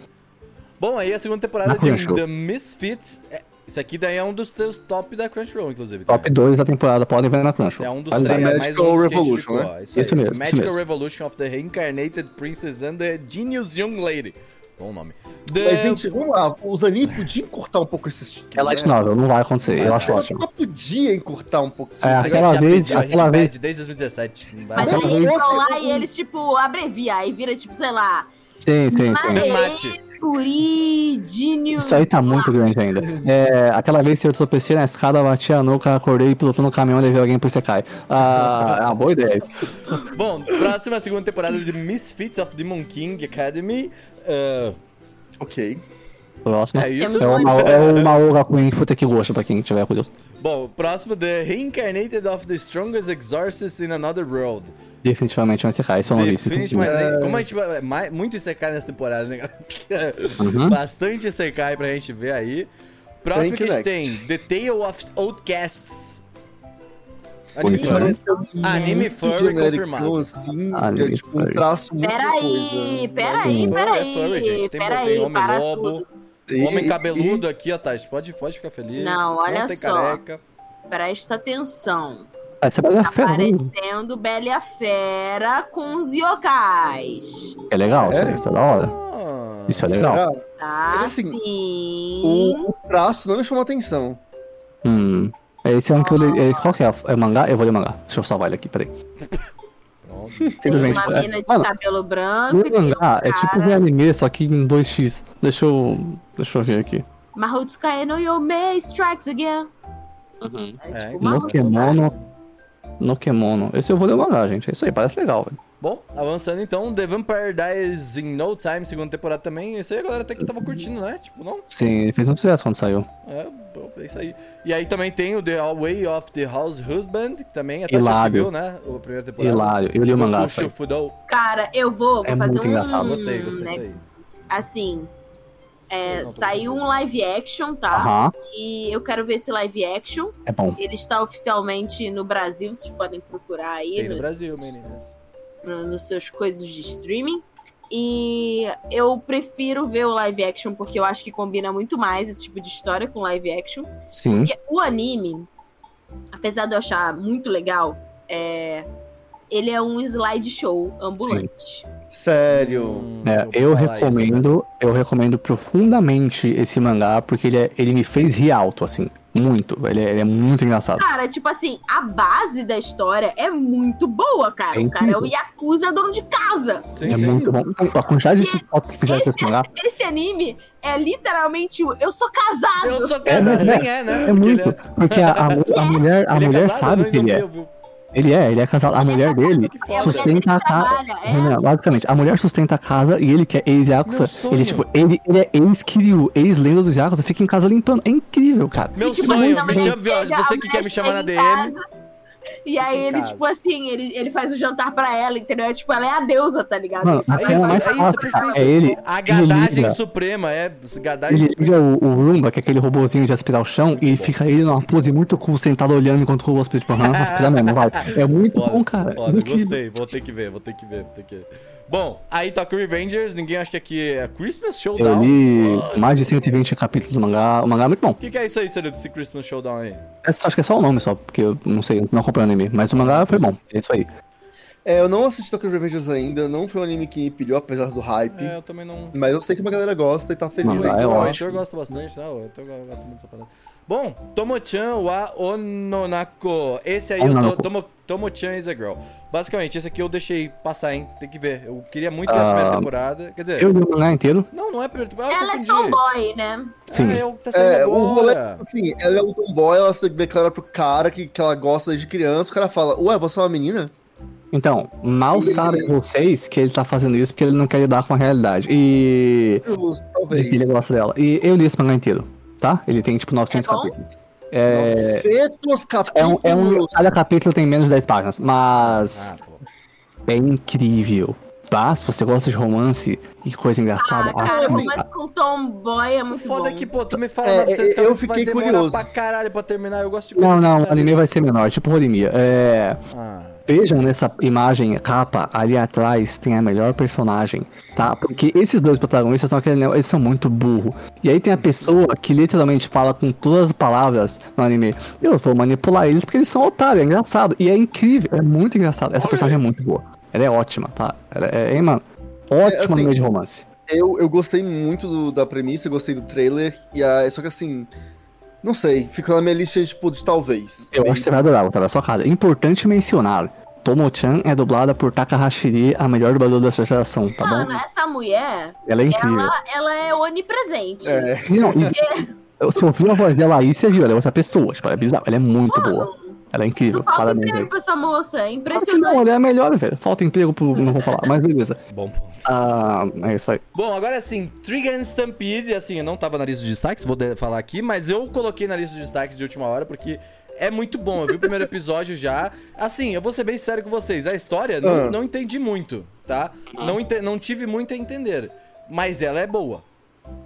Speaker 1: Bom, aí a segunda temporada
Speaker 2: Na
Speaker 1: de
Speaker 2: Crunchyroll.
Speaker 1: The Misfits. é- isso aqui daí é um dos teus top da Crunchyroll, inclusive. tá?
Speaker 2: Top
Speaker 1: também.
Speaker 2: 2 da temporada, podem ver na Crunchyroll.
Speaker 1: É um dos
Speaker 2: Vale
Speaker 1: três.
Speaker 2: a
Speaker 1: é
Speaker 2: pena.
Speaker 4: Magical
Speaker 1: mais um dos que a gente
Speaker 4: Revolution,
Speaker 1: ficou,
Speaker 4: né?
Speaker 1: ó, aí.
Speaker 2: Isso mesmo, isso
Speaker 1: Magical
Speaker 2: mesmo.
Speaker 1: Revolution of the Reincarnated Princess and the Genius Young Lady. Bom nome. The...
Speaker 4: Mas, gente, vamos lá. Os animes podiam encurtar um pouco esses títulos.
Speaker 2: É light novel, não vai acontecer, eu
Speaker 1: é
Speaker 2: acho ótimo.
Speaker 4: Ela podia encurtar um pouquinho.
Speaker 2: É,
Speaker 4: Esse
Speaker 1: Esse
Speaker 2: aquela
Speaker 1: negócio já
Speaker 2: vez-
Speaker 1: pediu, a gente
Speaker 2: aquela vez-
Speaker 1: pede desde 2017. não dá
Speaker 3: Mas é
Speaker 1: nada.
Speaker 2: Aquela é
Speaker 3: aí eles
Speaker 4: vez-
Speaker 3: vão lá e
Speaker 4: eu-
Speaker 3: eles, tipo, abrevia. Aí vira, tipo, sei lá,
Speaker 2: Sim, sim, sim.
Speaker 1: The
Speaker 3: Mas-
Speaker 1: Mate.
Speaker 3: Curidinho.
Speaker 2: Isso aí tá muito grande ainda. É, aquela vez que eu tropecei na escada, bati a nuca, acordei, pilotando o caminhão, levei alguém pro Isekai. Ah, é uma boa ideia. isso.
Speaker 1: Bom, próxima segunda temporada de Misfits of Demon King Academy. Ah,
Speaker 4: Ok.
Speaker 2: Próxima.
Speaker 1: é isso?
Speaker 2: É o Ma- é o Maoga Queen, puta que gosto pra quem tiver curioso.
Speaker 1: Bom, próximo, The Reincarnated of the Strongest Exorcist in Another World.
Speaker 2: Definitivamente um Isekai, isso eu não vi. sinto
Speaker 1: Definitivamente,
Speaker 2: muito.
Speaker 1: mas hein, como a gente vai. é, mais- Muito Isekai nessa temporada, né, galera?
Speaker 2: Uhum.
Speaker 1: Bastante Isekai pra gente ver aí. Próximo
Speaker 4: Thank
Speaker 1: que a
Speaker 4: you,
Speaker 1: gente tem:
Speaker 4: next.
Speaker 1: The Tale of Outcasts. Anime-
Speaker 2: Bonito, né?
Speaker 4: Pareceu
Speaker 1: Anime
Speaker 4: é muito
Speaker 1: furry
Speaker 4: genérico,
Speaker 1: confirmado.
Speaker 4: assim,
Speaker 2: Anime
Speaker 4: é tipo um
Speaker 2: furry.
Speaker 4: traço muito
Speaker 1: né?
Speaker 4: né?
Speaker 3: Peraí, peraí,
Speaker 2: Sim.
Speaker 1: Furry,
Speaker 3: peraí.
Speaker 1: é gente, tem- tem
Speaker 3: Peraí,
Speaker 1: homem
Speaker 3: para
Speaker 1: lobo.
Speaker 3: tudo.
Speaker 1: Homem cabeludo aqui, ó, Tati. Pode, pode ficar feliz.
Speaker 3: Não, olha
Speaker 1: tem
Speaker 3: só.
Speaker 1: careca.
Speaker 3: Presta atenção.
Speaker 2: Ah, Essa é a fera, né?
Speaker 3: Aparecendo Bela e a Fera com os yokais.
Speaker 2: É legal, isso, aí, isso é da hora.
Speaker 1: Ah.
Speaker 2: Isso é legal.
Speaker 3: Tá
Speaker 4: Mas, assim,
Speaker 3: sim.
Speaker 4: O, o traço não me chamou atenção.
Speaker 2: Hum. Esse é um que eu li. é- Qual que é? É mangá? Eu vou ler mangá. Deixa eu salvar ele aqui, peraí.
Speaker 1: Pronto.
Speaker 3: Tem
Speaker 2: Simplesmente.
Speaker 3: uma
Speaker 2: é-
Speaker 3: mina de
Speaker 2: Mano,
Speaker 3: cabelo branco. e
Speaker 2: no
Speaker 3: tem
Speaker 2: mangá é
Speaker 3: cara.
Speaker 2: tipo um anime, só que em 2x. Deixa eu. Deixa eu ver aqui.
Speaker 3: Mahotsukai no Yomei strikes
Speaker 1: É,
Speaker 3: again. É, tipo,
Speaker 1: então.
Speaker 3: Mahotsukai.
Speaker 2: Nokemono. Nokemono. Esse eu vou ler o mangá, gente. É isso aí, parece legal, velho.
Speaker 1: Bom, avançando então, The Vampire Dies in No Time, segunda temporada também. Isso aí a galera até que tava curtindo, né? Tipo, não?
Speaker 2: Sim, ele fez um sucesso quando saiu.
Speaker 1: É, bom, é isso aí. E aí também tem o The Way of the House Husband, que também até
Speaker 2: Hilário.
Speaker 1: viu, né? A primeira temporada.
Speaker 2: Hilário. Eu li o mangá.
Speaker 1: O
Speaker 2: isso aí.
Speaker 1: Shufudou.
Speaker 3: Cara, eu vou, vou
Speaker 2: É
Speaker 3: fazer
Speaker 2: muito
Speaker 3: um.
Speaker 2: engraçado.
Speaker 1: Gostei, gostei disso
Speaker 3: né,
Speaker 1: aí.
Speaker 3: Assim. é,
Speaker 1: Não, tô
Speaker 3: saiu um
Speaker 1: tranquilo.
Speaker 3: live action, tá?
Speaker 2: Aham.
Speaker 3: E eu quero ver esse live action.
Speaker 2: É bom.
Speaker 3: Ele está oficialmente no Brasil, vocês podem procurar aí
Speaker 1: Tem no
Speaker 3: nos,
Speaker 1: Brasil, meninas.
Speaker 3: no- nos seus coisas de streaming. E eu prefiro ver o live action porque eu acho que combina muito mais esse tipo de história com live action.
Speaker 2: Sim.
Speaker 3: Porque o anime, apesar de eu achar muito legal, é, ele é um slideshow ambulante.
Speaker 4: Sério.
Speaker 1: Hum,
Speaker 2: É, eu recomendo, eu recomendo profundamente esse mangá, porque ele, é- ele me fez rir alto, assim. Muito. Ele é, ele é muito engraçado.
Speaker 3: Cara, tipo assim, a base da história é muito boa, cara.
Speaker 2: É
Speaker 3: o cara é
Speaker 2: incrível.
Speaker 3: o Yakuza dono de casa.
Speaker 2: é muito bom. A quantidade de fotos que fizeram desse mangá
Speaker 3: Esse anime é literalmente o eu sou casado.
Speaker 1: Eu sou casado, nem é, né? é
Speaker 2: é muito. Porque a, a, mu- a mulher, a mulher sabe que ele é. Ele é, ele é casado. A mulher dele
Speaker 1: que
Speaker 3: É a mulher que
Speaker 2: sustenta a casa.
Speaker 3: trabalha, é.
Speaker 2: Renan, basicamente, a mulher sustenta a casa e ele que é
Speaker 1: Meu
Speaker 2: ex-Yakuza,
Speaker 1: sonho.
Speaker 2: ele, tipo, ele, ele é ex-Kiryu, ex-lenda dos Yakuza, fica em casa limpando. É incrível, cara.
Speaker 1: Meu
Speaker 3: E, tipo,
Speaker 1: sonho,
Speaker 3: assim,
Speaker 1: me
Speaker 3: também
Speaker 1: chama,
Speaker 3: chega,
Speaker 1: você que
Speaker 3: a
Speaker 1: quer me
Speaker 3: mulher
Speaker 1: chamar na
Speaker 3: chega em
Speaker 1: DM.
Speaker 3: casa, E aí
Speaker 1: em
Speaker 3: ele,
Speaker 1: casa.
Speaker 3: tipo assim, ele, ele faz o jantar pra ela, entendeu? É, tipo, ela é a deusa, tá ligado?
Speaker 2: Mano, a
Speaker 3: Ele
Speaker 2: cena
Speaker 3: faz-
Speaker 1: é
Speaker 2: mais
Speaker 1: isso,
Speaker 2: clássica
Speaker 1: perfeito.
Speaker 2: é ele.
Speaker 1: A
Speaker 2: ele
Speaker 1: gadagem
Speaker 2: liga-
Speaker 1: suprema, é. Gadagem
Speaker 2: Ele liga
Speaker 1: suprema.
Speaker 2: o, o Roomba, que é aquele robozinho de aspirar o chão, e fica ele numa pose muito cool, sentado olhando enquanto o robô aspira, tipo, aham, aspira mesmo, vai. É muito
Speaker 1: Foda,
Speaker 2: bom, cara. é
Speaker 1: Foda,
Speaker 2: Incrível.
Speaker 1: gostei. Vou ter que ver, vou ter que ver, vou ter que ver. Bom, aí toca Revengers, ninguém acha que aqui é Christmas
Speaker 2: Eu
Speaker 1: Showdown.
Speaker 2: li
Speaker 1: Ah,
Speaker 2: mais de 120 capítulos do mangá. O mangá é muito bom.
Speaker 1: O que, que é isso aí, Cedo, desse Christmas Showdown aí?
Speaker 2: É só- Acho que é só o nome só, porque eu não sei, eu não acompanho o anime. Mas o mangá foi bom. É isso aí.
Speaker 4: É, eu não assisti Tokyo Revengers ainda, não foi um anime que me pilhou, apesar do hype.
Speaker 1: É, eu também não.
Speaker 4: Mas eu sei que uma galera gosta e tá feliz.
Speaker 2: Mas, ah, é
Speaker 1: Não, o
Speaker 2: ótimo.
Speaker 1: né? Heitor gosta bastante, não, o Heitor gosta muito dessa parada. Bom, Tomo-chan wa Ononako. Esse aí, eu tô,
Speaker 2: Ononako.
Speaker 1: Tomo, Tomo-chan is a girl. Basicamente, esse aqui eu deixei passar, hein? Tem que ver. Eu queria muito ver a primeira
Speaker 2: Ah,
Speaker 1: temporada. Quer dizer,
Speaker 2: Eu li o mangá inteiro.
Speaker 1: não, não é a primeira temporada. eu
Speaker 3: Ela é
Speaker 1: confundi.
Speaker 3: tomboy, né?
Speaker 2: Sim.
Speaker 1: É, eu, tá saindo
Speaker 4: É, o rolê,
Speaker 1: agora. Ah,
Speaker 4: assim, ela é um tomboy, ela se declara pro cara que, que ela gosta desde criança, o cara fala, ué, você é uma menina?
Speaker 2: Então, mal sabem vocês que ele tá fazendo isso porque ele não quer lidar com a realidade. E.
Speaker 4: Justo,
Speaker 2: De que ele
Speaker 4: talvez.
Speaker 2: gosta dela. E eu li esse mangá inteiro, tá? Ele tem tipo 900
Speaker 3: É bom?
Speaker 2: capítulos. É.
Speaker 4: 900 capítulos.
Speaker 2: É um, é um- cada capítulo tem menos de 10 páginas, mas
Speaker 1: Ah, pô.
Speaker 2: é incrível, tá? Se você gosta de romance e coisa engraçada,
Speaker 3: Ah, cara,
Speaker 2: assista.
Speaker 3: romance com tomboy é
Speaker 1: O
Speaker 3: muito
Speaker 1: foda
Speaker 3: bom.
Speaker 1: é que, pô, tu me fala
Speaker 4: É,
Speaker 1: 900
Speaker 4: eu- eu
Speaker 1: capítulos,
Speaker 4: fiquei
Speaker 1: vai demorar
Speaker 4: curioso.
Speaker 1: pra caralho pra terminar. Eu gosto de
Speaker 2: Não, não,
Speaker 1: que tá
Speaker 2: o anime vai ser menor, tipo Rolimia. É,
Speaker 1: Ah,
Speaker 2: vejam nessa imagem, capa, ali atrás tem a melhor personagem, tá? Porque esses dois protagonistas são aquele, eles são muito burro. E aí tem a pessoa que literalmente fala com todas as palavras no anime. Eu vou manipular eles porque eles são otários, é engraçado. E é incrível, é muito engraçado. Essa personagem é muito boa. Ela é ótima, tá? Ela é, é, mano, ótima
Speaker 4: É, assim,
Speaker 2: anime de romance.
Speaker 4: Eu, eu gostei muito do- da premissa, eu gostei do trailer, e a, só que assim, não sei, ficou na minha lista, tipo, de talvez.
Speaker 2: Eu acho que você vai adorar, tá na sua cara. Importante mencionar, Tomo-chan é dublada por Takahashiri, a melhor dubladora da sua geração, tá
Speaker 3: Mano,
Speaker 2: bom?
Speaker 3: essa mulher,
Speaker 2: Ela é incrível.
Speaker 3: ela, ela é onipresente.
Speaker 4: É,
Speaker 2: Não, e, se ouviu a voz dela aí, você viu, ela é outra pessoa. Tipo, ela é bizarra, ela é muito boa. Ela é
Speaker 3: Não
Speaker 2: incrível,
Speaker 3: falta
Speaker 2: parabéns.
Speaker 3: emprego
Speaker 2: velho.
Speaker 3: pra essa moça, é
Speaker 2: Claro que não,
Speaker 3: impressionante.
Speaker 2: ela é a melhor, velho. Falta emprego pro. Não vou falar, mas beleza.
Speaker 1: bom ponto.
Speaker 2: Ah, é isso aí.
Speaker 1: Bom, agora sim, Trigun Stampede, assim, eu não tava na lista de destaques, vou de- falar aqui, mas eu coloquei na lista de destaques de última hora porque é muito bom. Eu vi o primeiro episódio já. Assim, eu vou ser bem sério com vocês, a história não,
Speaker 4: Ah.
Speaker 1: não entendi muito, tá? Não, ente- não tive muito a entender, mas ela é boa.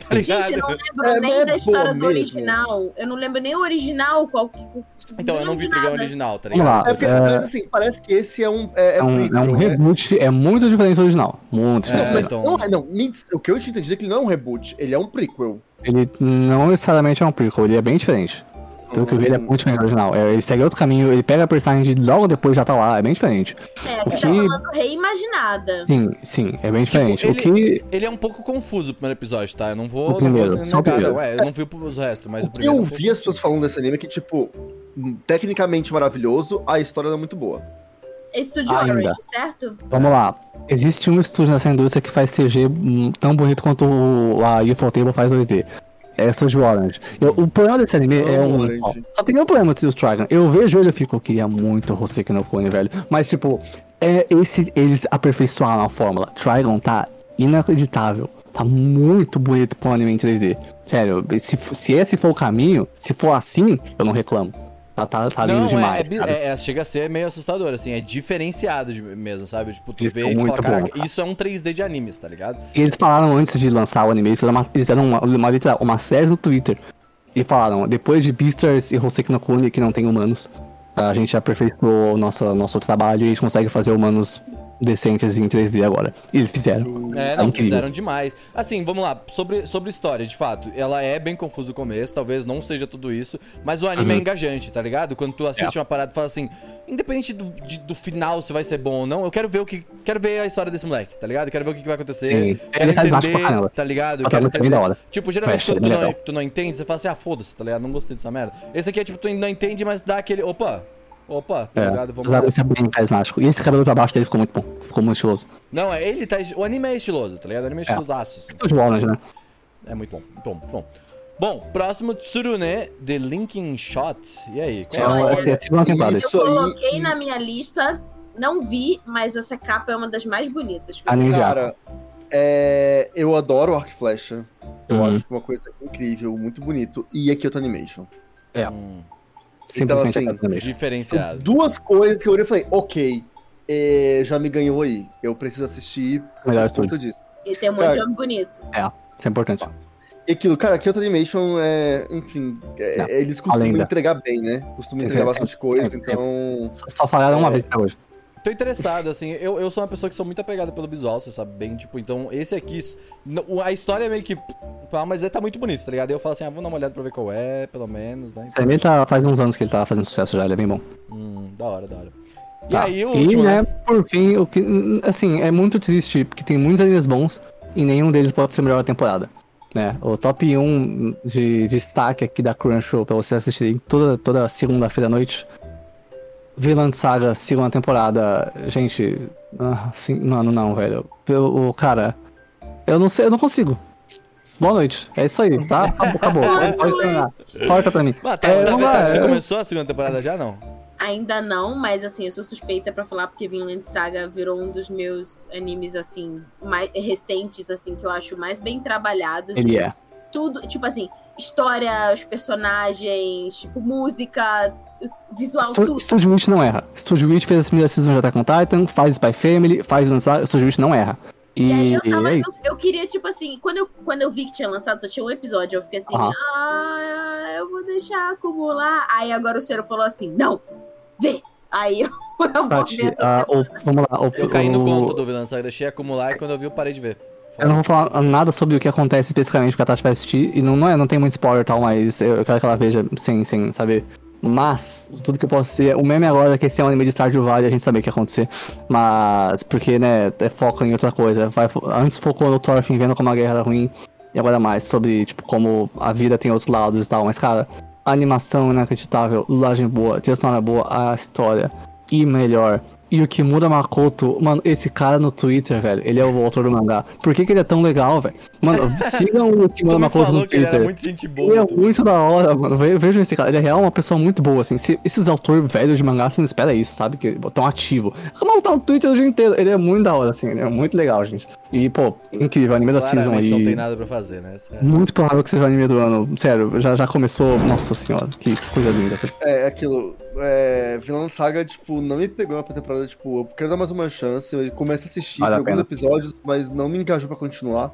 Speaker 1: Tá ligado?
Speaker 3: Gente, eu não lembro
Speaker 4: É,
Speaker 3: nem
Speaker 4: mas é
Speaker 3: da história
Speaker 4: boa
Speaker 3: do
Speaker 4: mesmo.
Speaker 3: original. Eu não lembro nem o original. Qual... que- tipo,
Speaker 1: Então, eu não vi
Speaker 3: lembro de
Speaker 1: Trigun
Speaker 3: nada.
Speaker 1: original, tá
Speaker 2: Vamos
Speaker 1: ligado?
Speaker 2: lá.
Speaker 4: é porque, mas assim, parece que esse é um... É,
Speaker 2: É um, é um
Speaker 4: prequel, né?
Speaker 2: reboot, é muito diferente do original. Muito
Speaker 1: É,
Speaker 4: Não,
Speaker 2: diferente.
Speaker 4: mas
Speaker 1: então-
Speaker 4: não, é- não, Mitz- o que eu te entendi é que ele não é um reboot, ele é um prequel.
Speaker 2: Ele não necessariamente é um prequel, ele é bem diferente. Pelo que eu vi, ele é muito diferente do original. É, Ele segue outro caminho, ele pega a personagem de logo depois já tá lá, é bem diferente.
Speaker 3: É, que tá
Speaker 2: Ok.
Speaker 3: falando reimaginada.
Speaker 2: Sim, sim, é bem diferente.
Speaker 1: ele-
Speaker 2: O que.
Speaker 1: Ele é um pouco confuso o primeiro episódio, tá? Eu não vou.
Speaker 2: O
Speaker 1: não
Speaker 2: primeiro,
Speaker 1: vou
Speaker 2: só o
Speaker 1: negar,
Speaker 2: primeiro.
Speaker 1: não. É, eu não vi os restos, mas o
Speaker 4: Eu
Speaker 1: primeiro. é um
Speaker 4: ouvi
Speaker 1: pouco-
Speaker 4: as pessoas falando desse anime que, tipo, hum, tecnicamente maravilhoso, a história não é muito boa.
Speaker 3: É Studio
Speaker 2: Ainda.
Speaker 3: Orange, certo?
Speaker 2: Vamos lá. Existe um estúdio nessa indústria que faz CG hum, tão bonito quanto o- a Ufotable faz 2D. É o Studio Orange. Eu- o problema desse anime é
Speaker 4: Amo
Speaker 2: um.
Speaker 4: Orange.
Speaker 2: ó, só tem um problema do Dragon. Eu vejo ele e fico, eu queria muito Hoseki no Kune, velho. Mas, tipo, é esse, eles aperfeiçoaram a fórmula. Trigon tá inacreditável. Tá muito bonito pro anime em 3D. Sério, se, f- se esse for o caminho, se for assim, eu não reclamo. Tá, tá, tá lindo
Speaker 1: Não, é-
Speaker 2: demais.
Speaker 1: é bi-
Speaker 2: cara.
Speaker 1: é, é- chega a ser meio assustador, assim, é diferenciado de- mesmo, sabe? Tipo, tu
Speaker 2: Eles
Speaker 1: vê
Speaker 2: são
Speaker 1: e tu fala,
Speaker 2: muito bons,
Speaker 1: caraca,
Speaker 2: cara."
Speaker 1: isso é um 3D de animes, tá ligado?
Speaker 2: E eles falaram antes de lançar o anime, eles fizeram uma, eles fizeram uma, uma, letra- uma série no Twitter. E falaram, depois de Beastars e Hoseki no Kune, que não tem humanos, a gente aperfeiçoou o nosso, nosso trabalho e a gente consegue fazer humanos decentes em 3D agora. E eles fizeram.
Speaker 1: É, não,
Speaker 2: incrível.
Speaker 1: fizeram demais. Assim, vamos lá, sobre, sobre história, de fato, ela é bem confusa no começo, talvez não seja tudo isso, mas o
Speaker 2: Uhum.
Speaker 1: anime é engajante, tá ligado? Quando tu assiste
Speaker 2: É.
Speaker 1: uma parada e fala assim, independente do, de- do final se vai ser bom ou não, eu quero ver o que. Quero ver a história desse moleque, tá ligado? Quero ver o que, que vai acontecer.
Speaker 2: Sim.
Speaker 1: Quero
Speaker 2: Ele tá embaixo pra
Speaker 1: entender,
Speaker 2: caramba.
Speaker 1: tá ligado?
Speaker 2: Ah, tá
Speaker 1: Quero
Speaker 2: muito bem
Speaker 1: entender.
Speaker 2: da hora.
Speaker 1: Tipo, geralmente
Speaker 2: Fecha,
Speaker 1: quando tu
Speaker 2: bem
Speaker 1: não,
Speaker 2: legal.
Speaker 1: tu não entende, você fala assim, ah, foda-se, tá ligado? Não gostei dessa merda. Esse aqui é tipo, tu não entende, mas dá aquele. Opa! Opa, tá
Speaker 2: É,
Speaker 1: ligado? Vamos
Speaker 2: o
Speaker 1: lá.
Speaker 2: Dragon é bem carismático. E esse cabelo pra baixo dele ficou muito bom. Ficou muito estiloso.
Speaker 1: Não, é ele tá. O anime é estiloso, tá ligado? O anime é estilosaço. assim.
Speaker 2: Tudo de Orange, né?
Speaker 1: É muito bom, muito bom, muito bom. Bom, próximo Tsurune, The Linking Shot. E aí?
Speaker 2: É,
Speaker 1: Qual é?
Speaker 2: uma- é a segunda temporada.
Speaker 4: Isso
Speaker 3: eu
Speaker 4: aí-
Speaker 3: coloquei na minha lista, não vi, mas essa capa é uma das mais bonitas.
Speaker 4: Ah,
Speaker 2: Anime de arco.
Speaker 4: Cara, é, eu adoro Arc Flecha. Eu
Speaker 2: Uhum.
Speaker 4: acho é uma coisa incrível, muito bonito. E aqui eu tô animation.
Speaker 1: Hum,
Speaker 2: Simplesmente
Speaker 4: assim,
Speaker 2: a mesmo.
Speaker 4: São
Speaker 1: diferenciado.
Speaker 4: duas coisas que eu olhei e falei, ok, é, já me ganhou aí. Eu preciso assistir
Speaker 2: Melhor
Speaker 4: por
Speaker 2: estúdio.
Speaker 4: conta disso.
Speaker 3: E tem um monte de
Speaker 4: Cara.
Speaker 3: homem bonito.
Speaker 2: Isso é importante.
Speaker 4: E aquilo, cara, Kyoto Animation é. Enfim, é-
Speaker 2: Não,
Speaker 4: eles costumam
Speaker 2: lenda.
Speaker 4: entregar bem, né? Costumam
Speaker 2: Sim,
Speaker 4: entregar
Speaker 2: sim,
Speaker 4: bastante
Speaker 2: sim,
Speaker 4: coisa,
Speaker 2: sim, sim.
Speaker 4: então.
Speaker 2: Só, só falaram uma vez até hoje.
Speaker 1: Tô interessado, assim. Eu, eu sou uma pessoa que sou muito apegada pelo visual, você sabe bem. Tipo, então esse aqui. s- n- o- A história é meio que. pá, Mas ele tá muito bonito, tá ligado? Eu falo assim, ah, vamos dar uma olhada pra ver qual é, pelo menos, né?
Speaker 2: Esse anime tá, faz uns anos que ele tá fazendo sucesso já, ele é bem bom.
Speaker 1: Hum, da hora, da hora. E
Speaker 2: Tá.
Speaker 1: aí, o último, né?
Speaker 2: né, por fim, o que. Assim, é muito triste, porque tem muitos animes bons e nenhum deles pode ser melhor a temporada. né? O top 1 de destaque aqui da Crunchyroll pra você assistir toda, toda segunda-feira à noite. Vinland Saga, segunda temporada. Gente, ah, assim, mano, não, velho. Eu- o cara, eu não sei, eu não consigo. Boa noite. É isso aí, tá? Acabou, acabou. Pode- Pode terminar. Corta pra mim.
Speaker 1: Mano, tá,
Speaker 2: É,
Speaker 1: você tá-
Speaker 2: não
Speaker 1: tá-
Speaker 2: dá,
Speaker 1: você
Speaker 2: é.
Speaker 1: começou a segunda temporada já, não?
Speaker 3: Ainda não, mas assim, eu sou suspeita pra falar porque Vinland Saga virou um dos meus animes assim, mais recentes assim, que eu acho mais bem trabalhados.
Speaker 2: Ele é.
Speaker 3: Tudo, tipo assim, história, os personagens, tipo música, visual,
Speaker 2: Stu-
Speaker 3: tudo.
Speaker 2: Studio Witch não erra. Studio Witch fez a primeira season de Attack on Titan, faz Spy Family, faz Vinland Saga, Studio Witch não erra.
Speaker 3: E aí
Speaker 2: E,
Speaker 3: eu, tava-
Speaker 2: é
Speaker 3: eu-
Speaker 2: isso.
Speaker 3: eu queria, tipo assim, quando eu, quando eu vi que tinha lançado, só tinha um episódio, eu fiquei assim,
Speaker 2: Aham.
Speaker 3: ah, eu vou deixar acumular. Aí agora o Ciro falou assim, não, vê. Aí eu, eu vou
Speaker 2: Tati,
Speaker 3: ver essa
Speaker 2: ah, o- vamos lá. O,
Speaker 1: Eu caí no
Speaker 2: o-
Speaker 1: conto do vilão, sabe? Deixei acumular e quando eu vi eu parei de ver.
Speaker 2: Eu não vou falar nada sobre o que acontece especificamente porque a Tati vai assistir. E não, não, é, não tem muito spoiler e tal, mas eu, eu quero que ela veja sem, sem saber. Mas, tudo que eu posso dizer, o meme agora é que esse é um anime de Stardew Valley, a gente sabe o que ia acontecer. Mas, porque, né, é foco em outra coisa. Vai fo- antes focou no Thorfinn vendo como a guerra era ruim, e agora mais sobre, tipo, como a vida tem outros lados e tal. Mas, cara, a animação é inacreditável, dublagem é boa, trilha sonora boa, a história, e melhor. E o Kimura Makoto, mano, esse cara no Twitter, velho, ele é o autor do mangá. Por que, que ele é tão legal, velho? Mano, sigam o
Speaker 1: Tu
Speaker 2: Kimura
Speaker 1: me
Speaker 2: Makoto
Speaker 1: falou
Speaker 2: no
Speaker 1: que ele era
Speaker 2: Twitter.
Speaker 1: muito gente boa.
Speaker 2: Ele é
Speaker 1: tu-
Speaker 2: muito da hora, mano. Ve- Vejam esse cara. Ele é real uma pessoa muito boa, assim. Se- esses autores velhos de mangá, você não espera isso, sabe? Que tão ativo. Mano, tá no Twitter o dia inteiro. Ele é muito da hora, assim. Ele é muito legal, gente. E, pô, incrível. Anime da Season
Speaker 1: Claramente
Speaker 2: aí.
Speaker 1: não tem nada pra fazer, né? Essa-
Speaker 2: Muito provável que seja o anime do ano. Sério, já, já começou. Nossa senhora, que coisa linda.
Speaker 4: É, é aquilo. É, Vinland Saga, tipo, não me pegou na primeira temporada, tipo, eu quero dar mais uma chance. Eu comecei a assistir
Speaker 2: Vale a
Speaker 4: vi alguns
Speaker 2: pena.
Speaker 4: episódios, mas não me engajou pra continuar.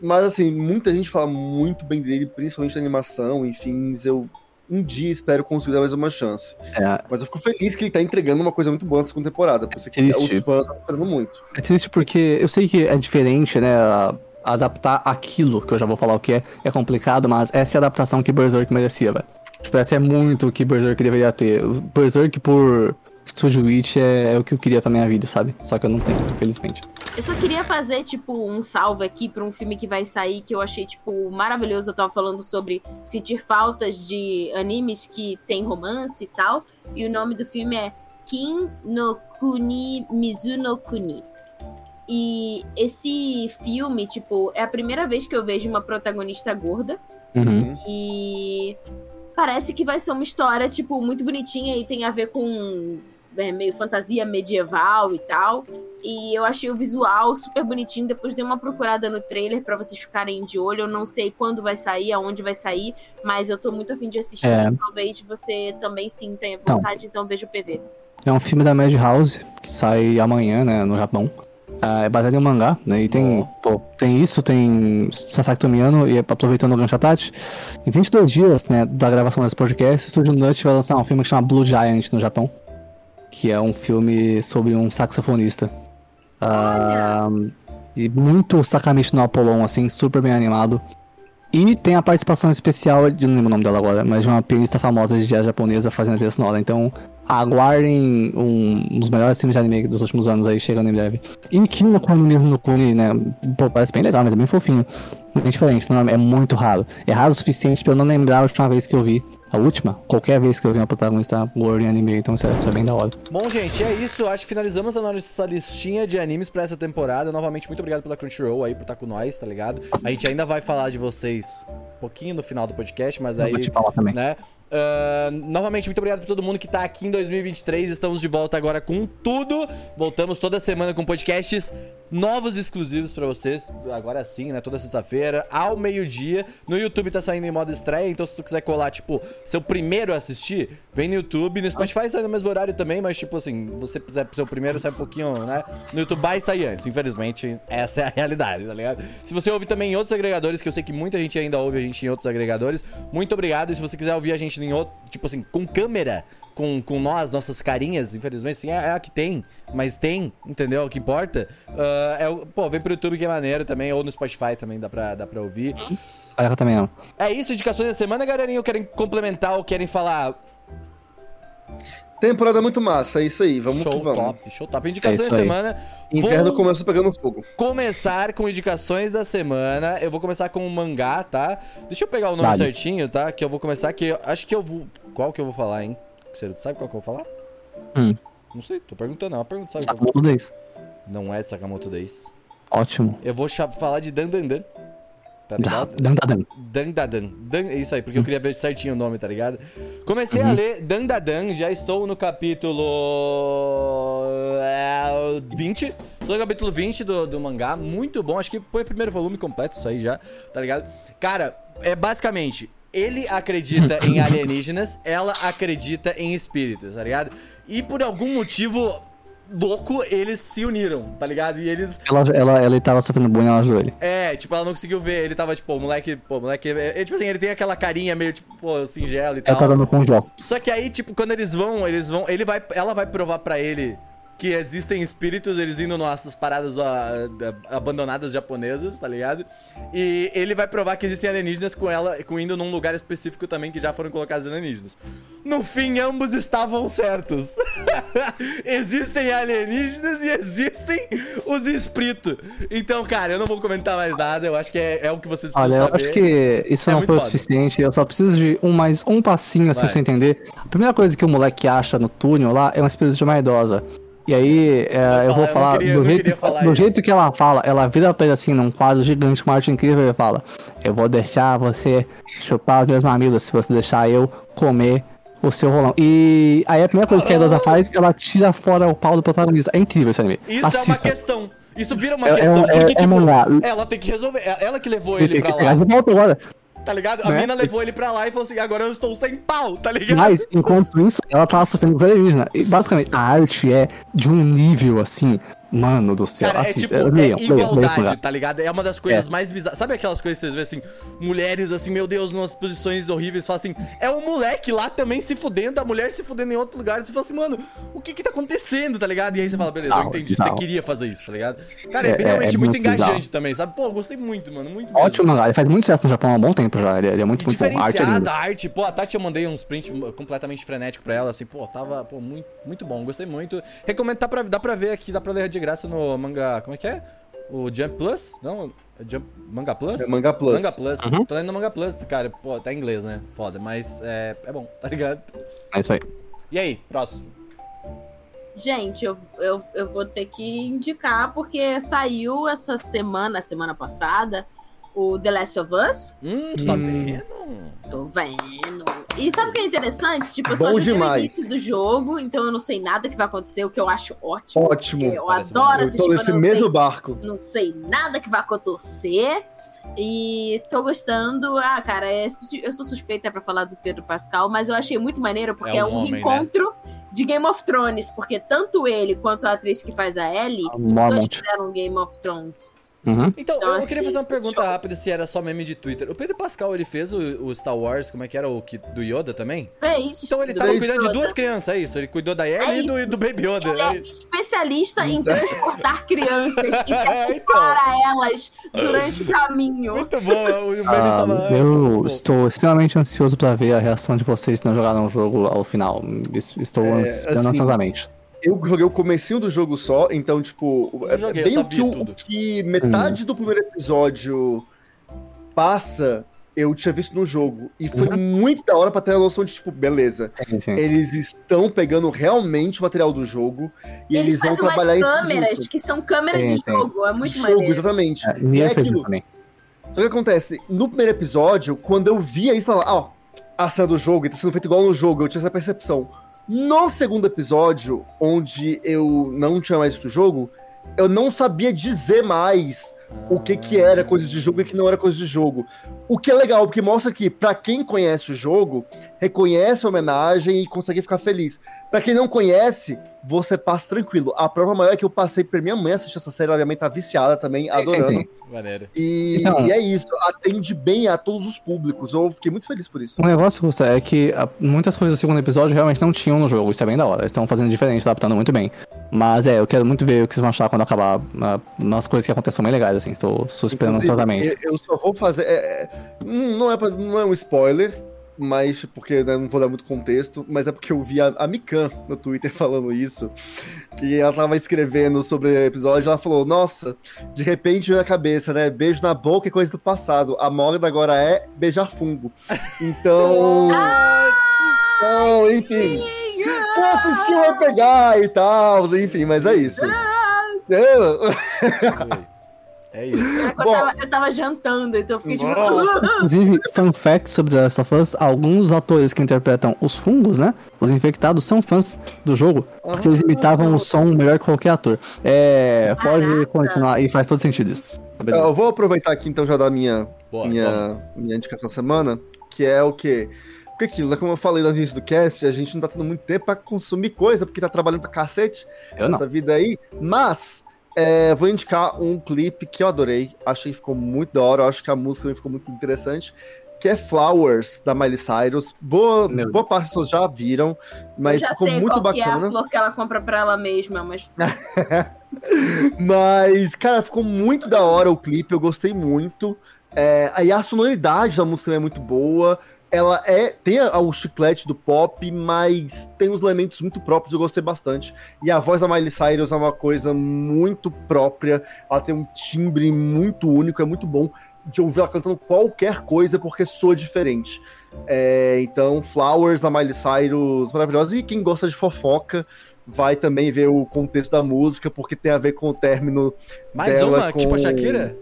Speaker 4: Mas assim, muita gente fala muito bem dele, principalmente da animação, enfim, eu um dia espero conseguir dar mais uma chance.
Speaker 2: É,
Speaker 4: Mas eu fico feliz que ele tá entregando uma coisa muito boa na segunda temporada, por isso que
Speaker 2: Triste.
Speaker 4: os fãs estão esperando muito.
Speaker 2: é triste porque eu sei que é diferente, né? a- Adaptar aquilo, que eu já vou falar o que é, é complicado, mas essa é a adaptação que Berserk merecia, velho. Tipo, essa é muito o que Berserk deveria ter. O Berserk por Studio Witch é, é o que eu queria pra minha vida, sabe? Só que eu não tenho, infelizmente.
Speaker 3: Eu só queria fazer, tipo, um salve aqui pra um filme que vai sair que eu achei, tipo, maravilhoso. Eu tava falando sobre sentir faltas de animes que tem romance e tal. E o nome do filme é Kin no Kuni Mizuno Kuni. E esse filme, tipo, é a primeira vez que eu vejo uma protagonista gorda.
Speaker 2: Uhum.
Speaker 3: E parece que vai ser uma história, tipo, muito bonitinha e tem a ver com é, meio fantasia medieval e tal. E eu achei o visual super bonitinho. Depois dei uma procurada no trailer pra vocês ficarem de olho. Eu não sei quando vai sair, aonde vai sair, mas eu tô muito afim de assistir.
Speaker 2: É.
Speaker 3: Talvez você também sim tenha
Speaker 2: Então.
Speaker 3: vontade, então, veja o PV.
Speaker 2: É um filme da Madhouse, que sai amanhã, né, no Japão. Ah, é baseado em um mangá, né? E tem, pô, tem isso, tem Sasaki Tomiano, e é aproveitando o gancho da Tati, em 22 dias, né, da gravação desse podcast, o Studio Nut vai lançar um filme que chama Blue Giant no Japão, que é um filme sobre um saxofonista. Ah, e muito Sakamichi no Apollon, assim, super bem animado. E tem a participação especial, de- não lembro o nome dela agora, mas de uma pianista famosa de jazz japonesa fazendo a trilha sonora. Então, aguardem um, um dos melhores filmes de anime dos últimos anos aí, chegando em breve. E Kim no Kuni mesmo no Kuni, né? Pô, parece bem legal, mas é bem fofinho. Bem diferente, não é, é muito raro. É raro o suficiente pra eu não lembrar a última vez que eu vi. A última? Qualquer vez que eu vi uma protagonista gorda em anime, então isso é, isso é bem da hora.
Speaker 1: Bom, gente, é isso. Acho que finalizamos a nossa listinha de animes pra essa temporada. Novamente, muito obrigado pela Crunchyroll aí por estar com nós, tá ligado? A gente ainda vai falar de vocês um pouquinho no final do podcast, mas aí
Speaker 2: Eu vou te falar também.
Speaker 1: né? Ah, novamente, muito obrigado pra todo mundo que tá aqui em 2023. Estamos de volta agora com tudo. Voltamos toda semana com podcasts novos exclusivos pra vocês. Agora sim, né? Toda sexta-feira, ao meio-dia. No YouTube tá saindo em modo estreia, então se tu quiser colar, tipo, seu primeiro a assistir, vem no YouTube. No Spotify sai no mesmo horário também, mas tipo assim, você quiser ser o primeiro, sai um pouquinho, né? No YouTube vai sair antes. Infelizmente, essa é a realidade, tá ligado? Se você ouve também em outros agregadores, que eu sei que muita gente ainda ouve a gente em outros agregadores, muito obrigado. E se você quiser ouvir a gente em outro, tipo assim, com câmera, com, com nós, nossas carinhas, infelizmente, assim, é, é a que tem, mas tem, entendeu? É O que importa. Ah, é, o- pô, vem pro YouTube que é maneiro também, ou no Spotify também dá pra, dá pra ouvir.
Speaker 2: Olha que eu também
Speaker 1: Tá
Speaker 2: não.
Speaker 1: É isso, indicações da semana, galerinha. Querem complementar ou querem falar?
Speaker 4: Temporada muito massa, é isso aí. Vamos
Speaker 1: show
Speaker 4: que vamos.
Speaker 1: top, show top. Indicações
Speaker 2: É isso
Speaker 1: da
Speaker 2: aí.
Speaker 1: semana.
Speaker 4: Inverno
Speaker 1: Vamos-
Speaker 4: começou pegando fogo.
Speaker 1: começar com indicações da semana. Eu vou começar com um mangá, tá? Deixa eu pegar o nome
Speaker 2: Vale.
Speaker 1: certinho, tá? Que eu vou começar que eu- acho que eu vou qual que eu vou falar, hein? Você sabe qual que eu vou falar?
Speaker 2: Hum.
Speaker 1: Não sei, tô perguntando, é uma pergunta, sabe? qual-
Speaker 2: Sabe Tá tudo isso?
Speaker 1: Não é de Sakamoto Days.
Speaker 2: Ótimo.
Speaker 1: Eu vou cha- falar de Dan Dan Dan. Tá
Speaker 2: Dá,
Speaker 1: ligado?
Speaker 2: dá, dá, dá.
Speaker 1: Dandadan. Dan, é isso aí, porque eu queria ver certinho o nome, tá ligado? Comecei a ler Dandadan, já estou no capítulo. é, 20. Estou no capítulo 20 do, do mangá. Muito bom, acho que foi o primeiro volume completo, isso aí já, tá ligado? Cara, é basicamente. Ele acredita em alienígenas, ela acredita em espíritos, tá ligado? E por algum motivo louco, eles se uniram, tá ligado? E eles
Speaker 2: Ela, ela, ela tava sofrendo bullying, ela ajudou ele.
Speaker 1: é, tipo, ela não conseguiu ver. Ele tava, tipo, pô, moleque, pô, moleque. é, é, tipo assim, ele tem aquela carinha meio, tipo, pô, singela e
Speaker 2: Ela tá
Speaker 1: tal.
Speaker 2: dando com o jogo.
Speaker 1: Só que aí, tipo, quando eles vão, eles vão. Ele vai, ela vai provar pra ele que existem espíritos, eles indo nossas paradas ó, a- abandonadas japonesas, tá ligado? E ele vai provar que existem alienígenas com ela, com indo num lugar específico também que já foram colocados alienígenas. No fim, ambos estavam certos. existem alienígenas e existem os espíritos. Então, cara, eu não vou comentar mais nada, eu acho que é, é o que você precisa
Speaker 2: Olha, eu
Speaker 1: saber.
Speaker 2: acho que isso
Speaker 1: É
Speaker 2: não
Speaker 1: muito
Speaker 2: foi o
Speaker 1: foda.
Speaker 2: suficiente. Eu só preciso de um mais um passinho assim
Speaker 1: Vai.
Speaker 2: pra você entender. A primeira coisa que o moleque acha no túnel lá é uma espírito de uma idosa. E aí, é, eu
Speaker 1: falar, eu
Speaker 2: vou
Speaker 1: não
Speaker 2: falar,
Speaker 1: queria- eu
Speaker 2: do,
Speaker 1: não
Speaker 2: jeito,
Speaker 1: queria falar
Speaker 2: do
Speaker 1: isso.
Speaker 2: jeito que ela fala, ela vira pra ele assim num quadro gigante, uma arte incrível, e fala: Eu vou deixar você chupar os meus mamilos se você deixar eu comer o seu rolão. E aí a primeira coisa que a idosa faz, ela tira fora o pau do protagonista. É incrível esse anime.
Speaker 1: Isso é uma
Speaker 2: Assistam.
Speaker 1: questão. Isso vira uma
Speaker 2: É- é
Speaker 1: questão.
Speaker 2: um- é-
Speaker 1: porque,
Speaker 2: é mangá.
Speaker 1: tipo, ela tem que resolver. é- Ela que levou ele
Speaker 2: Tem
Speaker 1: pra
Speaker 2: que pegar
Speaker 1: lá.
Speaker 2: de volta agora.
Speaker 1: Tá ligado? A
Speaker 2: né?
Speaker 1: mina levou ele pra lá e falou assim: agora eu estou sem pau, tá ligado?
Speaker 2: Mas, enquanto isso, ela tava sofrendo com os alienígenas. E, basicamente, a arte é de um nível, assim, mano do céu.
Speaker 1: Cara, é
Speaker 2: Assista,
Speaker 1: tipo,
Speaker 2: eu
Speaker 1: é
Speaker 2: leio, leio, leio esse
Speaker 1: igualdade,
Speaker 2: mangá.
Speaker 1: tá ligado? É uma das coisas mais bizarras. Sabe aquelas coisas que vocês vê assim, mulheres assim, meu Deus, nas posições horríveis, fala assim, é um moleque lá também se fudendo, a mulher se fudendo em outro lugar, e você fala assim, mano, o que que tá acontecendo, tá ligado? E aí você fala, beleza, eu
Speaker 2: Não,
Speaker 1: entendi,
Speaker 2: não.
Speaker 1: você queria fazer isso, tá ligado? Cara, é,
Speaker 2: É- é-
Speaker 1: realmente
Speaker 2: é
Speaker 1: muito,
Speaker 2: muito
Speaker 1: engajante
Speaker 2: bizarro.
Speaker 1: também, sabe? Pô, eu gostei muito, mano, muito mesmo.
Speaker 2: Ótimo mangá. Ele faz muito sucesso no Japão há um bom tempo já. Ele, ele é muito, muito bom. A arte é
Speaker 1: diferenciada
Speaker 2: linda.
Speaker 1: a arte. Pô, a Tati eu mandei uns print completamente frenético pra ela, assim, pô, tava pô, muito, muito bom, gostei muito. Recomendo, tá pra, dá pra ver aqui, dá pra ler de graça no manga. Como é que é? O Jump Plus? Não, é Jump, Manga Plus?
Speaker 4: É Manga Plus.
Speaker 1: Manga Plus.
Speaker 2: Uhum.
Speaker 1: Tô lendo no Manga Plus, cara, pô, tá em inglês, né? Foda, mas é, é bom, tá ligado?
Speaker 2: É isso aí.
Speaker 1: E aí, próximo?
Speaker 3: Gente, eu, eu, eu vou ter que indicar, porque saiu essa semana, semana passada, o The Last of Us.
Speaker 1: Hum, tu tá
Speaker 4: Hum.
Speaker 1: vendo?
Speaker 3: Tô vendo. E sabe o que é interessante? Tipo, eu só
Speaker 4: Bom
Speaker 3: joguei no
Speaker 4: demais.
Speaker 3: início do jogo, então eu não sei nada que vai acontecer, o que eu acho ótimo.
Speaker 4: Ótimo.
Speaker 3: Eu
Speaker 1: Parece
Speaker 3: adoro
Speaker 4: Eu
Speaker 3: assistir
Speaker 4: tô
Speaker 3: quando
Speaker 4: nesse
Speaker 3: eu não
Speaker 4: mesmo
Speaker 3: sei-
Speaker 4: barco.
Speaker 3: não sei nada que vai acontecer. E tô gostando. Ah, cara, é sus- eu sou suspeita pra falar do Pedro Pascal, mas eu achei muito maneiro porque
Speaker 1: É
Speaker 3: é
Speaker 1: um
Speaker 3: um,
Speaker 1: homem, né?
Speaker 3: reencontro de Game of Thrones, porque tanto ele quanto a atriz que faz a Ellie, os dois
Speaker 2: Mormont.
Speaker 3: fizeram Game of Thrones.
Speaker 2: Uhum.
Speaker 1: Então,
Speaker 3: Então,
Speaker 1: eu
Speaker 3: assim,
Speaker 1: queria fazer uma pergunta
Speaker 3: show.
Speaker 1: rápida se era só meme de Twitter. O Pedro Pascal, ele fez o, o Star Wars, como é que era? O que, do Yoda também?
Speaker 3: Fez.
Speaker 1: Então ele
Speaker 3: Do
Speaker 1: tava
Speaker 3: Baby
Speaker 1: cuidando de
Speaker 3: Yoda.
Speaker 1: duas crianças, é isso? Ele cuidou da Ellie
Speaker 3: É
Speaker 1: e do, e do Baby Yoda.
Speaker 3: Ele
Speaker 1: é
Speaker 3: é
Speaker 1: isso.
Speaker 3: especialista em
Speaker 4: Então.
Speaker 3: transportar crianças e
Speaker 1: É,
Speaker 3: separar
Speaker 1: então.
Speaker 3: elas durante o caminho.
Speaker 1: Muito bom, o meme
Speaker 2: Ah,
Speaker 1: estava...
Speaker 2: eu
Speaker 1: Pô,
Speaker 2: estou extremamente ansioso pra ver a reação de vocês se não jogaram o jogo ao final. Es- Estou
Speaker 4: É,
Speaker 2: ansiando
Speaker 4: assim,
Speaker 2: ansiosamente.
Speaker 4: Eu joguei o comecinho do jogo só, então, tipo,
Speaker 1: Eu
Speaker 4: é
Speaker 1: joguei, eu
Speaker 4: bem
Speaker 1: só
Speaker 4: o
Speaker 1: vi
Speaker 4: que, o,
Speaker 1: tudo.
Speaker 4: o que metade do primeiro episódio passa, eu tinha visto no jogo. E foi muito da hora pra ter a noção de, tipo, beleza,
Speaker 2: Sim,
Speaker 1: é
Speaker 2: sim.
Speaker 4: eles estão pegando realmente o material do jogo e eles, vão
Speaker 3: fazem umas
Speaker 4: trabalhar em cima
Speaker 3: câmeras
Speaker 4: disso.
Speaker 3: que são câmeras
Speaker 2: Sim,
Speaker 3: de
Speaker 2: sim.
Speaker 3: jogo. É muito
Speaker 4: jogo,
Speaker 3: maneiro.
Speaker 4: exatamente.
Speaker 2: É,
Speaker 4: E é
Speaker 2: Nia fez
Speaker 4: aquilo,
Speaker 2: isso também.
Speaker 4: Só que acontece, no primeiro episódio, quando eu via isso, eu falava, ó, a cena do jogo e tá sendo feito igual no jogo, eu tinha essa percepção. No segundo episódio, onde eu não tinha mais visto o jogo, eu não sabia dizer mais o que que era coisa de jogo e o que não era coisa de jogo. O que é legal, porque mostra que pra quem conhece o jogo, reconhece a homenagem e consegue ficar feliz. Pra quem não conhece, você passa tranquilo. A prova maior é que eu passei pra minha mãe assistir essa série, ela minha mãe tá viciada também,
Speaker 2: Sim, sim,
Speaker 4: adorando.
Speaker 2: sim.
Speaker 1: Maneiro.
Speaker 4: E,
Speaker 2: Então-
Speaker 4: e é isso, atende bem a todos os públicos. Eu fiquei muito feliz por isso.
Speaker 2: O negócio, Gusta, é que ah, muitas coisas do segundo episódio realmente não tinham no jogo. Isso é bem da hora. Eles estão fazendo diferente, adaptando muito bem. Mas é, eu quero muito ver o que vocês vão achar quando acabar. ah, Umas coisas que acontecem são bem legais, assim. Estou estou esperando
Speaker 4: Inclusive,
Speaker 2: ansiosamente.
Speaker 4: eu, eu só vou fazer. é, é, hum, não, é pra- não é um spoiler, mas porque né, não vou dar muito contexto, mas é porque eu vi a, a Mikan no Twitter falando isso, que ela tava escrevendo sobre o episódio, ela falou, nossa, de repente veio na cabeça, né, beijo na boca é coisa do passado, a moda agora é beijar fungo. Então... então, enfim... Tu assistiu a pegar e tal, enfim, mas é isso. Eu-
Speaker 1: É isso.
Speaker 3: Eu
Speaker 4: Bom.
Speaker 3: tava, eu tava jantando, então eu fiquei tipo.
Speaker 4: Nossa.
Speaker 2: Inclusive, fun fact sobre The Last of Us: alguns atores que interpretam os fungos, né? Os infectados são fãs do jogo, porque eles imitavam o som melhor que qualquer ator. É. Pode
Speaker 3: Caraca.
Speaker 2: continuar, e faz todo sentido isso. Beleza.
Speaker 4: É, Eu vou aproveitar aqui então já dar minha,
Speaker 1: Bora, vamos.
Speaker 4: minha, minha indicação da semana, que é o quê? Porque aquilo, né, como eu falei no início do cast, a gente não tá tendo muito tempo pra consumir coisa, porque tá trabalhando pra cacete
Speaker 2: Eu não.
Speaker 4: essa vida aí. Mas é, vou indicar um clipe que eu adorei. Achei que ficou muito da hora. eu Acho que a música também ficou muito interessante. Que é Flowers, da Miley Cyrus. Boa,
Speaker 2: Meu
Speaker 4: boa parte das pessoas já viram, mas
Speaker 3: já
Speaker 4: ficou
Speaker 3: sei
Speaker 4: muito
Speaker 3: qual que é
Speaker 4: bacana.
Speaker 3: a flor que ela compra pra ela mesma, é mas.
Speaker 4: Mas, cara, ficou muito da hora o clipe, eu gostei muito. É, aí a sonoridade da música é muito boa. Ela é. Tem a- o chiclete do pop, mas tem uns elementos muito próprios, eu gostei bastante. E a voz da Miley Cyrus é uma coisa muito própria. Ela tem um timbre muito único, é muito bom de ouvir ela cantando qualquer coisa porque soa diferente. É, então, Flowers da Miley Cyrus, maravilhosa. E quem gosta de fofoca vai também ver o contexto da música, porque tem a ver com o término.
Speaker 1: Mais
Speaker 4: Dela
Speaker 1: uma, tipo a
Speaker 4: com-
Speaker 1: Shakira?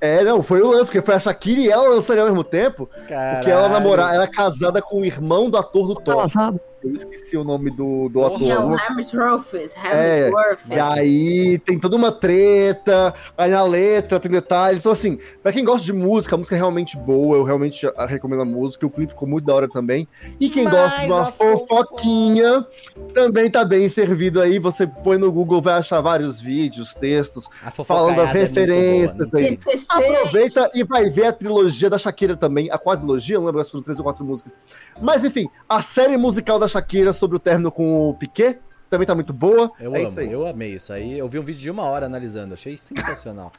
Speaker 4: É, não, foi o lance, porque foi a Shakira e ela lançaria ao mesmo tempo,
Speaker 1: Caralho.
Speaker 4: porque ela namorava, era casada com o irmão do ator do Thor.
Speaker 2: Casado.
Speaker 4: Eu esqueci o nome do, do
Speaker 1: Porra.
Speaker 4: ator.
Speaker 3: E é o
Speaker 4: né?
Speaker 3: Hemsworth.
Speaker 4: É,
Speaker 3: Hemsworth.
Speaker 4: E aí tem toda uma treta, aí na letra tem detalhes. Então, assim, pra quem gosta de música, a música é realmente boa, eu realmente a- recomendo a música, o clipe ficou muito da hora também. E quem
Speaker 1: Mas
Speaker 4: gosta de uma
Speaker 1: a fofoca.
Speaker 4: fofoquinha, também tá bem servido aí. Você põe no Google, vai achar vários vídeos, textos,
Speaker 1: A
Speaker 4: falando
Speaker 1: fofocaiada
Speaker 4: das
Speaker 1: é muito
Speaker 4: referências
Speaker 1: boa, né?
Speaker 4: aí.
Speaker 3: TCC.
Speaker 4: Aproveita e vai ver a trilogia da Shakira também, a quadrilogia, não lembro se foram três ou quatro músicas. Mas enfim, a série musical da Shakira sobre o término com o Piquet também tá muito boa.
Speaker 1: Eu
Speaker 4: é
Speaker 1: amo,
Speaker 4: isso aí.
Speaker 1: eu amei isso aí. Eu vi um vídeo de uma hora analisando, achei sensacional.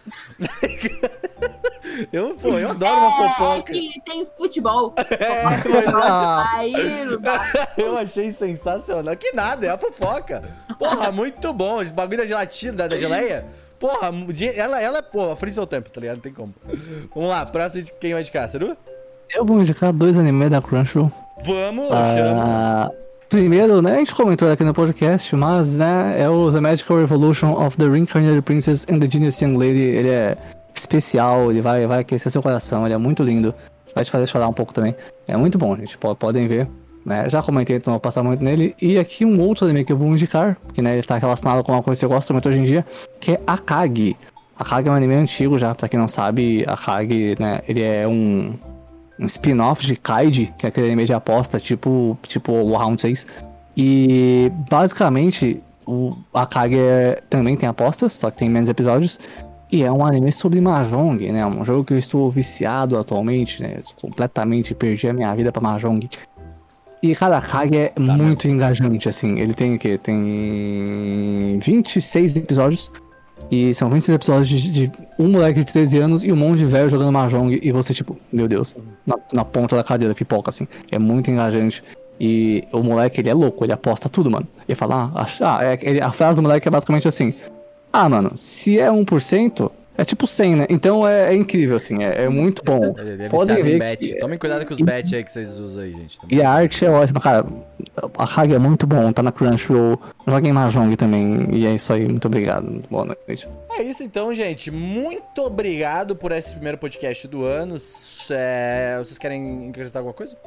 Speaker 1: eu, pô, eu adoro uma
Speaker 3: É, é
Speaker 1: fofoca.
Speaker 3: que tem futebol.
Speaker 4: Ah,
Speaker 3: Aí no
Speaker 1: Eu achei sensacional. Que nada, é a fofoca. Porra, muito bom. Esse bagulho da gelatina, da- da geleia. Porra, mu- de- ela, ela é, pô, à frente do seu tempo, tá ligado? Não tem como. Vamos lá, próximo de quem vai de cá, Saru?
Speaker 2: Eu vou indicar dois animes da Crunchyroll.
Speaker 1: Vamos, chama.
Speaker 2: Ah, primeiro, né, a gente comentou aqui no podcast, mas, né, é o The Magical Revolution of the Reincarnated Princess and the Genius Young Lady. Ele é especial, ele vai, vai aquecer seu coração, ele é muito lindo. Vai te fazer chorar um pouco também. É muito bom, gente, po- podem ver. Né, já comentei, então não vou passar muito nele. E aqui um outro anime que eu vou indicar, que né, ele tá relacionado com uma coisa que eu gosto muito hoje em dia, que é Akagi. Akagi é um anime antigo já, pra quem não sabe, Akagi, né, ele é um um spin-off de Kaid, que é aquele anime de aposta, tipo, tipo Warhound 6. E basicamente o Akage é- também tem apostas, só que tem menos episódios. E é um anime sobre Mahjong, né? Um jogo que eu estou viciado atualmente, né? Completamente perdi a minha vida pra Mahjong. E, cara, Akage é muito engajante, assim. Ele tem o quê? Tem 26 episódios. E são 26 episódios de, de um moleque de 13 anos e um monte de velho jogando Mahjong. E você, tipo, meu Deus, na, na ponta da cadeira, pipoca, assim. É muito engajante. E o moleque, ele é louco, ele aposta tudo, mano. Ele fala, ah, ach- ah, é- ele- a frase do moleque é basicamente assim: Ah, mano, se é 1%, é tipo 100, né? Então é, é incrível, assim, é, é muito bom.
Speaker 1: Ele é
Speaker 2: Podem
Speaker 1: viciado em
Speaker 2: ver.
Speaker 1: bet.
Speaker 2: que-
Speaker 1: Tomem cuidado com os bets aí que vocês usam aí, gente. também.
Speaker 2: e a arte é ótima, cara. A Hag é muito bom, tá na Crunchyroll. Joga em Mahjong também. E é isso aí, muito obrigado. Boa noite.
Speaker 1: É isso então, gente. Muito obrigado por esse primeiro podcast do ano. S- é, Vocês querem acrescentar alguma coisa?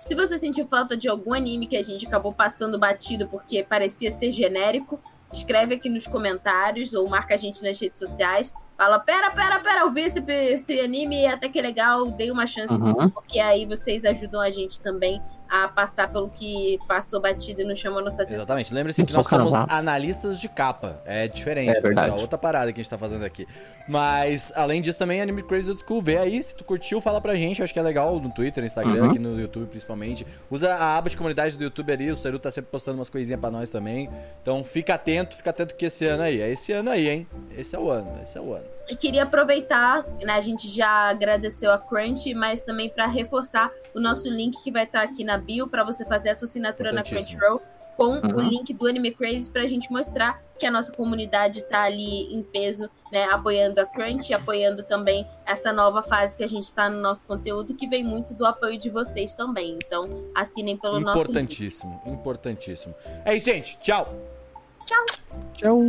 Speaker 3: Se você sentiu falta de algum anime que a gente acabou passando batido porque parecia ser genérico, escreve aqui nos comentários ou marca a gente nas redes sociais. Fala, pera, pera, pera, eu vi esse, esse anime, até que é legal, dei uma chance,
Speaker 2: Uhum.
Speaker 3: porque aí vocês ajudam a gente também a passar pelo que passou batido e não chamou nossa atenção.
Speaker 1: Exatamente. Lembre-se que
Speaker 2: Só
Speaker 1: nós somos
Speaker 2: casar.
Speaker 1: analistas de capa. É diferente.
Speaker 2: É
Speaker 1: entendeu?
Speaker 2: verdade.
Speaker 1: outra parada que a gente tá fazendo aqui. Mas, além disso, também Anime Crazy Old School. Vê aí, se tu curtiu, fala pra gente. Eu acho que é legal no Twitter, no Instagram,
Speaker 2: Uhum.
Speaker 1: aqui no YouTube, principalmente. Usa a aba de comunidade do YouTube ali. O Saru tá sempre postando umas coisinhas pra nós também. Então, fica atento, fica atento que esse ano aí. É esse ano aí, hein? Esse é o ano, esse é o ano.
Speaker 3: Eu queria aproveitar, né, a gente já agradeceu a Crunch, mas também para reforçar o nosso link que vai estar aqui na bio para você fazer a sua assinatura na
Speaker 1: Importantíssimo.
Speaker 3: Crunchyroll com o
Speaker 2: Uhum.
Speaker 3: link do Anime Crazy para a gente mostrar que a nossa comunidade tá ali em peso, né, apoiando a Crunch, apoiando também essa nova fase que a gente está no nosso conteúdo, que vem muito do apoio de vocês também. Então, assinem pelo nosso link.
Speaker 1: Importantíssimo, importantíssimo. É isso, gente. Tchau.
Speaker 2: Tchau.